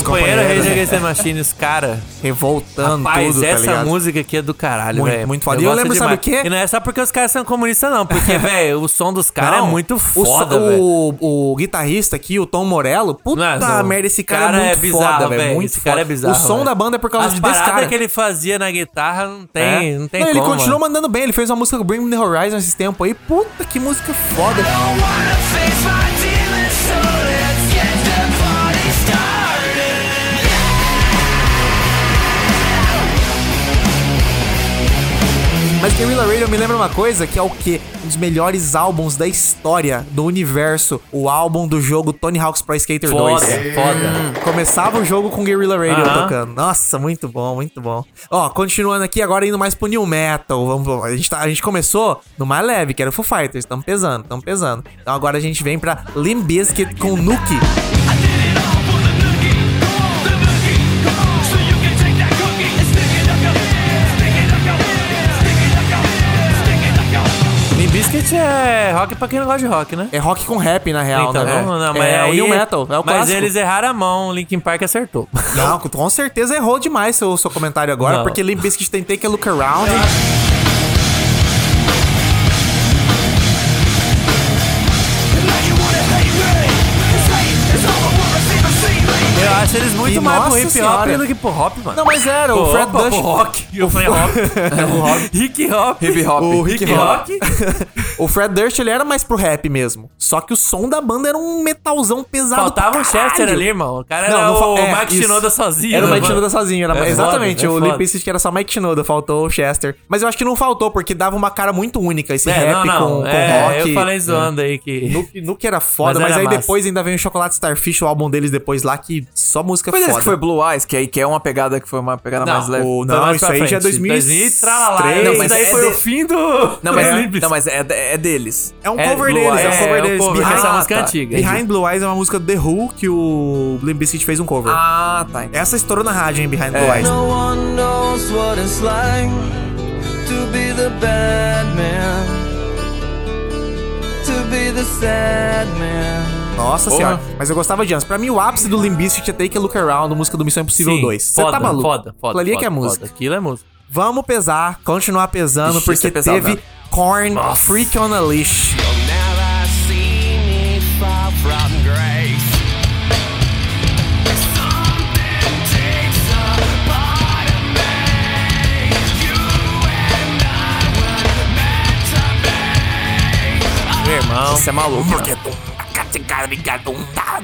Speaker 5: Companheiro
Speaker 6: companheiro,
Speaker 5: Rage
Speaker 6: né?
Speaker 5: Against the Machine, os cara.
Speaker 6: Revoltando
Speaker 5: Mas
Speaker 6: tudo, tá
Speaker 5: essa
Speaker 6: ligado?
Speaker 5: música aqui é do caralho,
Speaker 6: Muito,
Speaker 5: velho.
Speaker 6: muito foda. E eu
Speaker 5: gosto
Speaker 6: lembro, sabe o quê?
Speaker 5: E não é só porque os caras são comunistas, não.
Speaker 6: <laughs>
Speaker 5: Porque, velho, o som dos caras é
Speaker 6: Não,
Speaker 5: muito
Speaker 6: o
Speaker 5: foda,
Speaker 6: so-
Speaker 5: velho.
Speaker 6: o, o, guitarrista aqui, o Tom Morello, puta
Speaker 5: Não, não.
Speaker 6: merda, esse cara, é muito foda, velho. Muito
Speaker 5: Esse cara
Speaker 6: foda.
Speaker 5: é bizarro.
Speaker 6: O som
Speaker 5: velho.
Speaker 6: da banda é por causa
Speaker 5: As
Speaker 6: de desse
Speaker 5: paradas
Speaker 6: cara.
Speaker 5: que ele fazia na guitarra não tem,
Speaker 6: É.
Speaker 5: não tem
Speaker 6: Não,
Speaker 5: como.
Speaker 6: ele continuou
Speaker 5: mano.
Speaker 6: mandando bem, ele fez uma música com Bring Me The Horizon esses tempos aí. Puta, que música foda. Mas Guerrilla Radio me lembra uma coisa que é o quê? Um dos melhores álbuns da história do universo. O álbum do jogo Tony Hawk's Pro Skater
Speaker 5: Foda,
Speaker 6: 2.
Speaker 5: foda.
Speaker 6: Começava o jogo com Guerrilla Radio
Speaker 5: Aham.
Speaker 6: tocando. Nossa, muito bom, muito bom. Ó, continuando aqui, agora indo mais pro New Metal. Vamos, a, gente tá- a gente começou no mais leve, que era o Foo Fighters. Tamo pesando, tamo pesando. Então agora a gente vem pra Limp Bizkit com Nuke.
Speaker 5: Limp Bizkit é rock pra quem não gosta de rock, né?
Speaker 6: É rock com rap, na real,
Speaker 5: então,
Speaker 6: né? velho?
Speaker 5: não, não,
Speaker 6: é,
Speaker 5: mas
Speaker 6: é o
Speaker 5: aí-
Speaker 6: New Metal, é o
Speaker 5: Mas
Speaker 6: clássico.
Speaker 5: eles erraram a mão, o Linkin Park acertou.
Speaker 6: Não, com certeza errou demais seu, seu comentário agora,
Speaker 5: Não.
Speaker 6: porque Limp Bizkit tem Take a Look Around.
Speaker 5: Eu acho eles muito
Speaker 6: E
Speaker 5: mais pro
Speaker 6: nossa
Speaker 5: hip hop
Speaker 6: senhora.
Speaker 5: do que pro hop, mano.
Speaker 6: Não, mas era, o
Speaker 5: Pô,
Speaker 6: Fred
Speaker 5: opa,
Speaker 6: Durst...
Speaker 5: pro rock.
Speaker 6: <laughs>
Speaker 5: Eu falei <laughs> rock.
Speaker 6: É,
Speaker 5: Rick Hop.
Speaker 4: Hip hop.
Speaker 5: O
Speaker 6: Rick
Speaker 5: Rick
Speaker 6: Hop.
Speaker 5: Hop.
Speaker 6: <laughs> O Fred Durst, ele era mais pro rap mesmo. Só que o som da banda era um metalzão pesado.
Speaker 5: Faltava o
Speaker 6: pra caralho.
Speaker 5: Chester ali, irmão. O cara
Speaker 6: Não,
Speaker 5: era
Speaker 6: não fa-
Speaker 5: o
Speaker 6: é,
Speaker 5: Mike
Speaker 6: isso.
Speaker 5: Shinoda sozinho.
Speaker 6: Era o
Speaker 5: né,
Speaker 6: Mike
Speaker 5: mano?
Speaker 6: Shinoda sozinho. Era,
Speaker 5: É foda,
Speaker 6: exatamente.
Speaker 5: é
Speaker 6: o
Speaker 5: foda.
Speaker 6: Limp Bizkit era só Mike Shinoda, faltou o Chester. Mas eu acho que não faltou, porque dava uma cara muito única esse
Speaker 5: É, não,
Speaker 6: rap
Speaker 5: não.
Speaker 6: com, com
Speaker 5: é,
Speaker 6: rock.
Speaker 5: eu falei zoando aí que...
Speaker 6: Nuke, Nuke era foda,
Speaker 5: Mas
Speaker 6: mas,
Speaker 5: era
Speaker 6: aí
Speaker 5: massa.
Speaker 6: depois ainda vem o Chocolate Starfish, o álbum deles depois lá, que só música
Speaker 4: Pois é,
Speaker 6: foda.
Speaker 4: que foi Blue Eyes, que aí que é uma pegada que foi uma pegada
Speaker 5: <laughs> Não,
Speaker 4: mais leve.
Speaker 6: o-
Speaker 5: Foi
Speaker 6: não,
Speaker 5: mais
Speaker 6: isso
Speaker 5: pra
Speaker 6: aí já é
Speaker 5: frente.
Speaker 6: 2003.
Speaker 5: 2000, tralala,
Speaker 4: Não,
Speaker 5: Isso
Speaker 4: mas
Speaker 5: daí
Speaker 4: é
Speaker 5: foi
Speaker 4: de-
Speaker 5: o fim do...
Speaker 4: Não,
Speaker 5: <laughs> do
Speaker 4: mas,
Speaker 5: Limp
Speaker 4: não, mas é, é deles.
Speaker 6: É um
Speaker 5: É,
Speaker 6: cover
Speaker 5: Blue
Speaker 6: deles, é um
Speaker 5: Eyes,
Speaker 6: cover
Speaker 5: é, é um
Speaker 6: deles.
Speaker 5: cover,
Speaker 6: Behind,
Speaker 5: essa
Speaker 6: Ah,
Speaker 5: música
Speaker 6: tá.
Speaker 5: antiga.
Speaker 6: Behind Blue Eyes é uma música do The Who que o Limp Bizkit fez um cover.
Speaker 4: Ah, tá.
Speaker 6: Essa estourou na rádio, hein, Behind Blue Eyes.
Speaker 10: No one knows what it's like to be the bad man, to be the sad man.
Speaker 6: Nossa senhora. Mas eu gostava de antes. Pra mim, o ápice do Limp Bizkit é Take a Look Around, música do Missão Impossível
Speaker 5: Sim,
Speaker 6: 2. Você
Speaker 5: foda,
Speaker 6: tá maluco?
Speaker 5: Foda, foda.
Speaker 6: Aquilo ali é que é
Speaker 5: foda,
Speaker 6: música.
Speaker 5: foda. Aquilo é música.
Speaker 6: Vamos pesar, continuar
Speaker 4: Ixi,
Speaker 6: pesando,
Speaker 4: isso
Speaker 6: porque
Speaker 4: é pesado,
Speaker 6: teve
Speaker 4: velho.
Speaker 6: Korn, Freak on a Leash.
Speaker 10: Now I see me far from grace. Something takes a part of me. You and I were meant to be.
Speaker 5: Meu irmão.
Speaker 4: Isso é maluco. mano.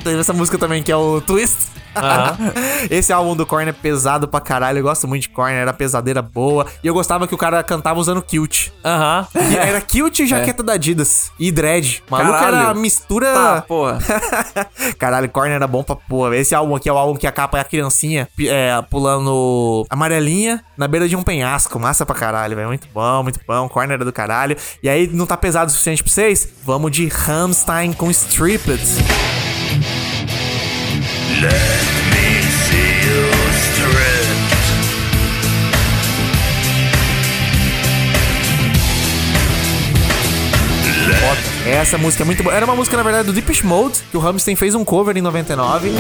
Speaker 6: Teve um essa música também que é o Twist.
Speaker 5: Aham.
Speaker 6: <laughs> Esse álbum do Korn é pesado pra caralho. Eu gosto muito de Korn, era pesadeira boa. E eu gostava que o cara cantava usando kilt.
Speaker 5: Aham.
Speaker 6: E
Speaker 4: <laughs>
Speaker 6: Era kilt e jaqueta da Adidas. E dread. O maluco
Speaker 4: É. Caralho.
Speaker 6: era a mistura.
Speaker 4: Tá, porra.
Speaker 6: Caralho, Korn era bom pra porra. Esse álbum aqui é o álbum que a capa é a criancinha pi- é, pulando amarelinha na beira de um penhasco. Massa pra caralho, velho. Muito bom, muito bom. Korn era do caralho. E aí, não tá pesado o suficiente pra vocês? Vamos de Rammstein com Stripped. Essa música é muito boa. Era uma música, na verdade, do Deepish Mode, que o Rammstein fez um cover em 99.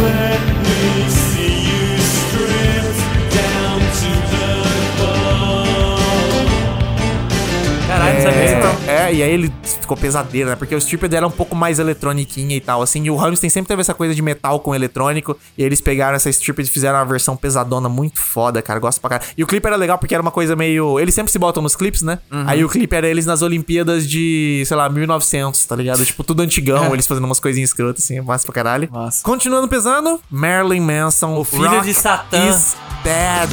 Speaker 5: Caralho, Então, não sabia isso não.
Speaker 6: É, É, e aí ele ficou pesadeiro, né? Porque o Stripped era um pouco mais eletroniquinha e tal, assim. E o Rammstein sempre teve essa coisa de metal com eletrônico. E eles pegaram essa Stripped e fizeram uma versão pesadona muito foda, cara. Gosto pra caralho. E o clipe era legal porque era uma coisa meio... Eles sempre se botam nos clipes, né?
Speaker 5: Uhum.
Speaker 6: Aí o clipe era eles nas Olimpíadas de, sei lá, 1900, tá ligado? Tipo,
Speaker 5: <laughs>
Speaker 6: tudo antigão, eles fazendo umas coisinhas escrotas, assim. Massa pra caralho. Continuando pesando, Marilyn Manson. O
Speaker 5: filho de Satã.
Speaker 6: Is bad.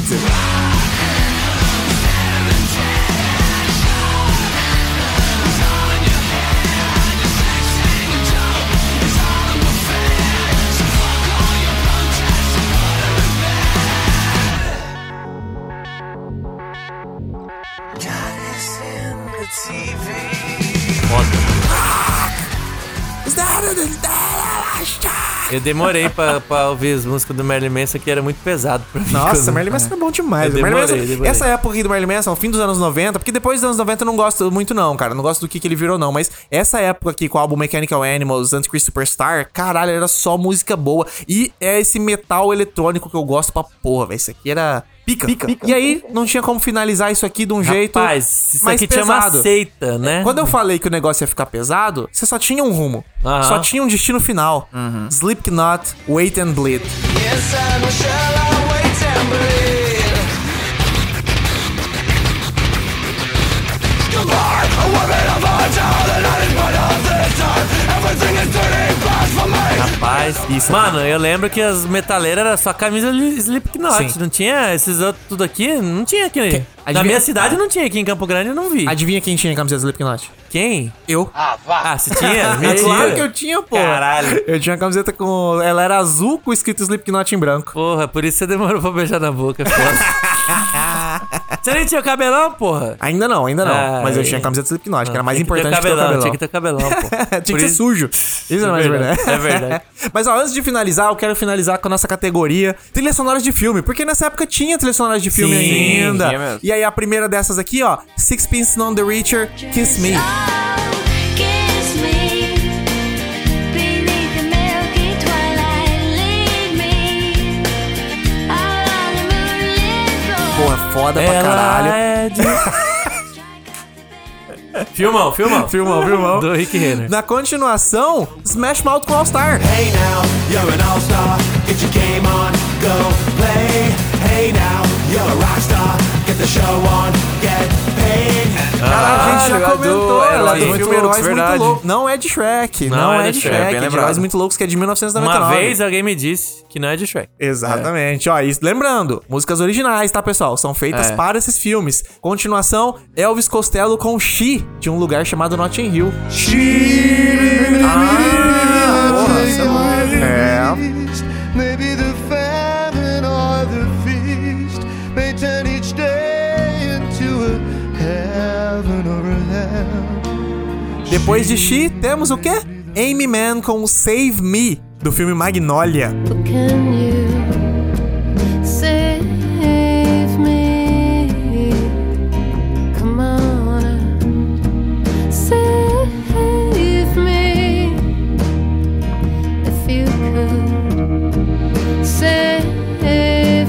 Speaker 5: Eu demorei pra, pra ouvir as músicas do Merlin Manson, que era muito pesado pra mim.
Speaker 6: Nossa,
Speaker 5: quando-
Speaker 6: Marilyn Manson era bom
Speaker 5: É.
Speaker 6: demais.
Speaker 5: Eu
Speaker 6: Marilyn
Speaker 5: demorei,
Speaker 6: Manson-
Speaker 5: demorei.
Speaker 6: Essa época aqui do Marilyn Manson, fim dos anos 90, porque depois dos anos 90 eu não gosto muito não, cara. Não gosto do que, que ele virou não, mas essa época aqui com o álbum Mechanical Animals, Antichrist Superstar, caralho, era só música boa. E é esse metal eletrônico que eu gosto pra porra, velho. Isso aqui era... Pica. E aí, não tinha como finalizar isso aqui de um jeito.
Speaker 5: Rapaz, isso
Speaker 6: mais
Speaker 5: aqui tinha uma
Speaker 6: pesado.
Speaker 5: seita, né?
Speaker 6: Quando eu falei que o negócio ia ficar pesado, você só tinha um rumo.
Speaker 5: Aham. Uhum.
Speaker 6: Só tinha um destino final. Slipknot, Wait and Bleed.
Speaker 2: Yes, I know, shall I wait and bleed? Goodbye, a woman of our town, the night is but of this time. Everything is turning black for me.
Speaker 5: Rapaz, isso. Mano, eu lembro que as metaleiras era só camisa li- Slipknot.
Speaker 6: Sim.
Speaker 5: Não tinha esses outros tudo aqui? Não tinha aqui. Na
Speaker 6: Adivinha-
Speaker 5: minha cidade não tinha. Aqui em Campo Grande eu não vi.
Speaker 6: Adivinha quem tinha a camiseta do Slipknot?
Speaker 5: Quem?
Speaker 6: Eu. É
Speaker 12: Ah, vá.
Speaker 5: Ah, se
Speaker 6: <laughs>
Speaker 5: tinha? Mentira.
Speaker 6: Claro que eu tinha, pô.
Speaker 5: Caralho.
Speaker 6: Eu tinha uma camiseta com. Ela era azul com escrito Slipknot em branco.
Speaker 5: Porra, por isso você demorou pra beijar na boca,
Speaker 6: <laughs>
Speaker 5: foda. você nem tinha o cabelão, porra?
Speaker 6: Ainda não, ainda não.
Speaker 5: Ah,
Speaker 6: mas eu
Speaker 5: é.
Speaker 6: tinha a camiseta do Slipknot, que era mais
Speaker 5: Tinha
Speaker 6: importante
Speaker 5: ter
Speaker 6: que o cabelão.
Speaker 5: Tinha que ter o cabelão, pô.
Speaker 6: <laughs> Tinha que
Speaker 5: Por
Speaker 6: ser
Speaker 5: isso- <laughs>
Speaker 6: sujo. Isso é mais verdade.
Speaker 5: verdade, é verdade.
Speaker 6: <laughs> Mas ó, antes de finalizar, eu quero finalizar com a nossa categoria trilhas sonoras de filme. Porque nessa época tinha trilhas sonoras de filme
Speaker 5: Sim,
Speaker 6: ainda.
Speaker 13: tinha mesmo.
Speaker 6: E aí a primeira dessas aqui, ó, Sixpence None the Reacher, Kiss
Speaker 3: Oh,
Speaker 6: Me. Porra, foda pra caralho.
Speaker 5: é de... Filmão, filmão.
Speaker 6: Filmão, filmão.
Speaker 5: Do Rick Renner.
Speaker 6: Na continuação, Smash Mouth com All Star.
Speaker 2: Hey now, you're an all-star. Get your game on, go play. Hey now, you're a rock star. Get the show on, get paid.
Speaker 6: Caralho, a gente
Speaker 13: Caralho,
Speaker 6: já
Speaker 13: é do
Speaker 6: comentou, ela é
Speaker 13: Heróis
Speaker 6: do
Speaker 13: Muito
Speaker 6: filme
Speaker 13: Loucos,
Speaker 6: Heróis Muito
Speaker 13: verdade.
Speaker 6: Loucos. Não é de Shrek, não, é de Shrek,
Speaker 13: bem
Speaker 6: é de
Speaker 13: lembrado.
Speaker 6: Heróis Muito Loucos, que é de 1999.
Speaker 5: Uma vez alguém me disse que não é de Shrek.
Speaker 6: Exatamente, ó, isso, lembrando, músicas originais, tá, pessoal? São feitas
Speaker 13: É.
Speaker 6: para esses filmes. Continuação, Elvis Costello com She, de um lugar chamado Notting Hill. Ah, é
Speaker 4: Maybe the famine or the feast may turn each day into a heaven or a hell.
Speaker 6: Depois de She, temos o quê? Amy Mann com Save Me, do filme Magnolia.
Speaker 3: Can you save me? Come on and save me. If you could save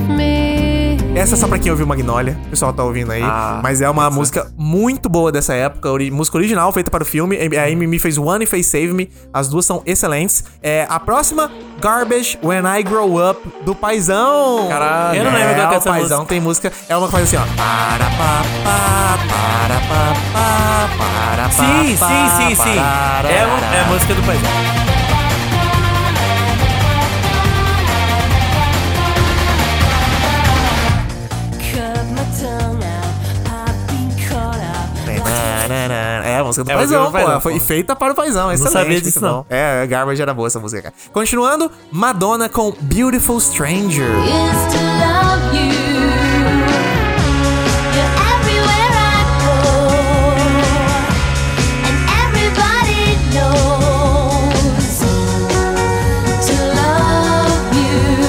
Speaker 3: me.
Speaker 6: Essa é só pra quem ouviu Magnolia, o pessoal tá ouvindo aí. mas é uma música muito boa dessa época, ori- música original feita para o filme. A Amy Me fez One e fez Save Me. As duas são excelentes. É, a próxima, Garbage When I Grow Up, do Paizão.
Speaker 13: Caralho.
Speaker 5: Eu não lembro
Speaker 6: é,
Speaker 5: qual que é
Speaker 6: o
Speaker 5: essa
Speaker 6: Paizão tem música. É uma que faz assim, ó. Para, pá, pá, para, pá, pá, para, pá,
Speaker 5: Sim,
Speaker 6: pá,
Speaker 5: sim, sim, sim.
Speaker 6: para,
Speaker 5: É, a- é a música do país.
Speaker 6: É a música do
Speaker 5: É a música do
Speaker 6: Paizão, pô.
Speaker 5: Paizão,
Speaker 6: Ela Foi
Speaker 5: pô.
Speaker 6: feita para o Paizão. Excelente.
Speaker 5: sabia disso,
Speaker 6: muito
Speaker 5: não.
Speaker 6: bom. É, Garbage era boa essa música, cara. Continuando, Madonna com Beautiful Stranger.
Speaker 3: Is to love you. You're everywhere I go, and everybody knows. To love you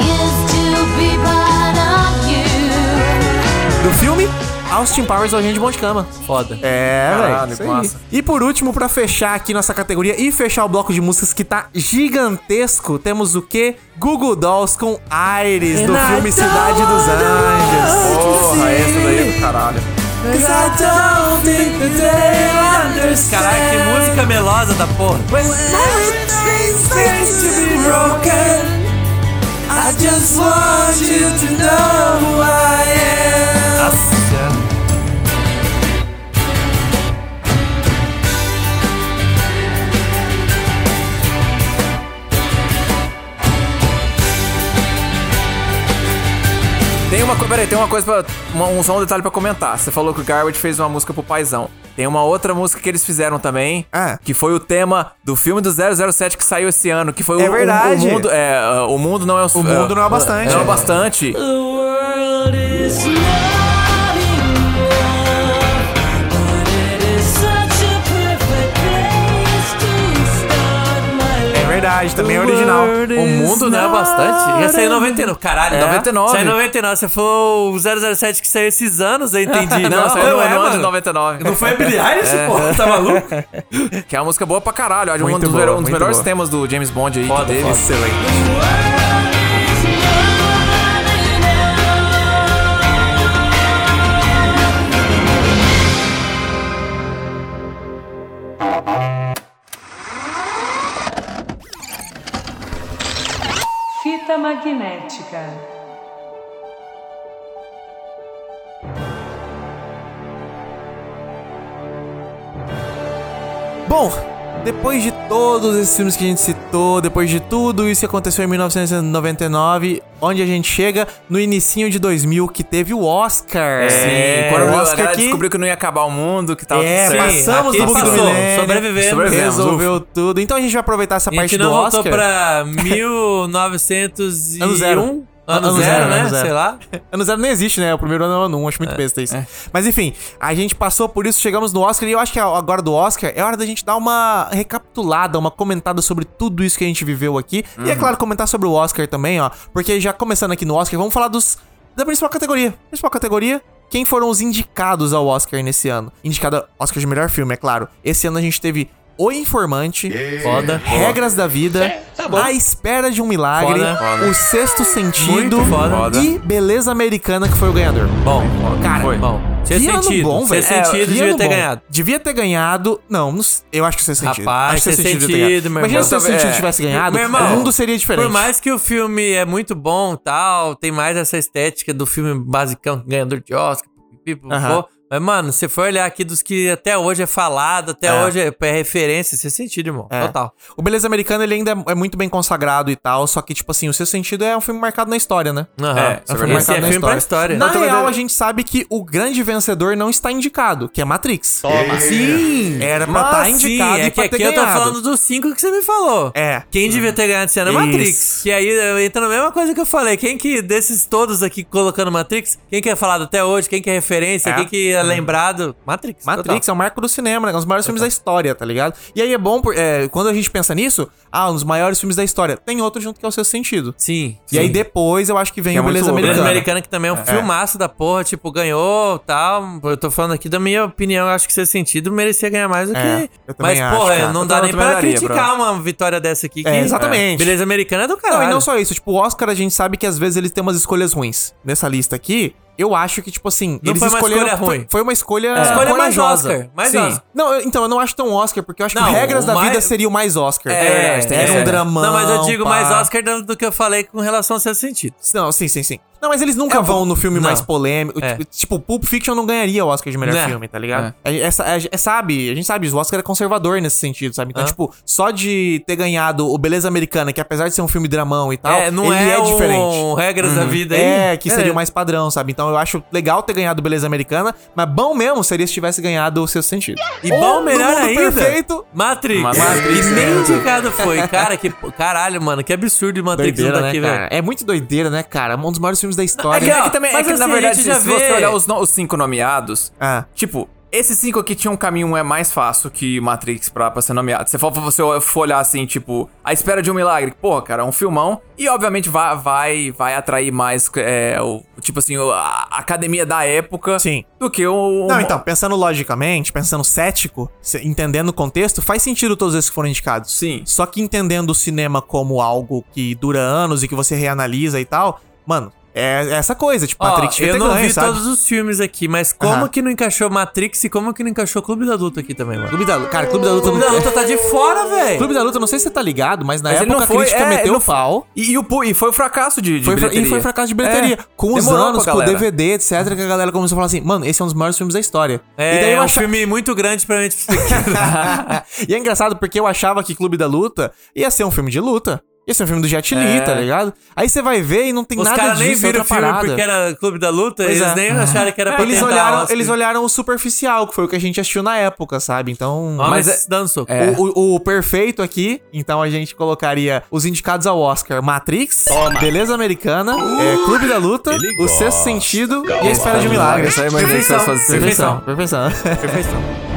Speaker 3: is to be part of you.
Speaker 6: Do filme, Austin Powers, o Agente Bom de Cama.
Speaker 5: Foda.
Speaker 6: É,
Speaker 13: Caralho, que
Speaker 6: velho. isso
Speaker 13: massa.
Speaker 6: aí. E por último, pra fechar aqui nossa categoria e fechar o bloco de músicas que tá gigantesco, temos o quê? Google Dolls com Aires, do
Speaker 5: And I
Speaker 6: filme Cidade dos Anjos.
Speaker 13: Porra, essa daí é do caralho.
Speaker 5: Caralho, que música melosa da porra. Nossa senhora.
Speaker 6: Tem uma coisa, peraí, tem uma coisa pra, uma- um só um detalhe pra comentar. Você falou que o Garwood fez uma música pro paizão. Tem uma outra música que eles fizeram também,
Speaker 4: Ah.
Speaker 6: que foi o tema do filme do 007 que saiu esse ano, que foi
Speaker 4: É
Speaker 6: o, o-
Speaker 4: verdade.
Speaker 6: o mundo, é, uh, o mundo não é o su-
Speaker 4: O Mundo Não É o Bastante.
Speaker 6: Não é o bastante.
Speaker 4: É verdade, também é original.
Speaker 6: O mundo
Speaker 4: né?
Speaker 6: não é o bastante.
Speaker 5: Ia sair em 99. Caralho,
Speaker 6: É, 99.
Speaker 5: Saiu em 99. Se for o 007 que saiu esses anos, eu
Speaker 4: <laughs>
Speaker 5: entendi.
Speaker 6: Não, saiu no,
Speaker 5: é,
Speaker 6: no ano de
Speaker 5: mano.
Speaker 6: 99.
Speaker 5: Não foi Billie isso, porra. Tá maluco?
Speaker 6: <laughs> Que é uma música boa pra caralho. Acho um
Speaker 4: Muito
Speaker 6: dos,
Speaker 4: boa,
Speaker 6: melhor- um dos
Speaker 4: muito
Speaker 6: melhores
Speaker 4: boa.
Speaker 6: temas do James Bond aí que teve.
Speaker 4: Excelente.
Speaker 1: Fita magnética.
Speaker 4: Bom, depois de todos esses filmes que a gente citou, depois de tudo isso que aconteceu em 1999, onde a gente chega no inicinho de 2000 que teve o Oscar.
Speaker 5: É.
Speaker 6: Sim,
Speaker 4: quando
Speaker 6: É, quando
Speaker 4: o
Speaker 6: a
Speaker 4: Oscar
Speaker 6: galera
Speaker 4: aqui
Speaker 6: descobriu que não ia acabar o mundo, que tava
Speaker 4: É,
Speaker 6: tudo certo.
Speaker 4: passamos do bug
Speaker 5: Aqui
Speaker 4: do
Speaker 5: passou,
Speaker 4: milênio,
Speaker 5: sobrevivemos.
Speaker 6: Sobrevivemos,
Speaker 4: resolveu tudo. Então a gente vai aproveitar essa
Speaker 5: A gente
Speaker 4: parte
Speaker 5: não
Speaker 4: do
Speaker 5: voltou
Speaker 4: Oscar.
Speaker 5: pra 1901.
Speaker 4: Ano zero.
Speaker 5: Ano
Speaker 4: Ano
Speaker 5: zero,
Speaker 4: zero,
Speaker 5: né?
Speaker 4: ano zero.
Speaker 5: Sei lá.
Speaker 4: Ano zero não existe, né? O primeiro ano é o ano 1, acho muito besta isso. Mas enfim, a gente passou por isso, chegamos no Oscar e eu acho que agora do Oscar é hora da gente dar uma recapitulada, uma comentada sobre tudo isso que a gente viveu aqui. E é claro, comentar sobre o Oscar também, ó. Porque já começando aqui no Oscar, vamos falar dos da principal categoria. Principal categoria. Quem foram os indicados ao Oscar nesse ano? Indicado ao Oscar de melhor filme, é claro. Esse ano a gente teve O Informante,
Speaker 5: Foda.
Speaker 4: Regras da Vida, A Espera de um Milagre,
Speaker 5: É, tá Foda. Foda.
Speaker 4: O Sexto Sentido
Speaker 5: Muito foda.
Speaker 4: e Beleza Americana, que foi o ganhador.
Speaker 5: Bom,
Speaker 4: Cara,
Speaker 5: foi. Bom, tinha
Speaker 4: que ano
Speaker 5: sentido.
Speaker 4: bom,
Speaker 5: tinha
Speaker 4: velho. É,
Speaker 5: sentido,
Speaker 4: que
Speaker 5: devia
Speaker 4: ano
Speaker 5: ter
Speaker 4: bom.
Speaker 5: ganhado.
Speaker 4: Devia ter ganhado. Não, não s- eu acho que o Sexto Sentido.
Speaker 5: Rapaz,
Speaker 4: acho que
Speaker 5: Sexto
Speaker 4: devia ter
Speaker 5: Sentido,
Speaker 4: ganhado.
Speaker 5: meu
Speaker 4: Imagina se o
Speaker 5: irmão.
Speaker 4: Sexto Sentido
Speaker 5: É.
Speaker 4: tivesse ganhado,
Speaker 5: Meu irmão,
Speaker 4: o mundo seria diferente.
Speaker 5: Por mais que o filme é muito bom tal, tem mais essa estética do filme basicão, ganhador de Oscar, pipi, pipopó.
Speaker 4: Aham.
Speaker 5: Mas, mano, se for olhar aqui dos que até hoje é falado, até
Speaker 4: É.
Speaker 5: hoje é, é referência, você sentido, irmão.
Speaker 4: É.
Speaker 5: Total.
Speaker 4: O Beleza Americana, ele ainda é- é muito bem consagrado e tal, só que, tipo assim, o Sexto Sentido é um filme marcado na história, né?
Speaker 5: Aham.
Speaker 4: É,
Speaker 5: Esse é
Speaker 4: marcado na
Speaker 5: filme pra história.
Speaker 4: Na
Speaker 5: Outra
Speaker 4: real,
Speaker 5: maneira-
Speaker 4: a gente sabe que o grande vencedor não está indicado, que é Matrix.
Speaker 5: Sim!
Speaker 4: Era pra tá
Speaker 5: Mas sim,
Speaker 4: indicado
Speaker 5: é
Speaker 4: e
Speaker 5: que
Speaker 4: pra ter
Speaker 5: aqui eu tô
Speaker 4: ganhado.
Speaker 5: falando dos cinco que você me falou.
Speaker 4: É.
Speaker 5: Quem devia ter ganhado esse ano é
Speaker 4: Isso.
Speaker 5: Matrix. Que aí eu- entra na mesma coisa que eu falei. Quem que, desses todos aqui colocando Matrix, quem que é falado até hoje, quem que é referência,
Speaker 4: É.
Speaker 5: quem que é lembrado? Matrix.
Speaker 4: Matrix é o marco do cinema, né? É Um dos maiores filmes da história, tá ligado? E aí é bom, por- é, quando a gente pensa nisso, ah, um dos maiores filmes da história. Tem outro junto que é o seu sentido.
Speaker 5: Sim.
Speaker 4: E aí depois eu acho que vem
Speaker 6: Que é
Speaker 4: o Beleza
Speaker 6: muito louco, né?
Speaker 5: Beleza
Speaker 4: Americana.
Speaker 5: Americana, que também é um filmaço da porra, tipo, ganhou tal. Eu tô falando aqui da minha opinião, eu acho que esse sentido merecia ganhar mais do que.
Speaker 4: É, eu também
Speaker 5: Mas,
Speaker 4: acho,
Speaker 5: porra,
Speaker 4: cara.
Speaker 5: não
Speaker 6: Eu
Speaker 5: dá
Speaker 6: também
Speaker 5: nem pra
Speaker 6: daria,
Speaker 5: criticar uma vitória dessa aqui. Que,
Speaker 4: É, exatamente.
Speaker 5: Beleza Americana é do
Speaker 4: Não,
Speaker 5: caralho.
Speaker 4: e não só isso. Tipo, o Oscar a gente sabe que às vezes ele tem umas escolhas ruins. Nessa lista aqui, eu acho que, tipo assim,
Speaker 5: Não
Speaker 4: eles
Speaker 5: foi uma
Speaker 4: escolheram-
Speaker 5: escolha ruim. É.
Speaker 4: Foi, foi uma escolha
Speaker 5: Escolha mais
Speaker 4: corajosa.
Speaker 5: Oscar, mais
Speaker 4: Sim.
Speaker 5: Oscar.
Speaker 4: Não, eu- então, eu não acho tão Oscar, porque eu acho que
Speaker 5: Não,
Speaker 4: o Regras
Speaker 5: o
Speaker 4: da
Speaker 5: mais-
Speaker 4: Vida seria o mais Oscar.
Speaker 5: tem
Speaker 4: Era um
Speaker 5: essa.
Speaker 4: dramão.
Speaker 5: É, Não, mas eu digo
Speaker 4: pá.
Speaker 5: mais Oscar do, do que eu falei com relação ao seu sentido.
Speaker 4: Não, sim, sim, sim. Não, mas eles nunca
Speaker 5: É,
Speaker 4: vão no filme
Speaker 5: não.
Speaker 4: mais polêmico.
Speaker 5: É.
Speaker 4: Tipo, Tipo, Pulp Fiction não ganharia o Oscar de melhor
Speaker 5: Né.
Speaker 4: filme, tá ligado? É. essa- é- é- sabe, a gente sabe, o Oscar é conservador nesse sentido, sabe? Então,
Speaker 5: Hã?
Speaker 4: tipo, só de ter ganhado o Beleza Americana, que apesar de ser um filme dramão e tal,
Speaker 5: é, não
Speaker 4: ele é,
Speaker 5: é, o
Speaker 4: diferente.
Speaker 5: regras da vida aí.
Speaker 4: É, que seria o
Speaker 5: mais
Speaker 4: mais padrão, sabe? Então eu acho legal ter ganhado Beleza Americana, mas bom mesmo seria se tivesse ganhado o seu sentido.
Speaker 5: E bom, melhor
Speaker 4: do mundo
Speaker 5: ainda.
Speaker 4: perfeito.
Speaker 5: Matrix.
Speaker 6: Mas
Speaker 5: e
Speaker 4: né?
Speaker 5: nem indicado foi. Cara, que caralho, mano. Que absurdo o Matrix não tá aqui,
Speaker 4: cara?
Speaker 5: velho.
Speaker 4: É muito doideira, né, cara? Um dos maiores filmes da
Speaker 6: É
Speaker 4: história.
Speaker 6: que, é
Speaker 5: Não,
Speaker 6: que também, é
Speaker 5: mas
Speaker 6: que, na
Speaker 5: assim, a
Speaker 6: verdade,
Speaker 5: gente
Speaker 6: se
Speaker 5: já
Speaker 6: se você
Speaker 5: vê-
Speaker 6: olhar os, no- os cinco nomeados,
Speaker 4: Ah.
Speaker 6: tipo, esses cinco aqui tinham um caminho é mais fácil que Matrix pra, pra ser nomeado. Se for, você for olhar assim, tipo, A Espera de um Milagre, porra, cara, é um filmão. E, obviamente, vai, vai, vai atrair mais, é, o, tipo assim, o- a a academia da época
Speaker 4: Sim.
Speaker 6: do que o...
Speaker 4: Não,
Speaker 6: o-
Speaker 4: então, pensando logicamente, pensando cético, se- entendendo o contexto, faz sentido todos esses que foram indicados.
Speaker 6: Sim.
Speaker 4: Só que entendendo o cinema como algo que dura anos e que você reanalisa e tal, mano, É essa coisa, tipo,
Speaker 5: Ó,
Speaker 4: Patrick Swayze
Speaker 5: eu não
Speaker 4: ganha,
Speaker 5: vi
Speaker 4: sabe?
Speaker 5: todos os filmes aqui, mas como
Speaker 4: Aham.
Speaker 5: que não encaixou Matrix e como que não encaixou Clube da Luta aqui também, mano?
Speaker 4: Clube da Luta, cara, Clube da Luta...
Speaker 5: Clube da Luta tá de fora, velho.
Speaker 4: Clube da Luta, não sei se você tá ligado, mas na
Speaker 6: Mas ele
Speaker 4: época
Speaker 6: não foi-
Speaker 4: a crítica
Speaker 6: é, ele
Speaker 4: meteu
Speaker 6: não
Speaker 4: o
Speaker 6: foi-
Speaker 4: pau.
Speaker 6: E, e o, pu- e foi um fracasso de, de
Speaker 4: Foi fra-
Speaker 6: bilheteria.
Speaker 4: E foi fracasso de bilheteria.
Speaker 6: É,
Speaker 4: com os
Speaker 6: demorou
Speaker 4: anos,
Speaker 6: pra
Speaker 4: com o
Speaker 6: galera.
Speaker 4: DVD, etc, que a galera começou a falar assim, mano, esse é um dos maiores filmes da história.
Speaker 5: É,
Speaker 4: e daí eu
Speaker 5: é um
Speaker 4: acha-
Speaker 5: filme muito grande pra gente
Speaker 4: <laughs>
Speaker 5: pequena.
Speaker 4: e é engraçado porque eu achava que Clube da Luta ia ser um filme de luta. Ia ser um filme do Jet Li,
Speaker 5: É.
Speaker 4: tá ligado? Aí você vai ver e não tem
Speaker 5: Os
Speaker 4: nada
Speaker 5: caras
Speaker 4: disso,
Speaker 5: nem
Speaker 4: é
Speaker 5: viram o
Speaker 4: outra
Speaker 5: filme
Speaker 4: parada.
Speaker 5: porque era Clube da Luta,
Speaker 4: Pois
Speaker 5: eles
Speaker 4: é.
Speaker 5: nem acharam que era pra
Speaker 4: eles
Speaker 5: tentar
Speaker 4: olharam,
Speaker 5: Oscar.
Speaker 4: eles olharam o superficial, que foi o que a gente assistiu na época, sabe? Então.
Speaker 5: Ah,
Speaker 4: mas
Speaker 5: Mas, mas dançou.
Speaker 4: é- o, o- o perfeito aqui, então a gente colocaria os indicados ao Oscar: Matrix, Beleza Americana,
Speaker 6: Uh,
Speaker 4: é, Clube da Luta,
Speaker 2: Ele
Speaker 4: O Sexto
Speaker 2: gosta.
Speaker 4: Sentido e
Speaker 2: Gosta
Speaker 4: A Espera de
Speaker 6: de
Speaker 4: um Milagre.
Speaker 6: milagre, isso aí é uma
Speaker 5: Perfeição,
Speaker 6: invenção, suas
Speaker 5: perfeição.
Speaker 4: Perfeição.
Speaker 5: Perfeição.
Speaker 4: <laughs>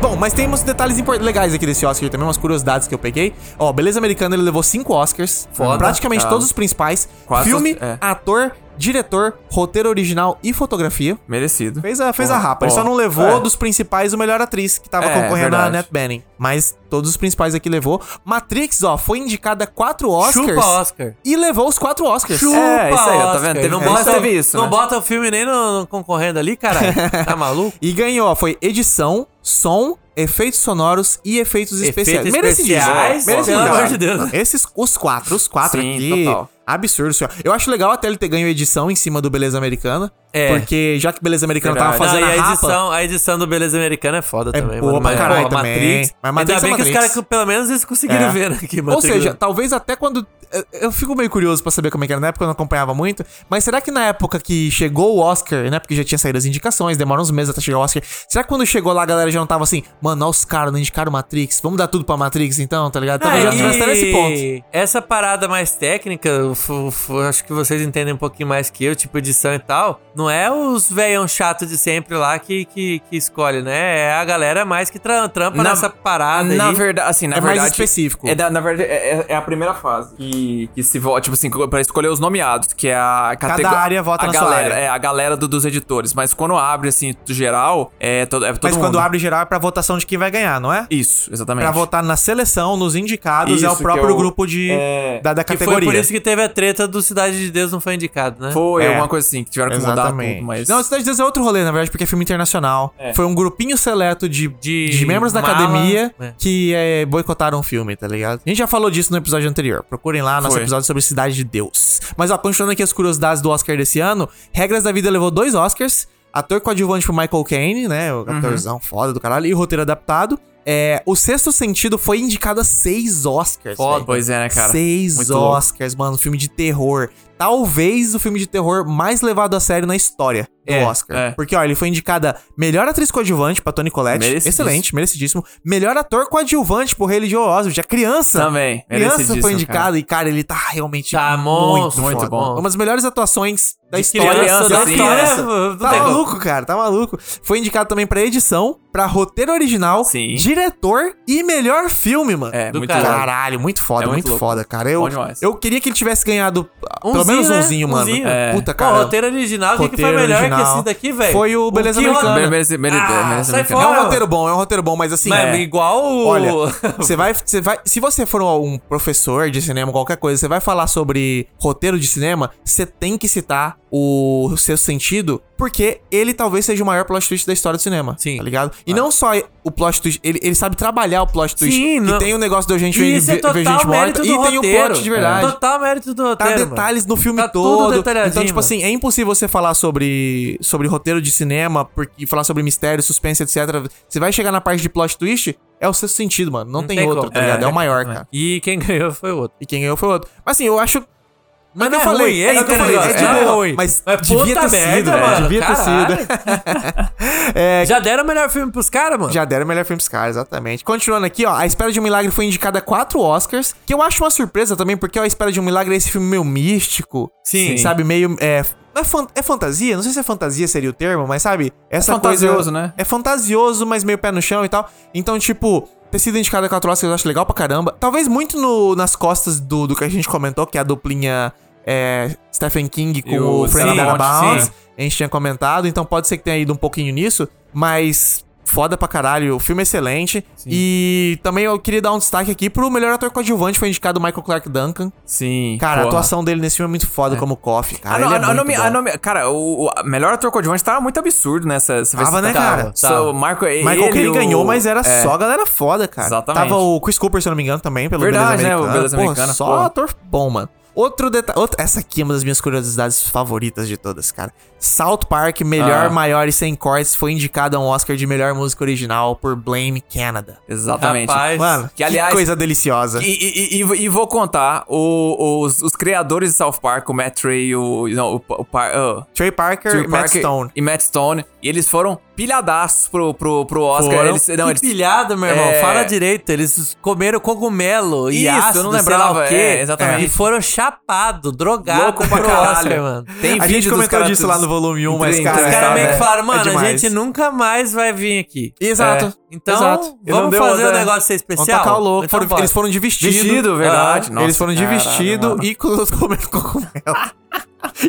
Speaker 4: Bom, mas tem uns detalhes impor- legais aqui desse Oscar também, umas curiosidades que eu peguei. Ó, Beleza Americana, ele levou cinco Oscars.
Speaker 6: Foda,
Speaker 4: praticamente
Speaker 6: tá.
Speaker 4: todos os principais.
Speaker 6: Quase
Speaker 4: filme,
Speaker 6: os- é.
Speaker 4: ator, diretor, roteiro original e fotografia.
Speaker 6: Merecido.
Speaker 4: Fez a, fez a
Speaker 6: Porra,
Speaker 4: rapa. Ele só
Speaker 6: porra.
Speaker 4: não levou
Speaker 6: É.
Speaker 4: dos principais o melhor atriz, que tava
Speaker 6: É,
Speaker 4: concorrendo a
Speaker 6: verdade.
Speaker 4: Annette Bening. Mas todos os principais aqui levou. Matrix, ó, foi indicada quatro Oscars.
Speaker 5: Chupa Oscar.
Speaker 4: E levou os quatro Oscars.
Speaker 5: Chupa,
Speaker 6: É, isso aí, ó, tá
Speaker 5: Oscar.
Speaker 6: vendo? Teve-
Speaker 5: não
Speaker 6: a gente
Speaker 5: bota,
Speaker 6: teve isso,
Speaker 5: não
Speaker 6: né?
Speaker 5: bota o filme nem no, no concorrendo ali, caralho.
Speaker 4: <laughs>
Speaker 5: Tá maluco?
Speaker 4: E ganhou, ó, foi edição, som, efeitos sonoros e efeitos especiais.
Speaker 5: Efeitos
Speaker 4: Merecidíssimo. né?
Speaker 5: especiais, É,
Speaker 4: Merecidíssimo.
Speaker 5: pelo
Speaker 4: cara.
Speaker 5: amor de Deus.
Speaker 4: Esses, os quatro, os quatro
Speaker 6: Sim,
Speaker 4: aqui.
Speaker 6: total.
Speaker 4: Absurdo, senhor. Eu acho legal até ele ter ganho edição em cima do Beleza Americana.
Speaker 5: É.
Speaker 4: Porque já que Beleza Americana
Speaker 6: Verdade.
Speaker 4: tava
Speaker 5: Não, e
Speaker 4: fazendo a,
Speaker 5: a
Speaker 4: rapa...
Speaker 5: edição, a edição do Beleza Americana é foda
Speaker 4: É
Speaker 5: também.
Speaker 4: boa
Speaker 5: mano.
Speaker 4: pra
Speaker 5: Mas,
Speaker 4: caralho
Speaker 5: pô,
Speaker 4: também.
Speaker 5: Matrix.
Speaker 4: Mas Matrix
Speaker 5: Ainda bem
Speaker 4: é
Speaker 5: que os
Speaker 4: Matrix.
Speaker 5: caras, pelo menos, eles conseguiram
Speaker 4: É.
Speaker 5: ver né, aqui,
Speaker 4: Ou seja, talvez até quando. eu- Eu fico meio curioso pra saber como é que era. Na época eu não acompanhava muito. Mas será que na época que chegou o Oscar, né? Porque já tinha saído as indicações, demora uns meses até chegar o Oscar. Será que quando chegou lá a galera já não tava assim, mano, ó, os caras não indicaram Matrix, vamos dar tudo pra Matrix então, tá ligado? Talvez já
Speaker 5: Aí,
Speaker 4: tivesse até nesse ponto.
Speaker 5: Ah, Essa parada mais técnica, eu fu- fu- acho que vocês entendem um pouquinho mais que eu, tipo edição e tal. Não é os velhão chato de sempre lá que, que, que escolhe, né? É a galera mais que tra- trampa
Speaker 6: Na-
Speaker 5: nessa parada
Speaker 6: Na
Speaker 5: aí.
Speaker 6: verdade, assim, na
Speaker 4: É mais
Speaker 6: verdade.
Speaker 4: específico.
Speaker 6: É da- na verdade, é, é- é a primeira fase. Que, que se vota, tipo assim, pra escolher os nomeados, que é a categoria.
Speaker 4: área vota
Speaker 6: a
Speaker 4: na sua
Speaker 6: galera,
Speaker 4: área.
Speaker 6: É, a galera do- dos editores. Mas quando abre, assim, do geral, é todo, é todo
Speaker 4: Mas quando
Speaker 6: mundo.
Speaker 4: abre geral é pra votação de quem vai ganhar, não é?
Speaker 6: Isso, exatamente.
Speaker 4: Pra votar na seleção, nos indicados, é
Speaker 6: Isso,
Speaker 4: o
Speaker 6: que
Speaker 4: próprio
Speaker 6: é o-
Speaker 4: grupo de,
Speaker 6: é,
Speaker 4: da, da
Speaker 5: Que foi
Speaker 4: categoria.
Speaker 5: por isso que teve a treta do Cidade de Deus não foi indicado, né?
Speaker 6: Foi
Speaker 4: É.
Speaker 6: alguma coisa assim, que tiveram que mudar
Speaker 4: Exatamente.
Speaker 6: tudo, mas.
Speaker 4: Não, Cidade de Deus é outro rolê, na verdade, porque é filme internacional. Foi um grupinho seleto de, de,
Speaker 5: De
Speaker 4: membros da
Speaker 5: mala,
Speaker 4: academia
Speaker 5: né?
Speaker 4: que é, boicotaram o filme, tá ligado? A gente já falou disso no episódio anterior. Procurem lá nosso
Speaker 6: Foi.
Speaker 4: episódio sobre Cidade de Deus. Mas, ó, continuando aqui as curiosidades do Oscar desse ano, Regras da Vida levou dois Oscars. Ator coadjuvante pro Michael Caine, né?
Speaker 6: Uhum.
Speaker 4: O atorzão foda do caralho. E roteiro adaptado. É, o Sexto Sentido foi indicado a seis Oscars.
Speaker 6: Foda,
Speaker 4: velho.
Speaker 6: pois é, né, cara?
Speaker 4: Seis
Speaker 6: Muito louco.
Speaker 4: Oscars, mano. Filme de terror. Talvez o filme de terror mais levado a sério na história do
Speaker 6: É,
Speaker 4: Oscar.
Speaker 6: é.
Speaker 4: Porque, ó, ele foi indicada melhor atriz coadjuvante pra Tony Collette.
Speaker 6: Merecidíssimo.
Speaker 4: Excelente, merecidíssimo. Melhor ator coadjuvante pro Haley Joel Oswald. A tá- criança.
Speaker 6: Também,
Speaker 4: Criança
Speaker 6: merecidíssimo,
Speaker 4: foi indicada e, cara, ele tá realmente
Speaker 5: Tá
Speaker 4: muito,
Speaker 5: monstro,
Speaker 4: muito
Speaker 5: foda.
Speaker 4: bom. Uma das melhores atuações da história.
Speaker 5: criança, assim, é,
Speaker 4: da
Speaker 5: da
Speaker 4: criança.
Speaker 5: história, não
Speaker 4: Tá
Speaker 5: tem como.
Speaker 4: maluco, cara, tá maluco. Foi indicado também pra edição, pra roteiro original,
Speaker 6: Sim.
Speaker 4: diretor e melhor filme, mano.
Speaker 6: É,
Speaker 5: Do
Speaker 6: muito
Speaker 5: caralho.
Speaker 6: louco.
Speaker 4: Caralho, muito foda,
Speaker 6: É muito
Speaker 4: muito,
Speaker 6: louco.
Speaker 4: foda, cara. Eu,
Speaker 6: Bom demais.
Speaker 4: eu queria que ele tivesse ganhado ah, pelo
Speaker 5: Umzinho,
Speaker 4: menos
Speaker 5: né?
Speaker 4: umzinho, mano.
Speaker 5: Umzinho. É.
Speaker 4: Puta,
Speaker 5: Pô, o
Speaker 4: cara.
Speaker 5: roteiro original, o que, que foi
Speaker 4: roteiro
Speaker 5: melhor que
Speaker 4: original.
Speaker 5: esse daqui, velho?
Speaker 4: Foi o Beleza
Speaker 5: que
Speaker 4: Americana.
Speaker 5: roteiro-
Speaker 6: Merece- merece-
Speaker 5: Ah,
Speaker 6: merece-
Speaker 5: sai
Speaker 6: merece-
Speaker 4: é
Speaker 5: fora.
Speaker 4: um roteiro bom, é um roteiro bom, mas assim.
Speaker 5: Mas
Speaker 4: é.
Speaker 5: igual o... <laughs>
Speaker 4: Olha, você vai, você vai. Se você for um professor de cinema, qualquer coisa, você vai falar sobre roteiro de cinema, você tem que citar o seu sentido, porque ele talvez seja o maior plot twist da história do cinema.
Speaker 5: Sim. Ah.
Speaker 4: Tá ligado? E não só o plot twist, ele, ele sabe trabalhar o plot twist.
Speaker 5: Sim,
Speaker 4: e
Speaker 5: não-
Speaker 4: tem o negócio da gente
Speaker 5: E isso é
Speaker 4: ver, ver gente
Speaker 5: total
Speaker 4: morta
Speaker 5: mérito do
Speaker 4: e tem o
Speaker 5: roteiro.
Speaker 4: plot de verdade.
Speaker 5: É. Total mérito do
Speaker 4: Tá
Speaker 5: roteiro, mano.
Speaker 4: detalhes no filme
Speaker 5: Tá tudo
Speaker 4: todo.
Speaker 5: detalhadinho,
Speaker 4: Então, tipo
Speaker 5: mano.
Speaker 4: assim, é impossível você falar sobre, sobre roteiro de cinema porque, e falar sobre mistério, suspense, etc. Você vai chegar na parte de plot twist, é o sexto sentido, mano. Não, tem,
Speaker 5: tem
Speaker 4: outro,
Speaker 5: como.
Speaker 4: tá ligado? É, o maior, cara.
Speaker 5: E quem ganhou foi o outro.
Speaker 4: E quem ganhou foi o outro. Mas assim, eu acho.
Speaker 5: Mas
Speaker 4: que eu falei, é
Speaker 5: esse
Speaker 4: que eu falei,
Speaker 5: negócio,
Speaker 4: é de
Speaker 5: não
Speaker 4: boa,
Speaker 5: ruim.
Speaker 4: mas devia
Speaker 5: puta
Speaker 4: ter sido, velho,
Speaker 5: mano,
Speaker 4: devia ter <laughs>
Speaker 5: caralho.
Speaker 4: É,
Speaker 5: Já deram o melhor filme pros caras, mano?
Speaker 4: Já deram o melhor filme pros caras, exatamente. Continuando aqui, ó, A Espera de um Milagre foi indicada a quatro Oscars, que eu acho uma surpresa também, porque ó, A Espera de um Milagre é esse filme meio místico.
Speaker 5: Sim.
Speaker 4: Sabe, meio... É, não é, fan- é fantasia? Não sei se é fantasia seria o termo, mas sabe? Essa
Speaker 6: É fantasioso,
Speaker 4: coisa,
Speaker 6: né?
Speaker 4: É fantasioso, mas meio pé no chão e tal. Então, tipo... Ter sido indicada a quatro Oscars eu acho legal pra caramba. Talvez muito no- nas costas do, do que a gente comentou, que é a duplinha é, Stephen King com
Speaker 6: E
Speaker 4: o,
Speaker 6: o
Speaker 4: Frank
Speaker 6: Sarah Bond,
Speaker 4: Darabont.
Speaker 6: sim.
Speaker 4: A gente tinha comentado, então pode ser que tenha ido um pouquinho nisso, mas foda pra caralho. O filme é excelente. E também eu queria dar um destaque aqui pro melhor ator coadjuvante, foi indicado o Michael Clark Duncan.
Speaker 6: Sim.
Speaker 4: Cara, a
Speaker 6: porra.
Speaker 4: atuação dele nesse filme é muito foda como Coffee, cara.
Speaker 6: Ah, não,
Speaker 4: Ele é
Speaker 6: ah, não,
Speaker 4: muito
Speaker 6: não me-
Speaker 4: bom.
Speaker 6: ah, não me- cara, o, o melhor ator coadjuvante tava muito absurdo nessa. Essa
Speaker 4: Tava, né, cara?
Speaker 6: So, Marco,
Speaker 4: Michael que ele
Speaker 6: o-
Speaker 4: ganhou, mas era
Speaker 6: é.
Speaker 4: só galera foda, cara.
Speaker 6: Exatamente.
Speaker 4: Tava o Chris Cooper, se eu não me engano, também, pelo
Speaker 6: Verdade,
Speaker 4: Beleza
Speaker 6: né, o
Speaker 4: Americana.
Speaker 6: Beleza
Speaker 4: Pô,
Speaker 6: Americana,
Speaker 4: Só
Speaker 6: pô.
Speaker 4: ator bom, mano. Outro detalhe. Essa aqui é uma das minhas curiosidades favoritas de todas, cara. South Park, melhor,
Speaker 6: Ah.
Speaker 4: maior e sem cortes, foi indicado a um Oscar de melhor música original por Blame Canada.
Speaker 6: Exatamente.
Speaker 5: Rapaz.
Speaker 4: Mano, que,
Speaker 6: Que, aliás-
Speaker 4: coisa deliciosa.
Speaker 6: E, e- e- e vou contar, o- os, os criadores de South Park, o Matt Trey, o. Não, o, o Par- ah,
Speaker 4: Trey Parker
Speaker 6: Trey
Speaker 4: e Matt
Speaker 6: Parker
Speaker 4: Stone.
Speaker 6: E Matt Stone. E eles foram pilhadaços pro, pro, pro Oscar.
Speaker 5: Foram
Speaker 6: Eles, não,
Speaker 5: que
Speaker 6: eles,
Speaker 5: pilhada, meu irmão.
Speaker 6: É.
Speaker 5: Fala direito. Eles comeram cogumelo e
Speaker 6: Isso, eu
Speaker 5: ácido,
Speaker 6: não
Speaker 5: sei lá
Speaker 6: lembrava,
Speaker 5: o quê.
Speaker 6: é, exatamente.
Speaker 5: E foram chapado, drogado
Speaker 6: louco pra
Speaker 5: pro
Speaker 6: caralho.
Speaker 5: Oscar, mano.
Speaker 6: Tem
Speaker 4: A
Speaker 6: vídeo
Speaker 4: gente
Speaker 6: dos
Speaker 4: comentou
Speaker 6: caras
Speaker 4: disso lá no volume 1, mas,
Speaker 6: Sim,
Speaker 4: cara.
Speaker 5: Os caras
Speaker 6: é,
Speaker 5: meio que
Speaker 6: é,
Speaker 5: falaram, mano, a
Speaker 4: demais.
Speaker 5: gente nunca mais vai vir aqui.
Speaker 4: Exato.
Speaker 5: Então,
Speaker 4: Exato.
Speaker 6: E não
Speaker 5: vamos
Speaker 6: deu
Speaker 5: fazer um
Speaker 6: outra-
Speaker 5: negócio especial.
Speaker 4: Vamos tacar o louco.
Speaker 5: Então
Speaker 4: Foram-
Speaker 5: bora.
Speaker 4: eles foram de vestido.
Speaker 6: Vestido, verdade.
Speaker 4: Ah,
Speaker 6: Nossa,
Speaker 4: eles foram de
Speaker 6: caralho,
Speaker 4: vestido
Speaker 6: mano.
Speaker 4: e co- comendo cogumelo. <laughs>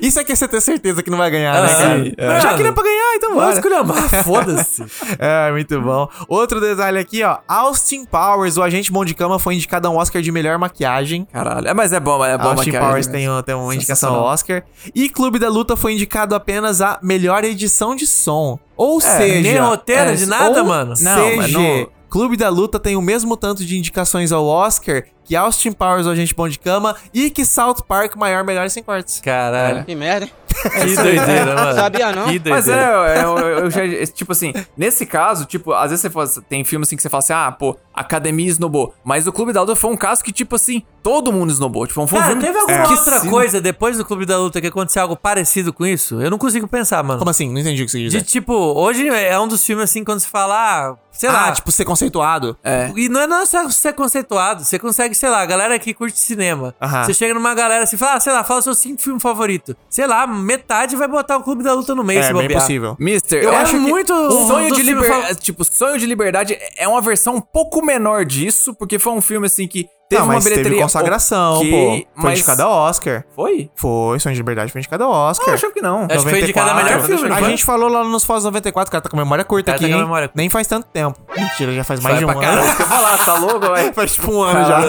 Speaker 4: Isso é que você ter certeza que não vai ganhar, né,
Speaker 5: Ah,
Speaker 4: cara?
Speaker 5: sim, é.
Speaker 4: Já que não é pra ganhar, então
Speaker 5: Vamos
Speaker 4: bora.
Speaker 5: esculhambar, foda-se.
Speaker 4: É, muito bom. Outro detalhe aqui, ó. Austin Powers, o agente bom de cama, foi indicado a um Oscar de melhor maquiagem.
Speaker 6: Caralho. É, mas é bom, mas é bom.
Speaker 4: Austin
Speaker 6: maquiagem
Speaker 4: Powers
Speaker 6: mesmo.
Speaker 4: tem, um- tem uma indicação ao
Speaker 6: Sensacional.
Speaker 4: Oscar. E Clube da Luta foi indicado apenas a melhor edição de som. Ou seja...
Speaker 5: É, nem roteiro
Speaker 4: é,
Speaker 5: de nada,
Speaker 4: ou
Speaker 5: mano.
Speaker 6: Não,
Speaker 4: CG.
Speaker 6: mas não-
Speaker 4: Clube da Luta tem o mesmo tanto de indicações ao Oscar que Austin Powers, o Agente Bom de Cama, e que South Park, maior, melhor e sem cortes.
Speaker 5: Caralho.
Speaker 14: Que merda, hein?
Speaker 5: Que doideira, mano.
Speaker 14: <laughs> Sabia não?
Speaker 5: Que doideira.
Speaker 6: É. Mas <laughs> é, eu, eu- eu já- é, tipo assim, nesse caso, tipo, às vezes você fala- tem filme assim que você fala assim, ah, pô, academia esnobou. Mas o Clube da Luta foi um caso que, tipo assim, todo mundo esnobou. Tipo, foi um
Speaker 5: Cara,
Speaker 6: filme
Speaker 5: teve alguma
Speaker 6: que
Speaker 5: outra
Speaker 6: se-
Speaker 5: coisa depois do Clube da Luta que aconteceu algo parecido com isso? Eu não consigo pensar, mano.
Speaker 4: Como assim? Não entendi o que você
Speaker 5: De
Speaker 4: disse.
Speaker 5: tipo, hoje é um dos filmes assim quando se fala, ah, sei lá, tipo.
Speaker 4: ser conceituado.
Speaker 6: É.
Speaker 5: E não é não só ser conceituado, você consegue, sei lá, a galera que curte cinema.
Speaker 4: Aham.
Speaker 5: Você chega numa galera assim, fala, ah, sei lá, fala seu cinco filme favorito. Sei lá, metade vai botar o Clube da Luta no meio
Speaker 4: É,
Speaker 5: se
Speaker 4: bem
Speaker 5: bobear.
Speaker 4: possível.
Speaker 6: Mister,
Speaker 5: Eu
Speaker 6: é
Speaker 5: acho que
Speaker 6: muito
Speaker 5: um
Speaker 6: sonho
Speaker 5: dos
Speaker 6: de
Speaker 5: filmes
Speaker 6: liberdade,
Speaker 5: favor-
Speaker 6: tipo, sonho de liberdade é uma versão um pouco menor disso, porque foi um filme assim que teve
Speaker 4: Não,
Speaker 6: uma
Speaker 4: mas
Speaker 6: bilheteria
Speaker 4: teve consagração,
Speaker 6: ok,
Speaker 4: pô. Foi um.
Speaker 6: mas
Speaker 4: indicado ao Oscar.
Speaker 6: foi?
Speaker 4: Foi, Sonho de Liberdade foi indicado ao Oscar.
Speaker 6: Ah, achava que não.
Speaker 5: Acho que foi indicado a melhor
Speaker 4: 94.
Speaker 5: filme.
Speaker 4: A
Speaker 5: não foi?
Speaker 4: gente falou lá nos Foz 94, cara, tá com a memória curta
Speaker 5: Cara, tá
Speaker 4: aqui,
Speaker 5: com a
Speaker 4: hein?
Speaker 5: memória curta.
Speaker 4: Nem faz tanto tempo. Mentira, já faz mais de um
Speaker 5: pra
Speaker 4: ano.
Speaker 5: caralho.
Speaker 6: Quer falar,
Speaker 5: <laughs>
Speaker 6: tá louco,
Speaker 4: <laughs>
Speaker 6: vai?
Speaker 4: Faz tipo um ano já.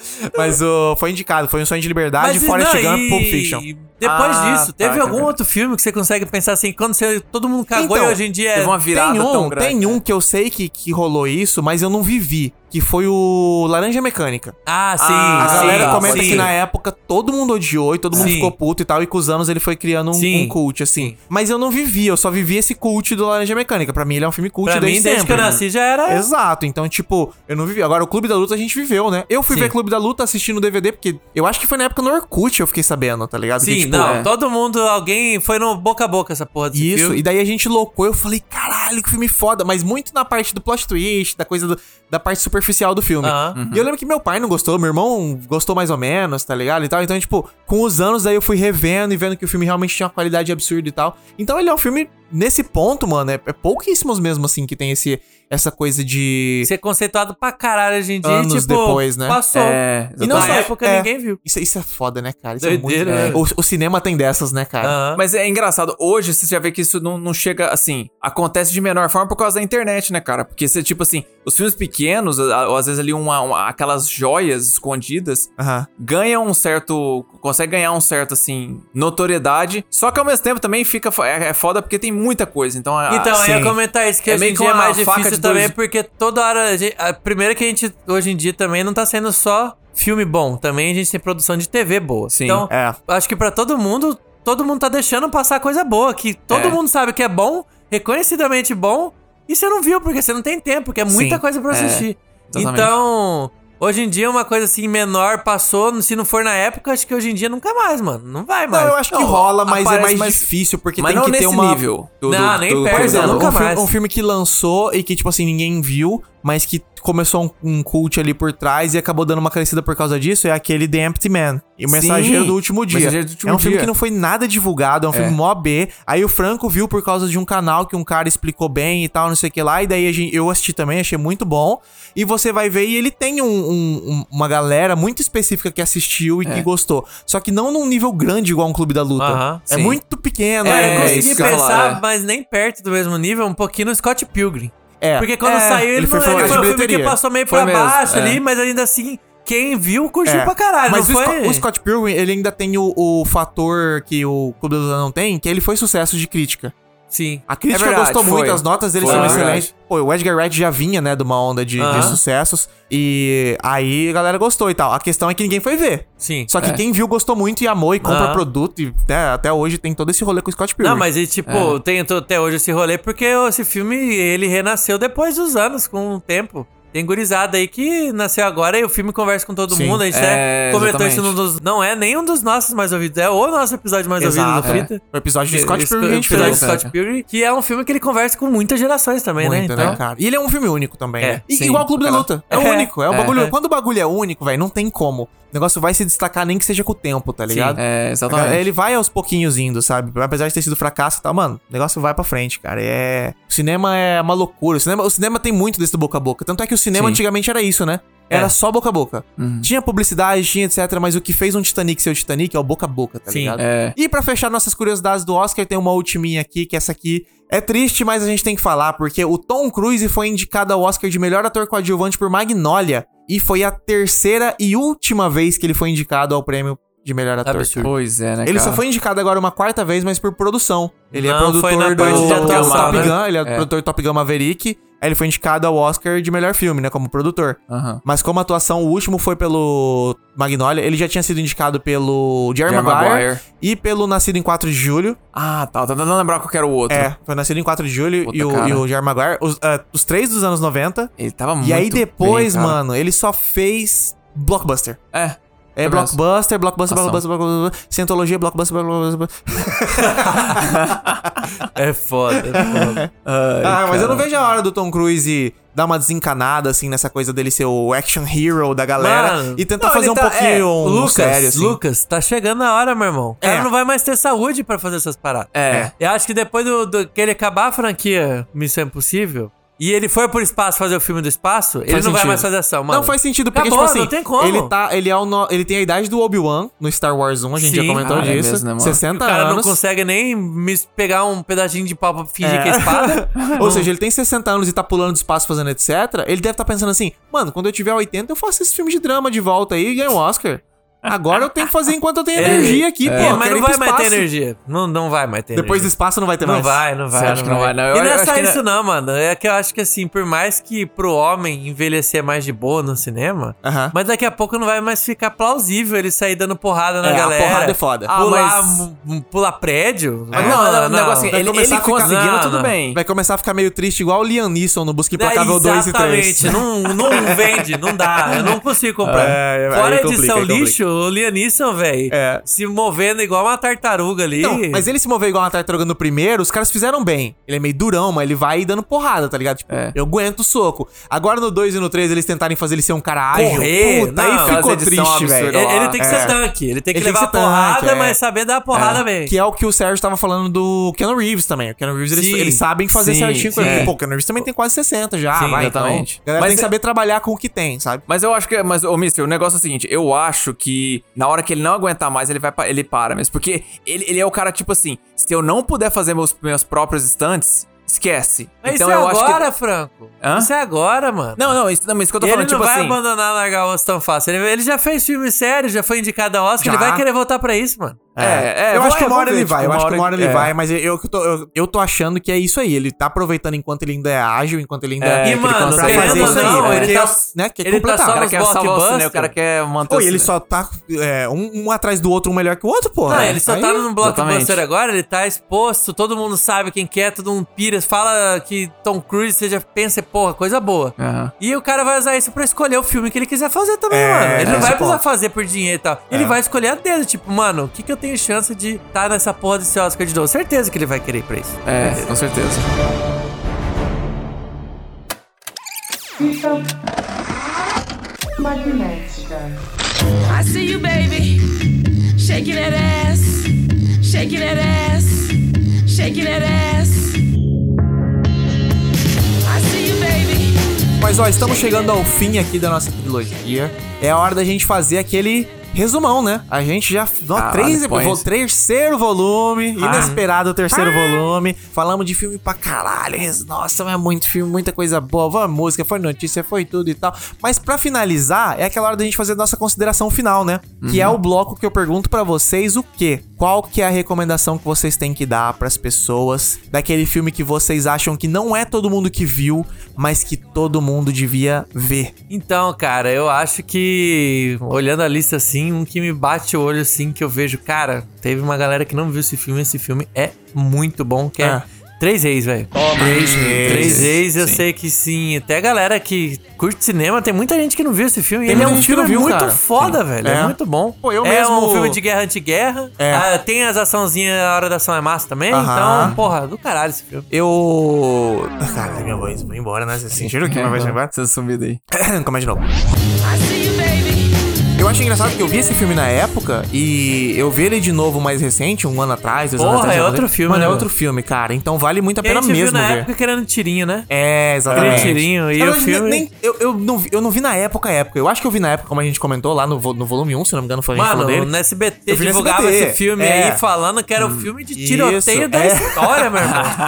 Speaker 4: <laughs> Mas o, foi indicado, foi um Sonho de Liberdade, Forrest
Speaker 5: não,
Speaker 4: Gump,
Speaker 5: e-
Speaker 4: é Pulp Fiction.
Speaker 5: Depois
Speaker 6: Ah,
Speaker 5: disso,
Speaker 6: tá,
Speaker 5: teve
Speaker 6: tá
Speaker 5: algum
Speaker 6: vendo.
Speaker 5: outro filme que você consegue pensar assim, quando você, todo mundo cagou
Speaker 4: Então,
Speaker 5: e hoje em dia é
Speaker 6: Teve uma virada
Speaker 4: tem um,
Speaker 6: tão grande.
Speaker 4: tem
Speaker 5: né?
Speaker 4: um que eu sei que, que rolou isso, mas eu não vivi, que foi o Laranja Mecânica.
Speaker 5: Ah, sim.
Speaker 6: Ah,
Speaker 4: A
Speaker 5: sim,
Speaker 4: galera
Speaker 6: sim,
Speaker 4: comenta
Speaker 5: sim.
Speaker 4: que na época todo mundo odiou e todo mundo
Speaker 5: Sim.
Speaker 4: ficou puto e tal, e com os anos ele foi criando um,
Speaker 5: Sim.
Speaker 4: um cult, assim. Mas eu não vivi, eu só vivi esse cult do Laranja Mecânica. Pra mim ele é um filme cult
Speaker 5: Pra
Speaker 4: desde
Speaker 5: mim, desde que
Speaker 4: sempre. né?
Speaker 5: eu nasci já era.
Speaker 4: Exato, então, tipo, eu não vivi. Agora, o Clube da Luta a gente viveu, né? Eu fui
Speaker 5: Sim.
Speaker 4: ver Clube da Luta assistindo o DVD, porque eu acho que foi na época no Orkut eu fiquei sabendo, tá ligado?
Speaker 5: Sim,
Speaker 4: que, tipo,
Speaker 5: não.
Speaker 4: é.
Speaker 5: Todo mundo, alguém foi no boca a boca essa porra desse
Speaker 4: Isso,
Speaker 5: filme.
Speaker 4: e daí a gente loucou, eu falei, caralho, que filme foda, mas muito na parte do plot twist, da coisa do- da parte superficial do filme.
Speaker 5: Aham.
Speaker 4: E eu lembro que meu pai não gostou, meu irmão gostou mais ou menos, tá ligado? E tal. Então, tipo, com os anos aí eu fui revendo e vendo que o filme realmente tinha uma qualidade absurda e tal. Então ele é um filme, nesse ponto, mano, é, é pouquíssimos mesmo, assim, que tem esse, essa coisa de.
Speaker 5: Ser conceituado pra caralho hoje em dia,
Speaker 4: Anos
Speaker 5: tipo,
Speaker 4: depois, né?
Speaker 5: passou.
Speaker 6: É,
Speaker 5: e não
Speaker 4: exatamente.
Speaker 5: só época
Speaker 4: É.
Speaker 5: ninguém viu.
Speaker 4: Isso, isso é foda, né, cara? Isso
Speaker 5: Doideira,
Speaker 4: é
Speaker 5: né?
Speaker 4: muito. O, o cinema tem dessas, né, cara?
Speaker 5: Aham.
Speaker 6: Mas é engraçado, hoje você já vê que isso não, não chega assim. Acontece de menor forma por causa da internet, né, cara? Porque você, tipo assim, os filmes pequenos, a- ou às vezes ali uma, uma- aquelas joias escondidas,
Speaker 4: Aham.
Speaker 6: ganham um certo. Consegue ganhar um certo, assim, notoriedade. Só que ao mesmo tempo também fica. fo- É, é foda porque tem muita coisa. Então, a-
Speaker 5: Então, eu ia
Speaker 6: sim.
Speaker 5: comentar isso, que
Speaker 6: É
Speaker 5: hoje
Speaker 6: meio
Speaker 5: em
Speaker 6: que
Speaker 5: dia é
Speaker 6: uma
Speaker 5: mais
Speaker 6: faca
Speaker 5: difícil
Speaker 6: de
Speaker 5: também,
Speaker 6: dois-
Speaker 5: porque toda hora. A, gente, a primeira que a gente, hoje em dia, também não tá sendo só filme bom, também a gente tem produção de TV boa.
Speaker 6: Sim,
Speaker 5: então,
Speaker 4: é.
Speaker 5: acho que pra todo mundo, todo mundo tá deixando passar coisa boa, que todo
Speaker 6: É.
Speaker 5: mundo sabe que é bom, reconhecidamente bom, e você não viu, porque você não tem tempo, porque é muita
Speaker 4: Sim,
Speaker 5: coisa pra assistir.
Speaker 6: exatamente.
Speaker 5: então. Hoje em dia, uma coisa assim menor passou, se não for na época, acho que hoje em dia nunca mais, mano. Não vai mais.
Speaker 4: Não, eu acho que
Speaker 6: Não,
Speaker 4: rola, mas é
Speaker 6: aparece,
Speaker 4: mais
Speaker 6: mas-
Speaker 4: difícil, porque
Speaker 6: Mas
Speaker 4: tem
Speaker 6: não
Speaker 4: que ter
Speaker 6: nesse
Speaker 4: uma.
Speaker 6: nível. do-
Speaker 5: Não,
Speaker 6: do-
Speaker 5: nem
Speaker 6: do-
Speaker 5: perto,
Speaker 4: Por
Speaker 5: Pois é,
Speaker 4: exemplo,
Speaker 5: nunca
Speaker 4: um,
Speaker 5: mais.
Speaker 4: Filme, um filme que lançou e que, tipo assim, ninguém viu, mas que começou um, um cult ali por trás e acabou dando uma crescida por causa disso, é aquele The Empty Man. E o
Speaker 6: Sim,
Speaker 4: Mensageiro do Último Dia.
Speaker 6: Mensageiro do Último
Speaker 4: é um filme
Speaker 6: Dia.
Speaker 4: que não foi nada divulgado, é um filme mó B. Aí o Franco viu por causa de um canal que um cara explicou bem e tal, não sei o que lá. E daí a gente- eu assisti também, achei muito bom. E você vai ver, e ele tem um- um- um- uma galera muito específica que assistiu e que gostou. Só que não num nível grande igual um Clube da Luta.
Speaker 5: É. Aham,
Speaker 4: é
Speaker 6: sim.
Speaker 4: muito pequeno.
Speaker 5: É,
Speaker 4: é
Speaker 5: eu
Speaker 6: isso
Speaker 5: consegui
Speaker 6: que eu ia
Speaker 5: pensar,
Speaker 6: falar, é.
Speaker 5: mas nem perto do mesmo nível, um pouquinho no Scott Pilgrim.
Speaker 4: É.
Speaker 5: Porque quando
Speaker 4: É,
Speaker 5: saiu, ele,
Speaker 4: ele
Speaker 5: foi,
Speaker 4: foi
Speaker 5: ele
Speaker 4: falar
Speaker 5: foi
Speaker 4: de
Speaker 5: um filme que
Speaker 4: bilheteria.
Speaker 5: passou meio
Speaker 4: Foi
Speaker 5: pra
Speaker 4: mesmo,
Speaker 5: baixo
Speaker 4: é.
Speaker 5: ali, mas ainda assim, quem viu curtiu
Speaker 4: É.
Speaker 5: pra caralho.
Speaker 4: Mas
Speaker 5: não
Speaker 4: o,
Speaker 5: foi...
Speaker 4: Scott, o Scott Pilgrim, ele ainda tem o, o fator que o Clube dos Anãos não tem, que ele foi sucesso de crítica.
Speaker 5: Sim.
Speaker 4: A crítica
Speaker 6: É verdade,
Speaker 4: gostou
Speaker 6: foi.
Speaker 4: muito, as notas dele
Speaker 6: Foi,
Speaker 4: são
Speaker 6: é verdade.
Speaker 4: excelentes. Pô, o Edgar Wright já vinha, né, de uma onda de, de
Speaker 5: Aham.
Speaker 4: sucessos. E aí a galera gostou e tal. A questão é que ninguém foi ver.
Speaker 5: Sim.
Speaker 4: Só que quem viu gostou muito e amou e compra
Speaker 5: Aham.
Speaker 4: produto. E né, até hoje tem todo esse rolê com o Scott Pilgrim. É.
Speaker 5: Não, mas e tipo, tem to- até hoje esse rolê, porque esse filme, ele renasceu depois dos anos, com o tempo. Tem gurizada aí que nasceu agora e o filme conversa com todo
Speaker 4: Sim.
Speaker 5: mundo. A gente
Speaker 6: É,
Speaker 5: até comentou isso num
Speaker 6: exatamente.
Speaker 5: dos. Não é nenhum dos nossos mais ouvidos, é o nosso episódio mais ouvido
Speaker 4: Exato. É.
Speaker 5: do Frita.
Speaker 4: O episódio de Scott
Speaker 5: Esse é
Speaker 4: Pilgrim é que a gente
Speaker 5: episódio
Speaker 4: fez.
Speaker 5: do Scott Pilgrim, que é um filme que ele conversa com muitas gerações também, né?
Speaker 4: Muito,
Speaker 5: Então,
Speaker 4: né, cara? E ele é um filme único também,
Speaker 5: É,
Speaker 4: né? E-
Speaker 6: sim,
Speaker 4: igual o Clube da
Speaker 6: cara.
Speaker 4: Luta. É,
Speaker 5: É,
Speaker 4: único. É o
Speaker 6: é,
Speaker 4: bagulho.
Speaker 5: é.
Speaker 4: Quando o bagulho é único, velho, não tem como. O negócio vai se destacar nem que seja com o tempo, tá ligado?
Speaker 6: É, exatamente.
Speaker 4: Ele vai aos pouquinhos indo, sabe? Apesar de ter sido fracasso e tal, mano, o negócio vai pra frente, cara. É. O cinema é uma loucura. O cinema, o cinema tem muito desse do boca a boca. Tanto é que o cinema
Speaker 6: Sim.
Speaker 4: antigamente era isso, né? Era
Speaker 5: É.
Speaker 4: só boca a boca.
Speaker 6: Uhum.
Speaker 4: Tinha publicidade, tinha etc. Mas o que fez um Titanic ser o Titanic é o boca a boca, tá
Speaker 5: Sim.
Speaker 4: ligado?
Speaker 6: É.
Speaker 4: E pra fechar nossas curiosidades do Oscar, tem uma ultiminha aqui, que essa aqui é triste, mas a gente tem que falar, porque o Tom Cruise foi indicado ao Oscar de melhor ator coadjuvante por Magnolia. E foi a terceira e última vez que ele foi indicado ao prêmio de melhor ator.
Speaker 5: absurdo.
Speaker 6: Pois é, né,
Speaker 4: Ele
Speaker 6: cara?
Speaker 4: só foi indicado agora uma quarta vez, mas por produção. Ele é
Speaker 5: Não,
Speaker 4: produtor
Speaker 5: foi na
Speaker 4: do
Speaker 5: parte de atuação,
Speaker 4: Top
Speaker 5: né?
Speaker 4: Gun, ele é,
Speaker 6: É.
Speaker 4: produtor do Top Gun Maverick. Aí ele foi indicado ao Oscar de melhor filme, né, como produtor.
Speaker 6: Aham.
Speaker 4: Mas como atuação, o último foi pelo Magnolia. Ele já tinha sido indicado pelo Jerry,
Speaker 6: Jerry
Speaker 4: Maguire,
Speaker 6: Maguire.
Speaker 4: e pelo Nascido em 4 de Julho.
Speaker 6: Ah, tá. Eu tava tentando lembrar qual que era o outro.
Speaker 5: Hum.
Speaker 4: É, foi Nascido em 4 de Julho
Speaker 6: Puta,
Speaker 4: e o,
Speaker 6: cara.
Speaker 4: e o Jerry Maguire. Os, ah, os três dos anos 90.
Speaker 6: Ele tava muito
Speaker 4: e aí depois,
Speaker 6: bem, cara.
Speaker 4: mano, ele só fez blockbuster.
Speaker 6: É.
Speaker 4: É
Speaker 6: Foi
Speaker 4: blockbuster, blockbuster,
Speaker 6: Ação.
Speaker 4: blockbuster, blockbuster, blockbuster, cientologia, blockbuster, blockbuster. blockbuster.
Speaker 5: É foda. é foda.
Speaker 4: ah, mas eu não vejo a hora do Tom Cruise dar uma desencanada, assim, nessa coisa dele ser o action hero da <laughs> galera
Speaker 5: Mano,
Speaker 4: e tentar
Speaker 5: não,
Speaker 4: fazer
Speaker 5: ele
Speaker 4: um
Speaker 5: tá-
Speaker 4: pouquinho
Speaker 5: é,
Speaker 4: um
Speaker 5: Lucas,
Speaker 4: sério, assim.
Speaker 5: Lucas, tá chegando a hora, meu irmão. O
Speaker 4: É.
Speaker 5: cara não vai mais ter saúde pra fazer essas paradas.
Speaker 6: É.
Speaker 5: Eu acho que depois do, do- que ele acabar a franquia Missão Impossível e ele foi pro espaço fazer o filme do espaço, ele não vai
Speaker 4: sentido.
Speaker 5: mais fazer ação, mano.
Speaker 4: Não faz sentido, porque,
Speaker 5: Acabou,
Speaker 4: tipo assim,
Speaker 5: não tem como.
Speaker 4: Ele, tá, ele, é o no- ele tem a idade do Obi-Wan no Star Wars 1, a gente
Speaker 5: Sim.
Speaker 4: já comentou
Speaker 6: Ah, é
Speaker 4: disso.
Speaker 6: mesmo, né, mano?
Speaker 4: 60
Speaker 5: O cara não
Speaker 4: anos.
Speaker 5: consegue nem me pegar um pedacinho de pau pra fingir
Speaker 4: É.
Speaker 5: que
Speaker 4: <laughs>
Speaker 5: é espada.
Speaker 4: Ou seja, ele tem 60 anos e tá pulando de espaço fazendo etc. Ele deve estar pensando assim: mano, quando eu tiver 80, eu faço esse filme de drama de volta aí e ganho um Oscar. Agora eu tenho que fazer enquanto eu tenho energia aqui, pô.
Speaker 5: <laughs> É,
Speaker 4: eu
Speaker 5: mas
Speaker 4: quero
Speaker 5: não
Speaker 4: ir pro
Speaker 5: vai mais ter
Speaker 4: espaço.
Speaker 5: energia. Não, não vai mais ter
Speaker 4: Depois do
Speaker 5: energia.
Speaker 4: espaço não vai ter
Speaker 5: Não
Speaker 4: mais.
Speaker 5: vai, não vai.
Speaker 6: Você acha que não vai, não?
Speaker 5: E
Speaker 6: Eu-
Speaker 5: não
Speaker 6: eu
Speaker 5: é
Speaker 6: acho
Speaker 5: só
Speaker 6: que
Speaker 5: isso,
Speaker 6: não-
Speaker 5: não, mano. É que eu acho que, assim, por mais que pro homem envelhecer mais de boa no cinema,
Speaker 4: Aham.
Speaker 5: mas daqui a pouco não vai mais ficar plausível ele sair dando porrada na
Speaker 4: É, a
Speaker 5: galera.
Speaker 4: porrada é foda.
Speaker 5: Ah,
Speaker 6: Pular
Speaker 5: pular, pular prédio.
Speaker 4: é,
Speaker 6: Mas não,
Speaker 4: um
Speaker 6: não, o negócio assim,
Speaker 5: Vai
Speaker 6: ele,
Speaker 5: começar
Speaker 6: ele
Speaker 5: a ficar-
Speaker 6: conseguindo,
Speaker 5: Não,
Speaker 6: tudo
Speaker 5: não.
Speaker 6: bem.
Speaker 4: Vai começar a ficar meio triste, igual o Liam Neeson no Busca Implacável
Speaker 5: É,
Speaker 4: 2 e 3.
Speaker 5: Exatamente, não,
Speaker 6: <laughs>
Speaker 5: não vende, não dá, eu não consigo comprar.
Speaker 4: É, é,
Speaker 5: Fora
Speaker 4: aí
Speaker 5: a
Speaker 4: complica,
Speaker 5: edição
Speaker 4: aí complica.
Speaker 5: lixo, o Lianisson, velho,
Speaker 4: É.
Speaker 5: se movendo igual uma tartaruga ali.
Speaker 4: Então, mas ele se mover igual uma tartaruga no primeiro, os caras fizeram bem. Ele é meio durão, mas ele vai dando porrada, tá ligado? Tipo,
Speaker 6: É.
Speaker 4: eu aguento o soco. Agora no 2 e no 3 eles tentarem fazer ele ser um cara ágil.
Speaker 5: Correr,
Speaker 4: Puta, aí
Speaker 5: não, as
Speaker 4: ficou
Speaker 6: edição
Speaker 4: triste,
Speaker 6: absurda
Speaker 4: velho.
Speaker 5: Ele, ele tem que
Speaker 4: É.
Speaker 5: ser tanque, ele tem que
Speaker 4: Ele tem
Speaker 5: levar
Speaker 4: que ser
Speaker 5: porrada,
Speaker 4: tanque, é.
Speaker 5: mas saber dar a porrada bem.
Speaker 4: Que é o que o Sérgio tava falando do Keanu Reeves também. O Keanu Reeves, eles,
Speaker 5: Sim.
Speaker 4: eles sabem fazer
Speaker 6: Sim,
Speaker 4: certinho com
Speaker 6: sim.
Speaker 4: ele. Pô, o Keanu Reeves também tem quase 60 já,
Speaker 5: Sim,
Speaker 4: vai,
Speaker 6: exatamente.
Speaker 4: então. A galera
Speaker 6: Mas
Speaker 4: tem que
Speaker 6: é-
Speaker 4: saber trabalhar com o que tem, sabe?
Speaker 6: Mas eu acho que. Mas, ô, Mister, o negócio é o seguinte: eu acho que na hora que ele não aguentar mais, ele vai pa- ele para mesmo. Porque ele, ele é o cara, tipo assim, se eu não puder fazer meus, meus próprios stunts, esquece.
Speaker 5: Mas
Speaker 6: então
Speaker 5: isso é
Speaker 6: eu
Speaker 5: agora,
Speaker 6: acho que.
Speaker 5: Franco.
Speaker 6: Hã?
Speaker 5: Isso é agora, mano.
Speaker 6: Não, não, isso, não, mas isso que eu tô
Speaker 5: ele
Speaker 6: falando,
Speaker 5: não
Speaker 6: tipo
Speaker 5: vai
Speaker 6: assim.
Speaker 5: abandonar largar o osso tão fácil. Ele, ele já fez filme sério, já foi indicado a Oscar,
Speaker 4: Já.
Speaker 5: ele vai querer voltar pra isso, mano.
Speaker 6: É, é,
Speaker 4: eu
Speaker 6: vai,
Speaker 4: acho que uma
Speaker 6: vamos
Speaker 4: hora
Speaker 6: ver,
Speaker 4: ele
Speaker 6: tipo,
Speaker 4: vai, eu acho que uma hora ele
Speaker 6: é.
Speaker 4: vai, mas eu, eu, que tô, eu, eu tô achando que é isso aí. Ele tá aproveitando enquanto ele ainda é ágil, enquanto ele ainda
Speaker 6: É,
Speaker 4: que
Speaker 5: e,
Speaker 4: ele
Speaker 5: mano,
Speaker 4: consegue
Speaker 5: querendo
Speaker 4: fazer
Speaker 5: ou
Speaker 4: isso aí,
Speaker 5: não,
Speaker 4: né?
Speaker 5: ele
Speaker 4: Quer-
Speaker 5: tá,
Speaker 4: né, quer né,
Speaker 5: ele tá
Speaker 4: completar.
Speaker 5: só
Speaker 6: O cara
Speaker 5: nos
Speaker 6: quer salvar o cinema,
Speaker 5: blockbusters.
Speaker 6: o cara quer manter
Speaker 4: Pô,
Speaker 6: o
Speaker 4: e ele só
Speaker 6: cinema.
Speaker 4: tá é, um, um atrás do outro, um melhor que o outro, porra.
Speaker 5: Não, ele só
Speaker 4: Aí-
Speaker 5: tá num blockbuster
Speaker 6: exatamente.
Speaker 5: agora, ele tá exposto, todo mundo sabe quem que é, todo mundo pira, fala que Tom Cruise, você já pensa, porra, coisa boa.
Speaker 6: Aham.
Speaker 5: E o cara vai usar isso pra escolher o filme que ele quiser fazer também,
Speaker 4: É,
Speaker 5: mano. Ele
Speaker 4: esse
Speaker 5: não vai
Speaker 4: é o
Speaker 5: precisar
Speaker 4: ponto.
Speaker 5: fazer por dinheiro e tal. Ele vai escolher a dedo, tipo, mano, o que que eu tenho chance de tá nessa porra desse Oscar de novo? Certeza que ele vai querer ir pra isso.
Speaker 6: É, com certeza.
Speaker 1: Fita magnética.
Speaker 9: I see you, baby, shaking that ass, shaking that ass, shaking that ass. I see you, baby.
Speaker 4: Mas ó, estamos chegando ao fim aqui da nossa trilogia. É a hora da gente fazer aquele resumão, né? A gente já. Ó,
Speaker 6: Caralho,
Speaker 4: três,
Speaker 6: Ah, põe
Speaker 4: vo-
Speaker 6: esse.
Speaker 4: terceiro volume,
Speaker 6: Ah.
Speaker 4: inesperado o terceiro volume. Falamos de filme pra caralho. res- Nossa, é muito filme, muita coisa boa. Foi música, foi notícia, foi tudo e tal. Mas pra finalizar, é aquela hora da gente fazer a nossa consideração final, né? Que é o bloco que eu pergunto pra vocês o quê? Qual que é a recomendação que vocês têm que dar pras pessoas daquele filme que vocês acham que não é todo mundo que viu, mas que todo mundo devia ver?
Speaker 5: Então, cara, eu acho que, olhando a lista assim, um que me bate o olho assim, que eu vejo, cara, teve uma galera que não viu esse filme, esse filme é muito bom, que
Speaker 4: Ah.
Speaker 5: é Três Reis, velho.
Speaker 4: Três
Speaker 5: Três Reis, eu
Speaker 6: sim.
Speaker 5: sei que sim. Até a galera que curte cinema, tem muita gente que não viu esse filme. e
Speaker 4: Tem
Speaker 5: Ele é
Speaker 4: muita
Speaker 5: um
Speaker 4: gente que não
Speaker 5: filme
Speaker 4: viu,
Speaker 5: muito
Speaker 4: cara.
Speaker 5: foda, velho. É.
Speaker 4: É.
Speaker 5: muito bom.
Speaker 4: Pô, eu
Speaker 5: é
Speaker 4: mesmo-
Speaker 5: um filme de guerra anti-guerra.
Speaker 4: É.
Speaker 5: Ah, tem as açãozinhas, a hora da ação é massa também.
Speaker 4: Aham.
Speaker 5: Então, porra, do caralho esse filme.
Speaker 4: <laughs>
Speaker 6: Eu.
Speaker 4: Cara, minha voz foi embora, né? Vocês sentiram que minha voz foi embora?
Speaker 6: Você sumido aí.
Speaker 4: <coughs> Começa de novo. Eu acho engraçado que eu vi esse filme na época e eu vi ele de novo mais recente, um ano atrás, dois anos
Speaker 5: Porra,
Speaker 4: atrás.
Speaker 5: é
Speaker 4: eu falei,
Speaker 5: outro filme,
Speaker 4: Mano, é
Speaker 5: né?
Speaker 4: outro filme, cara. Então vale muito a
Speaker 5: E a
Speaker 4: pena
Speaker 5: gente viu
Speaker 4: mesmo
Speaker 5: na
Speaker 4: ver.
Speaker 5: época querendo tirinho, né?
Speaker 4: É, exatamente.
Speaker 5: Aquele tirinho e
Speaker 4: Na
Speaker 5: o
Speaker 4: verdade,
Speaker 5: filme-
Speaker 4: nem- eu, eu, não vi, eu não vi na época, época. Eu acho que eu vi na época, como a gente comentou lá no, vo- no volume 1, se não me engano, foi a gente
Speaker 5: Mano,
Speaker 4: falou dele.
Speaker 5: no SBT
Speaker 4: Eu vi no
Speaker 5: divulgava
Speaker 4: SBT,
Speaker 5: esse filme
Speaker 4: é.
Speaker 5: aí falando que era o filme de
Speaker 4: Isso,
Speaker 5: tiroteio da
Speaker 4: é.
Speaker 5: história, meu
Speaker 4: <laughs>
Speaker 5: irmão. Só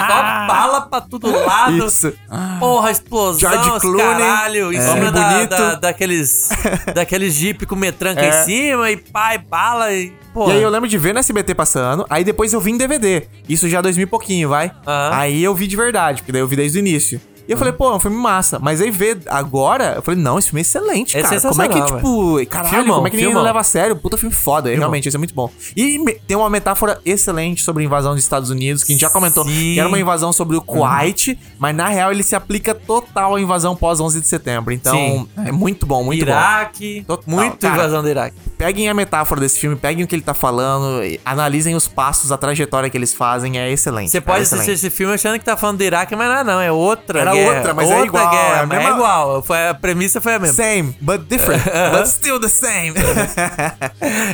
Speaker 5: bala pra todo lado.
Speaker 4: Isso.
Speaker 5: Porra, explosão,
Speaker 4: Ah, George
Speaker 5: os
Speaker 4: Clooney,
Speaker 5: caralho. Em
Speaker 4: é.
Speaker 5: cima
Speaker 4: Homem
Speaker 5: da-
Speaker 4: bonito.
Speaker 5: da- daqueles, <laughs> daqueles jeep com metranca
Speaker 4: É.
Speaker 5: em cima e pai, bala e... Porra.
Speaker 4: E aí eu lembro de ver no SBT passando, aí depois eu vi em DVD. Isso já 2000 e pouquinho, vai?
Speaker 5: Aham.
Speaker 4: Aí eu vi de verdade, porque daí eu vi desde o início. E eu falei, pô, é um filme massa. Mas aí ver agora, eu falei, não, esse filme é excelente,
Speaker 5: É
Speaker 4: cara. Como é que,
Speaker 5: sensacional,
Speaker 4: tipo, caralho,
Speaker 5: Filmão,
Speaker 4: como é que ninguém
Speaker 5: filmão.
Speaker 4: leva a sério? Puta filme foda, realmente, isso é muito bom. E me- tem uma metáfora excelente sobre a invasão dos Estados Unidos, que a gente já comentou,
Speaker 5: Sim. Uhum.
Speaker 4: que era uma invasão sobre o Kuwait, mas na real ele se aplica total à invasão pós 11 de setembro. Então,
Speaker 5: Sim.
Speaker 4: é muito bom, muito bom.
Speaker 5: Iraque,
Speaker 4: Total,
Speaker 5: muito
Speaker 4: cara.
Speaker 5: invasão do Iraque.
Speaker 4: Peguem a metáfora desse filme, peguem o que ele tá falando, e analisem os passos, a trajetória que eles fazem, é excelente.
Speaker 5: Você
Speaker 4: é
Speaker 5: pode
Speaker 4: excelente.
Speaker 5: assistir esse filme achando que tá falando do Iraque, mas não, é não, é outra
Speaker 4: Era
Speaker 5: guerra,
Speaker 4: outra, mas é igual, é a
Speaker 5: mas
Speaker 4: mesma-
Speaker 5: é igual, foi, a premissa foi a mesma.
Speaker 4: Same, but different, but still the same. <laughs>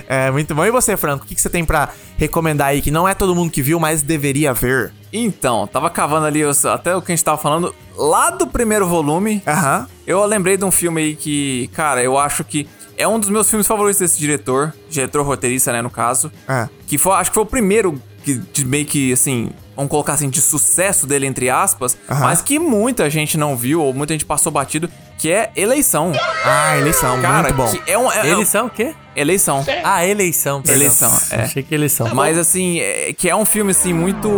Speaker 4: é, muito bom. E você, Franco, o que, que você tem pra recomendar aí que não é todo mundo que viu, mas deveria ver?
Speaker 6: Então, tava cavando ali os- até o que a gente tava falando lá do primeiro volume.
Speaker 4: Aham.
Speaker 6: Eu lembrei de um filme aí que, cara, eu acho que é um dos meus filmes favoritos desse diretor, diretor roteirista, né, no caso.
Speaker 4: É.
Speaker 6: Que foi, acho que foi o primeiro que de meio que assim, vamos colocar assim, de sucesso dele entre aspas, mas que muita gente não viu ou muita gente passou batido, que é Eleição.
Speaker 4: Ah, eleição,
Speaker 6: Cara,
Speaker 4: muito bom.
Speaker 6: que é um é,
Speaker 5: Eles são o quê?
Speaker 6: Eleição.
Speaker 5: Ah, eleição. perdão.
Speaker 6: Eleição, é.
Speaker 5: Achei que eleição.
Speaker 6: Mas assim, é- que é um filme assim muito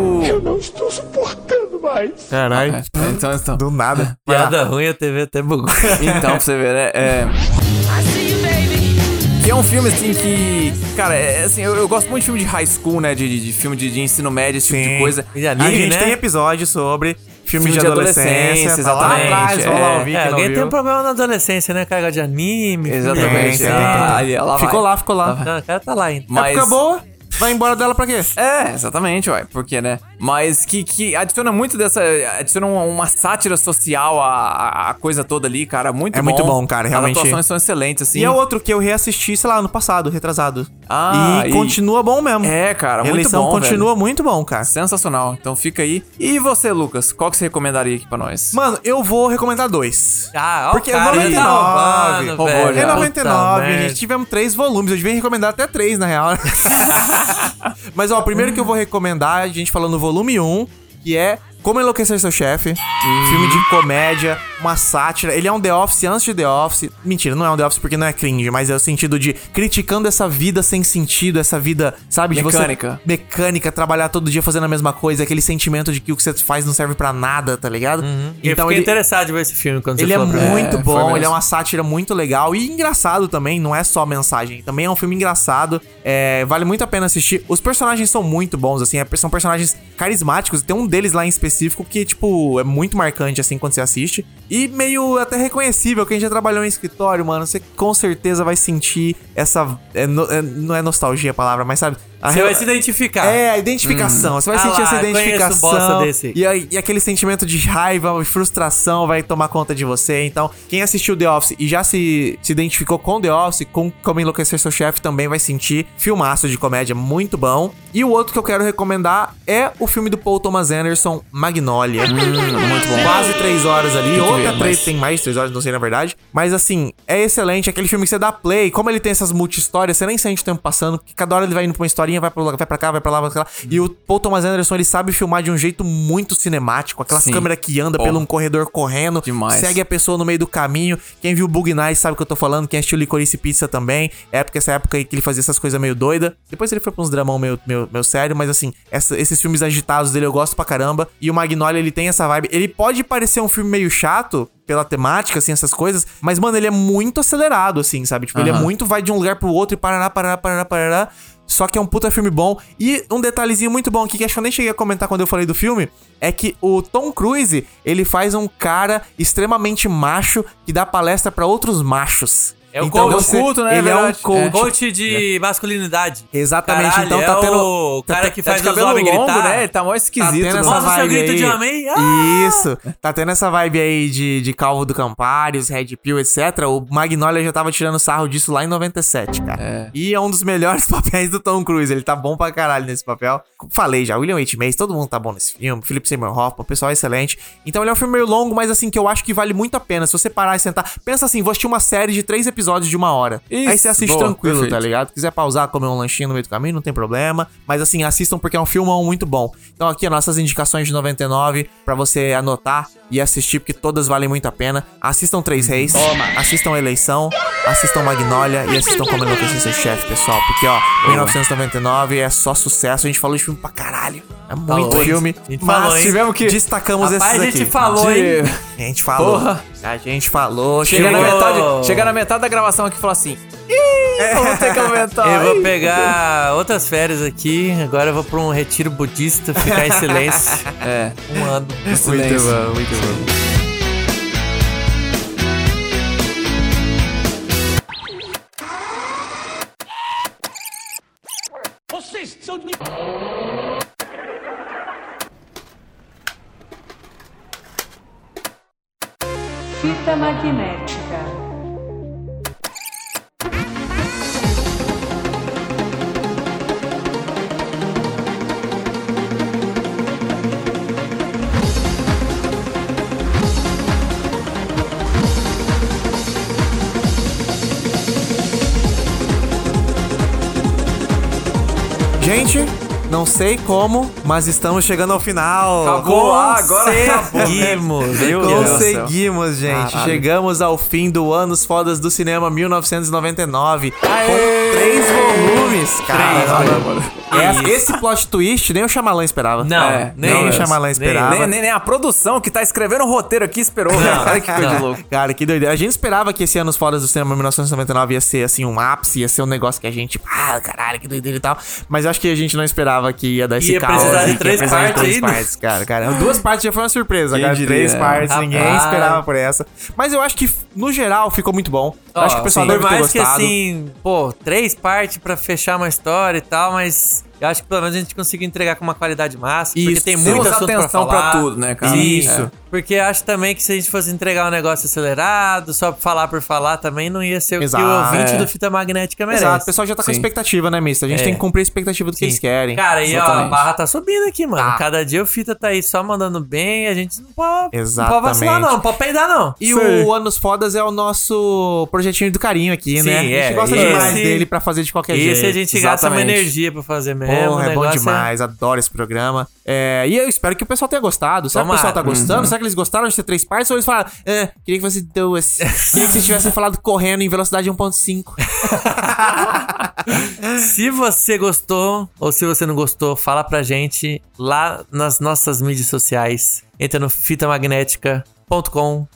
Speaker 8: Não estou suportando mais.
Speaker 4: Caralho.
Speaker 6: Então, então.
Speaker 4: Do nada. <laughs> Vai lá.
Speaker 5: Piada ruim, a TV até bugou.
Speaker 6: Então, pra você ver, né? É. Que é um filme, assim, que. Cara, é, assim, eu, eu gosto muito de filme de high school, né? De, de- de filme de, de ensino médio, esse tipo
Speaker 4: Sim.
Speaker 6: de coisa.
Speaker 5: E ali,
Speaker 4: <laughs> A gente
Speaker 5: né?
Speaker 4: tem episódio sobre filmes
Speaker 6: Filme
Speaker 4: de,
Speaker 6: de
Speaker 4: adolescência.
Speaker 6: adolescência,
Speaker 4: tá lá
Speaker 6: exatamente,
Speaker 4: atrás, vão lá
Speaker 6: é.
Speaker 4: ouvir quem
Speaker 5: É,
Speaker 4: não
Speaker 5: alguém tem
Speaker 4: viu. é.
Speaker 5: um problema na adolescência, né? Carga de anime. filme,
Speaker 6: Exatamente.
Speaker 5: né?
Speaker 4: tem, tem, tem.
Speaker 6: Ah, ali, lá
Speaker 4: Ficou
Speaker 6: vai.
Speaker 4: lá, ficou lá.
Speaker 5: Não, o cara tá lá ainda.
Speaker 6: Mas-
Speaker 4: Época boa, vai embora dela pra quê?
Speaker 6: É, exatamente, ué. Porque, né? Mas que, que adiciona muito dessa. Adiciona uma, uma sátira social à- à, à coisa toda ali, cara. Muito
Speaker 4: É
Speaker 6: bom.
Speaker 4: muito bom, cara, realmente.
Speaker 6: As atuações são excelentes, assim.
Speaker 4: E é outro que eu reassisti, sei lá, ano passado, retrasado.
Speaker 6: Ah,
Speaker 4: e,
Speaker 6: e-
Speaker 4: continua bom mesmo.
Speaker 6: É, cara, muito
Speaker 4: Eleição
Speaker 6: bom,
Speaker 4: continua muito bom, cara.
Speaker 6: Sensacional. Então fica aí. E você, Lucas? Qual que você recomendaria aqui pra nós?
Speaker 4: Mano, eu vou recomendar dois.
Speaker 5: Ah, ó,
Speaker 4: Porque é
Speaker 5: o cara, ele tá
Speaker 4: 99.
Speaker 5: roubando,
Speaker 6: roubou
Speaker 5: velho.
Speaker 6: já.
Speaker 4: é
Speaker 5: Puta
Speaker 4: 99,
Speaker 5: merda.
Speaker 4: gente. Tivemos três volumes. Eu devia recomendar até três, na
Speaker 5: <laughs>
Speaker 4: real. Mas, ó, o primeiro que eu vou recomendar, a gente falou no volume 1, que é Como Enlouquecer Seu Chefe.
Speaker 5: Uhum.
Speaker 4: Filme de comédia, uma sátira. Ele é um The Office antes de The Office. Mentira, não é um The Office porque não é cringe, mas é o sentido de criticando essa vida sem sentido, essa vida, sabe? de você-
Speaker 6: Mecânica.
Speaker 4: mecânica, trabalhar todo dia fazendo a mesma coisa, aquele sentimento de que o que você faz não serve pra nada, tá ligado?
Speaker 5: Uhum. Eu fiquei interessado de ver esse filme quando
Speaker 4: Ele
Speaker 5: você
Speaker 4: é
Speaker 5: falou pra mim.
Speaker 4: muito
Speaker 6: É, foi
Speaker 4: bom,
Speaker 6: mesmo.
Speaker 4: ele é uma sátira muito legal e engraçado também, não é só mensagem. Também é um filme engraçado, é, vale muito a pena assistir. Os personagens são muito bons, assim, é- são personagens carismáticos. Tem um deles lá em específico que, tipo, é muito marcante, assim, quando você assiste. E meio até reconhecível, quem já trabalhou em escritório, mano, você com certeza vai sentir essa... é no- é- não é nostalgia a palavra, mas sabe... A
Speaker 5: Você
Speaker 4: re-
Speaker 5: vai se identificar.
Speaker 4: é, a identificação. Você vai
Speaker 5: Ah
Speaker 4: sentir
Speaker 5: lá,
Speaker 4: essa
Speaker 5: conheço um
Speaker 4: identificação.
Speaker 5: bosta desse.
Speaker 4: E, aí- e aquele sentimento de raiva e frustração vai tomar conta de você. Então, quem assistiu The Office e já se, se identificou com The Office, com Como Enlouquecer Seu Chefe, também vai sentir. Filmaço de comédia muito bom. E o outro que eu quero recomendar é o filme do Paul Thomas Anderson, Magnolia.
Speaker 6: Hum,
Speaker 4: muito bom. Quase três horas ali.
Speaker 6: que
Speaker 4: Outra
Speaker 6: ver,
Speaker 4: três,
Speaker 6: mas-
Speaker 4: tem mais três horas, não sei na verdade. Mas assim, é excelente. Aquele filme que você dá play, como ele tem essas multi-histórias, você nem sente o tempo passando, porque cada hora ele vai indo pra uma historinha, vai pra, lá, vai pra cá, vai pra lá, vai pra lá. E o Paul Thomas Anderson, ele sabe filmar de um jeito muito cinemático. Aquelas
Speaker 6: Sim.
Speaker 4: câmeras que anda
Speaker 6: Pô.
Speaker 4: pelo um corredor correndo,
Speaker 6: Demais.
Speaker 4: segue a pessoa no meio do caminho. Quem viu Bug Nights sabe o que eu tô falando. Quem assistiu Licorice Pizza também. É porque essa época aí que ele fazia essas coisas meio doida. Depois ele foi pra uns dramão meio, meio, meio sério, mas assim, essa- esses filmes agitados dele eu gosto pra caramba. E o Magnolia, ele tem essa vibe. Ele pode parecer um filme meio chato pela temática, assim, essas coisas, mas, mano, ele é muito acelerado, assim, sabe? Tipo, ele é
Speaker 6: Aham.
Speaker 4: muito vai de um lugar pro outro e parará, parará, parará, parará. Só que é um puta filme bom. E um detalhezinho muito bom aqui, que acho que eu nem cheguei a comentar quando eu falei do filme, é que o Tom Cruise, ele faz um cara extremamente macho que dá palestra pra outros machos.
Speaker 5: É o coach.
Speaker 4: você-
Speaker 5: É o culto, né?
Speaker 4: Ele é, um
Speaker 5: Verdade.
Speaker 4: coach.
Speaker 5: Coach de masculinidade.
Speaker 4: Exatamente,
Speaker 5: Caralho,
Speaker 4: então tá
Speaker 5: é
Speaker 4: tendo.
Speaker 5: o
Speaker 4: tá-
Speaker 5: cara
Speaker 4: tá-
Speaker 5: que
Speaker 4: tá
Speaker 5: faz
Speaker 4: de
Speaker 5: os homens gritar.
Speaker 6: né? Ele tá mó esquisito.
Speaker 4: Tá tendo
Speaker 6: mano.
Speaker 4: essa
Speaker 5: Nossa, seu
Speaker 4: vibe
Speaker 5: grito
Speaker 4: aí.
Speaker 5: de amém? Ah!
Speaker 4: Isso. Tá tendo essa vibe aí de, de Calvo do Campários, Red Pill, etc. O Magnolia já tava tirando sarro disso lá em 97, cara. E é um dos melhores <laughs> papéis do Tom Cruise. Ele tá bom pra caralho nesse papel. Falei já, William H. Macy, todo mundo tá bom nesse filme. Philip Seymour Hoffman, o pessoal é excelente. Então ele é um filme meio longo, mas assim, que eu acho que vale muito a pena. Se você parar e sentar... Pensa assim, vou assistir uma série de três episódios de uma hora. aí você
Speaker 6: Isso,
Speaker 4: assiste
Speaker 6: boa,
Speaker 4: tranquilo, tá
Speaker 6: perfeito.
Speaker 4: ligado? ligado? Quiser pausar, comer um lanchinho no meio do caminho, não tem problema. Mas assim, assistam porque é um filmão muito bom. Então aqui nossas indicações de 99 pra você anotar e assistir, porque todas valem muito a pena. Assistam Três Reis, assistam Eleição, assistam Magnólia e assistam Como Eu Não Conheci Seu Chefe, pessoal. Porque, ó, 1999 é só sucesso. A gente falou de filme pra caralho. É muito
Speaker 5: Falou, hein?
Speaker 4: filme.
Speaker 5: A gente
Speaker 4: mas
Speaker 5: falou, hein?
Speaker 4: tivemos que... Destacamos
Speaker 5: Rapaz,
Speaker 4: esses
Speaker 5: a gente
Speaker 4: aqui.
Speaker 5: falou, hein?
Speaker 4: A gente falou.
Speaker 6: Porra.
Speaker 4: A gente falou.
Speaker 6: Chega na,
Speaker 5: Eu vou-
Speaker 6: metade, chega na metade da gravação aqui e fala assim: Ih, eu vou ter que aumentar.
Speaker 5: Eu
Speaker 6: Ih.
Speaker 5: vou pegar outras férias aqui. Agora eu vou pra um retiro
Speaker 4: <laughs>
Speaker 5: budista, ficar em silêncio
Speaker 6: É,
Speaker 5: um ano.
Speaker 6: silêncio.
Speaker 4: muito bom.
Speaker 1: Fita magnética.
Speaker 4: Gente, não sei como, mas estamos chegando ao final.
Speaker 6: Acabou, ah, agora
Speaker 5: Conseguimos, viu?
Speaker 4: Conseguimos, gente.
Speaker 6: Caralho.
Speaker 4: Chegamos ao fim do Anos Fodas do Cinema 1999. Com três volumes, cara.
Speaker 6: Olha, mano.
Speaker 4: Essa- esse plot twist nem o Xamalã esperava.
Speaker 5: Não,
Speaker 4: É,
Speaker 5: nem
Speaker 4: nem o
Speaker 5: eu.
Speaker 4: Xamalã
Speaker 5: Nem-
Speaker 4: esperava.
Speaker 6: Nem, nem- nem a produção que tá escrevendo o roteiro aqui esperou.
Speaker 5: Não,
Speaker 6: <laughs> Olha que coisa
Speaker 5: não.
Speaker 6: de louco.
Speaker 4: Cara, que doideira. A gente esperava que esse Anos Fodas do Cinema 1999 ia ser, assim, um ápice, ia ser um negócio que a gente, tipo, ah, caralho, que doideira e tal. Mas eu acho que a gente não esperava que ia dar esse
Speaker 5: Ia
Speaker 4: caos.
Speaker 5: precisar de
Speaker 4: assim, que
Speaker 5: três
Speaker 4: precisar de
Speaker 5: partes
Speaker 4: três
Speaker 5: ainda.
Speaker 4: partes, cara. cara. Duas partes já foi uma surpresa,
Speaker 6: Quem
Speaker 4: cara.
Speaker 6: diria,
Speaker 4: Três
Speaker 6: né?
Speaker 4: partes,
Speaker 5: Rapaz.
Speaker 4: ninguém esperava por essa. Mas eu acho que, no geral, ficou muito bom. Eu acho que o pessoal
Speaker 5: Sim.
Speaker 4: deve
Speaker 5: Por
Speaker 4: ter
Speaker 5: mais que
Speaker 4: gostado.
Speaker 5: assim, pô, três partes pra fechar uma história e tal, mas eu acho que pelo menos a gente conseguiu entregar com uma qualidade massa, porque
Speaker 6: Isso,
Speaker 5: tem
Speaker 6: temos
Speaker 5: muito assunto pra
Speaker 6: atenção pra
Speaker 5: falar.
Speaker 6: tudo, né, cara?
Speaker 5: Isso.
Speaker 6: É.
Speaker 5: Porque eu acho também que se a gente fosse entregar um negócio acelerado, só pra falar por falar também, não ia ser o
Speaker 4: Exato.
Speaker 5: que o ouvinte
Speaker 6: É.
Speaker 5: do Fita Magnética merece.
Speaker 4: Exato, o pessoal já tá com
Speaker 6: Sim.
Speaker 4: expectativa, né, Mista? A gente
Speaker 5: É.
Speaker 4: tem que cumprir a expectativa do que
Speaker 5: Sim.
Speaker 4: eles querem.
Speaker 5: Cara, e ó, a
Speaker 6: Exatamente.
Speaker 5: barra tá subindo aqui, mano.
Speaker 4: Tá.
Speaker 5: Cada dia o Fita tá aí só mandando bem, a gente não pode, não
Speaker 4: Exatamente.
Speaker 5: pode vacilar não, não pode peidar não.
Speaker 4: E
Speaker 5: Sim.
Speaker 4: o Anos Fodas é o nosso projetinho do carinho aqui,
Speaker 5: Sim,
Speaker 4: né? A gente
Speaker 5: é.
Speaker 4: gosta
Speaker 5: Esse-
Speaker 4: demais dele pra fazer de qualquer jeito.
Speaker 5: Esse a gente gasta uma
Speaker 4: Exatamente.
Speaker 5: energia pra fazer mesmo. o
Speaker 4: Porra, é bom
Speaker 5: negócio
Speaker 4: demais, adoro esse programa. É, e eu espero que o pessoal tenha gostado. Será que o
Speaker 5: Tomara. Uhum.
Speaker 4: pessoal tá gostando? Será que eles gostaram de ter três partes? Ou eles falaram, "Ah, queria que fosse
Speaker 5: <laughs>
Speaker 4: duas. queria que vocês tivessem falado correndo em velocidade 1.5.
Speaker 5: <laughs> Se você gostou ou se você não gostou, fala pra gente lá nas nossas mídias sociais. Entra no fitamagnética.com.br.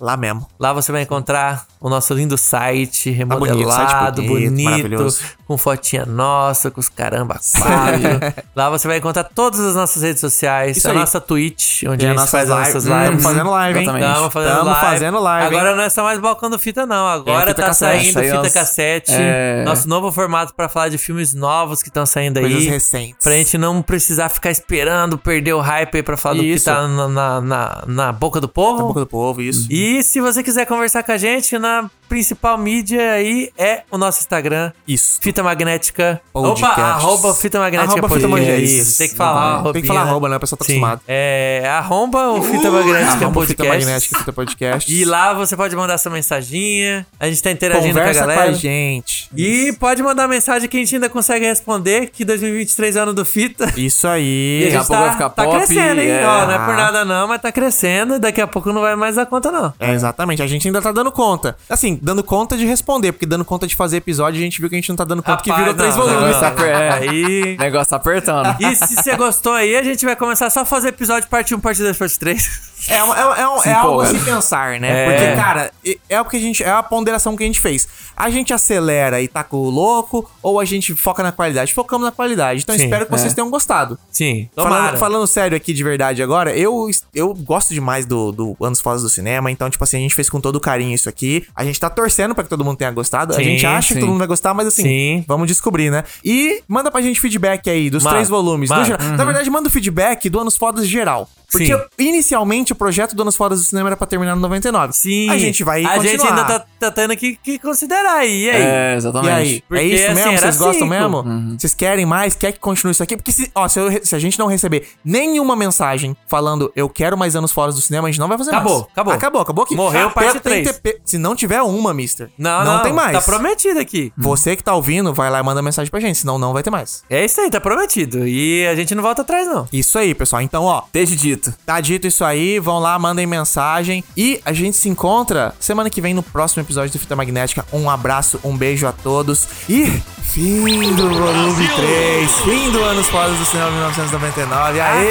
Speaker 4: Lá mesmo.
Speaker 5: Lá você vai encontrar o nosso lindo site
Speaker 4: Tá bonito,
Speaker 5: remodelado,
Speaker 4: site bonito,
Speaker 5: bonito,
Speaker 4: maravilhoso.
Speaker 5: com fotinha nossa, com os caramba quatro. Lá você vai encontrar todas as nossas redes sociais,
Speaker 4: Isso
Speaker 5: a
Speaker 4: aí.
Speaker 5: nossa Twitch, onde
Speaker 4: E
Speaker 5: a
Speaker 4: as
Speaker 5: gente
Speaker 4: nossas
Speaker 5: faz
Speaker 4: lives.
Speaker 5: as nossas
Speaker 4: Hum,
Speaker 5: lives.
Speaker 4: tamo fazendo live, hein?
Speaker 6: Exatamente.
Speaker 5: Tamo fazendo
Speaker 4: Tamo
Speaker 5: live.
Speaker 4: fazendo live, hein?
Speaker 5: Agora não é só mais balcão do fita, não. Agora
Speaker 6: É, fita
Speaker 5: tá
Speaker 6: cassete.
Speaker 5: saindo
Speaker 6: Saiu
Speaker 5: fita
Speaker 6: uns-
Speaker 5: cassete.
Speaker 6: É.
Speaker 5: Nosso novo formato pra falar de filmes novos que estão saindo
Speaker 4: Coisas
Speaker 5: aí.
Speaker 4: recentes.
Speaker 5: Pra gente não precisar ficar esperando perder o hype aí pra falar do que
Speaker 4: Isso.
Speaker 5: tá na, na, na- na boca do povo.
Speaker 4: Na boca do povo. povo, isso.
Speaker 5: E se você quiser conversar com a gente, na principal mídia aí é o nosso Instagram.
Speaker 4: Isso.
Speaker 5: Fita Magnética.
Speaker 4: Podcast.
Speaker 5: Opa, arroba Fita Magnética
Speaker 4: Arroba Fita
Speaker 5: Podcast.
Speaker 4: Magnética.
Speaker 5: Tem que falar
Speaker 4: Exatamente.
Speaker 5: arroba.
Speaker 4: Tem que falar arroba, né? A pessoa tá acostumada.
Speaker 5: É, arroba o Fita Magnética
Speaker 4: Arroba
Speaker 5: Podcast.
Speaker 4: Fita Magnética, Fita Podcast.
Speaker 5: <laughs> E lá você pode mandar sua mensaginha. A gente tá interagindo
Speaker 4: Conversa
Speaker 5: com a
Speaker 4: com
Speaker 5: galera.
Speaker 4: a gente.
Speaker 5: E pode mandar mensagem que a gente ainda consegue responder, que 2023 é o ano do Fita.
Speaker 4: Isso aí.
Speaker 5: E a
Speaker 6: Daqui a
Speaker 5: gente
Speaker 6: pouco
Speaker 5: tá,
Speaker 6: vai ficar
Speaker 5: tá
Speaker 6: pop,
Speaker 5: crescendo, hein?
Speaker 6: é.
Speaker 5: Ó, não é por nada não, mas tá crescendo. Daqui a pouco não vai mais dar conta, não.
Speaker 4: É, exatamente. A gente ainda tá dando conta. Assim, dando conta de responder, porque dando conta de fazer episódio, a gente viu que a gente não tá dando conta, que virou três
Speaker 5: não,
Speaker 4: volumes.
Speaker 5: não,
Speaker 4: tá?
Speaker 5: não. Aí...
Speaker 6: O negócio tá apertando.
Speaker 5: E se você gostou aí, a gente vai começar só a fazer episódio parte 1, parte 2, parte 3.
Speaker 4: É, um- é um- é um- é
Speaker 6: empolga.
Speaker 4: algo a se pensar, né?
Speaker 5: É.
Speaker 4: Porque, cara, é- é o que a gente. É a ponderação que a gente fez. A gente acelera e taca o louco, ou a gente foca na qualidade? Focamos na qualidade. Então
Speaker 5: Sim,
Speaker 4: espero que
Speaker 5: é.
Speaker 4: vocês tenham gostado.
Speaker 5: Sim,
Speaker 4: Falando,
Speaker 5: tomara.
Speaker 4: falando sério aqui de verdade agora, eu, eu gosto demais do, do Anos Fodas do Cinema, então, tipo assim, a gente fez com todo carinho isso aqui. A gente tá torcendo pra que todo mundo tenha gostado. a
Speaker 5: Sim,
Speaker 4: gente acha que
Speaker 5: sim.
Speaker 4: todo mundo vai gostar, mas assim,
Speaker 5: Sim.
Speaker 4: vamos descobrir, né? E manda pra gente feedback aí dos
Speaker 5: Manda,
Speaker 4: três volumes. do
Speaker 5: manda, Uhum.
Speaker 4: geral. Na verdade, manda o feedback do Anos Fodas geral. Porque
Speaker 5: Sim.
Speaker 4: eu- inicialmente o projeto do Anos Fodas do Cinema era pra terminar no 99.
Speaker 5: Sim.
Speaker 4: A gente vai
Speaker 5: A
Speaker 4: continuar.
Speaker 5: gente ainda tá, tá tendo que, que considerar aí. E aí?
Speaker 6: É,
Speaker 4: E
Speaker 6: exatamente.
Speaker 4: aí,
Speaker 5: Porque,
Speaker 4: é isso
Speaker 5: assim,
Speaker 4: mesmo?
Speaker 5: era
Speaker 4: Vocês gostam
Speaker 5: cinco. Uhum.
Speaker 4: mesmo? Vocês querem mais? Quer que continue isso aqui? Porque se, ó, se, eu re- se a gente não receber nenhuma mensagem falando eu quero mais anos fora do cinema, a gente não vai fazer
Speaker 5: Acabou,
Speaker 4: mais.
Speaker 5: acabou.
Speaker 4: Acabou, acabou aqui.
Speaker 5: Morreu
Speaker 4: Pe-
Speaker 5: parte
Speaker 4: tem
Speaker 5: três.
Speaker 4: que ter pe- se não tiver uma, mister,
Speaker 5: Não, não,
Speaker 4: tem mais.
Speaker 5: Tá prometido aqui.
Speaker 4: Você que tá ouvindo, vai lá e manda mensagem pra gente, senão não vai ter mais.
Speaker 5: É isso aí, tá prometido. E a gente não volta atrás, não.
Speaker 4: Isso aí, pessoal. Então, ó,
Speaker 6: Desde dito.
Speaker 4: tá dito isso aí, vão lá, mandem mensagem e a gente se encontra semana que vem no próximo episódio do Fita Magnética. Um abraço, um beijo a todos e fim do volume 3, fim do Anos Fodas do Cinema 1999. Aê!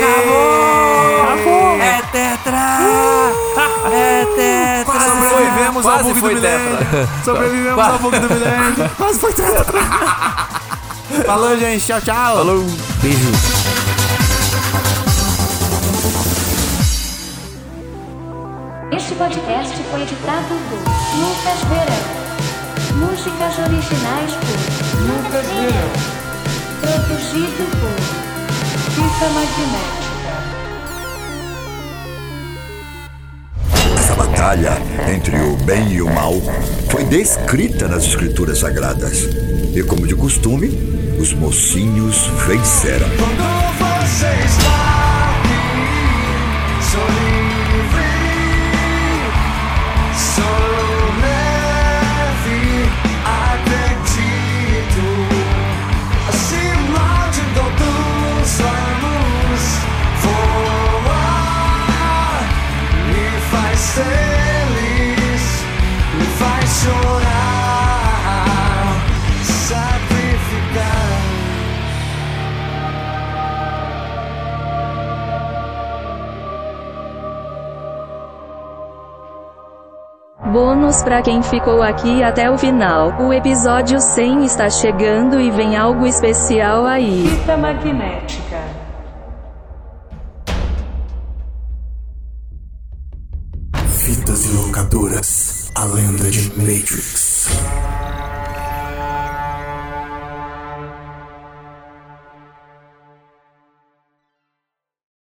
Speaker 5: Acabou! É tetra! É tetra!
Speaker 4: Quase sobrevivemos ao
Speaker 6: Quase
Speaker 4: bug do
Speaker 6: foi né?
Speaker 4: milênio.
Speaker 6: tetra.
Speaker 4: Sobrevivemos ao bug do milênio. Quase foi tetra. Falou, gente. Tchau, tchau. Falou. Beijo.
Speaker 10: Este podcast foi editado por Lucas Verão. Músicas originais por Lucas Verão. Produzido por Fita Magnética.
Speaker 11: Essa batalha entre o bem e o mal foi descrita nas escrituras sagradas. E como de costume, os mocinhos venceram.
Speaker 9: Quando você está aqui, sou livre, sou leve, acredito. Acima de todos vamos voar. Me faz feliz, me faz chorar, sacrificar.
Speaker 3: Bônus pra quem ficou aqui até o final. O episódio 100 está chegando e vem algo especial aí.
Speaker 1: Fita magnética.
Speaker 14: Fitas e locadoras, a lenda de Matrix.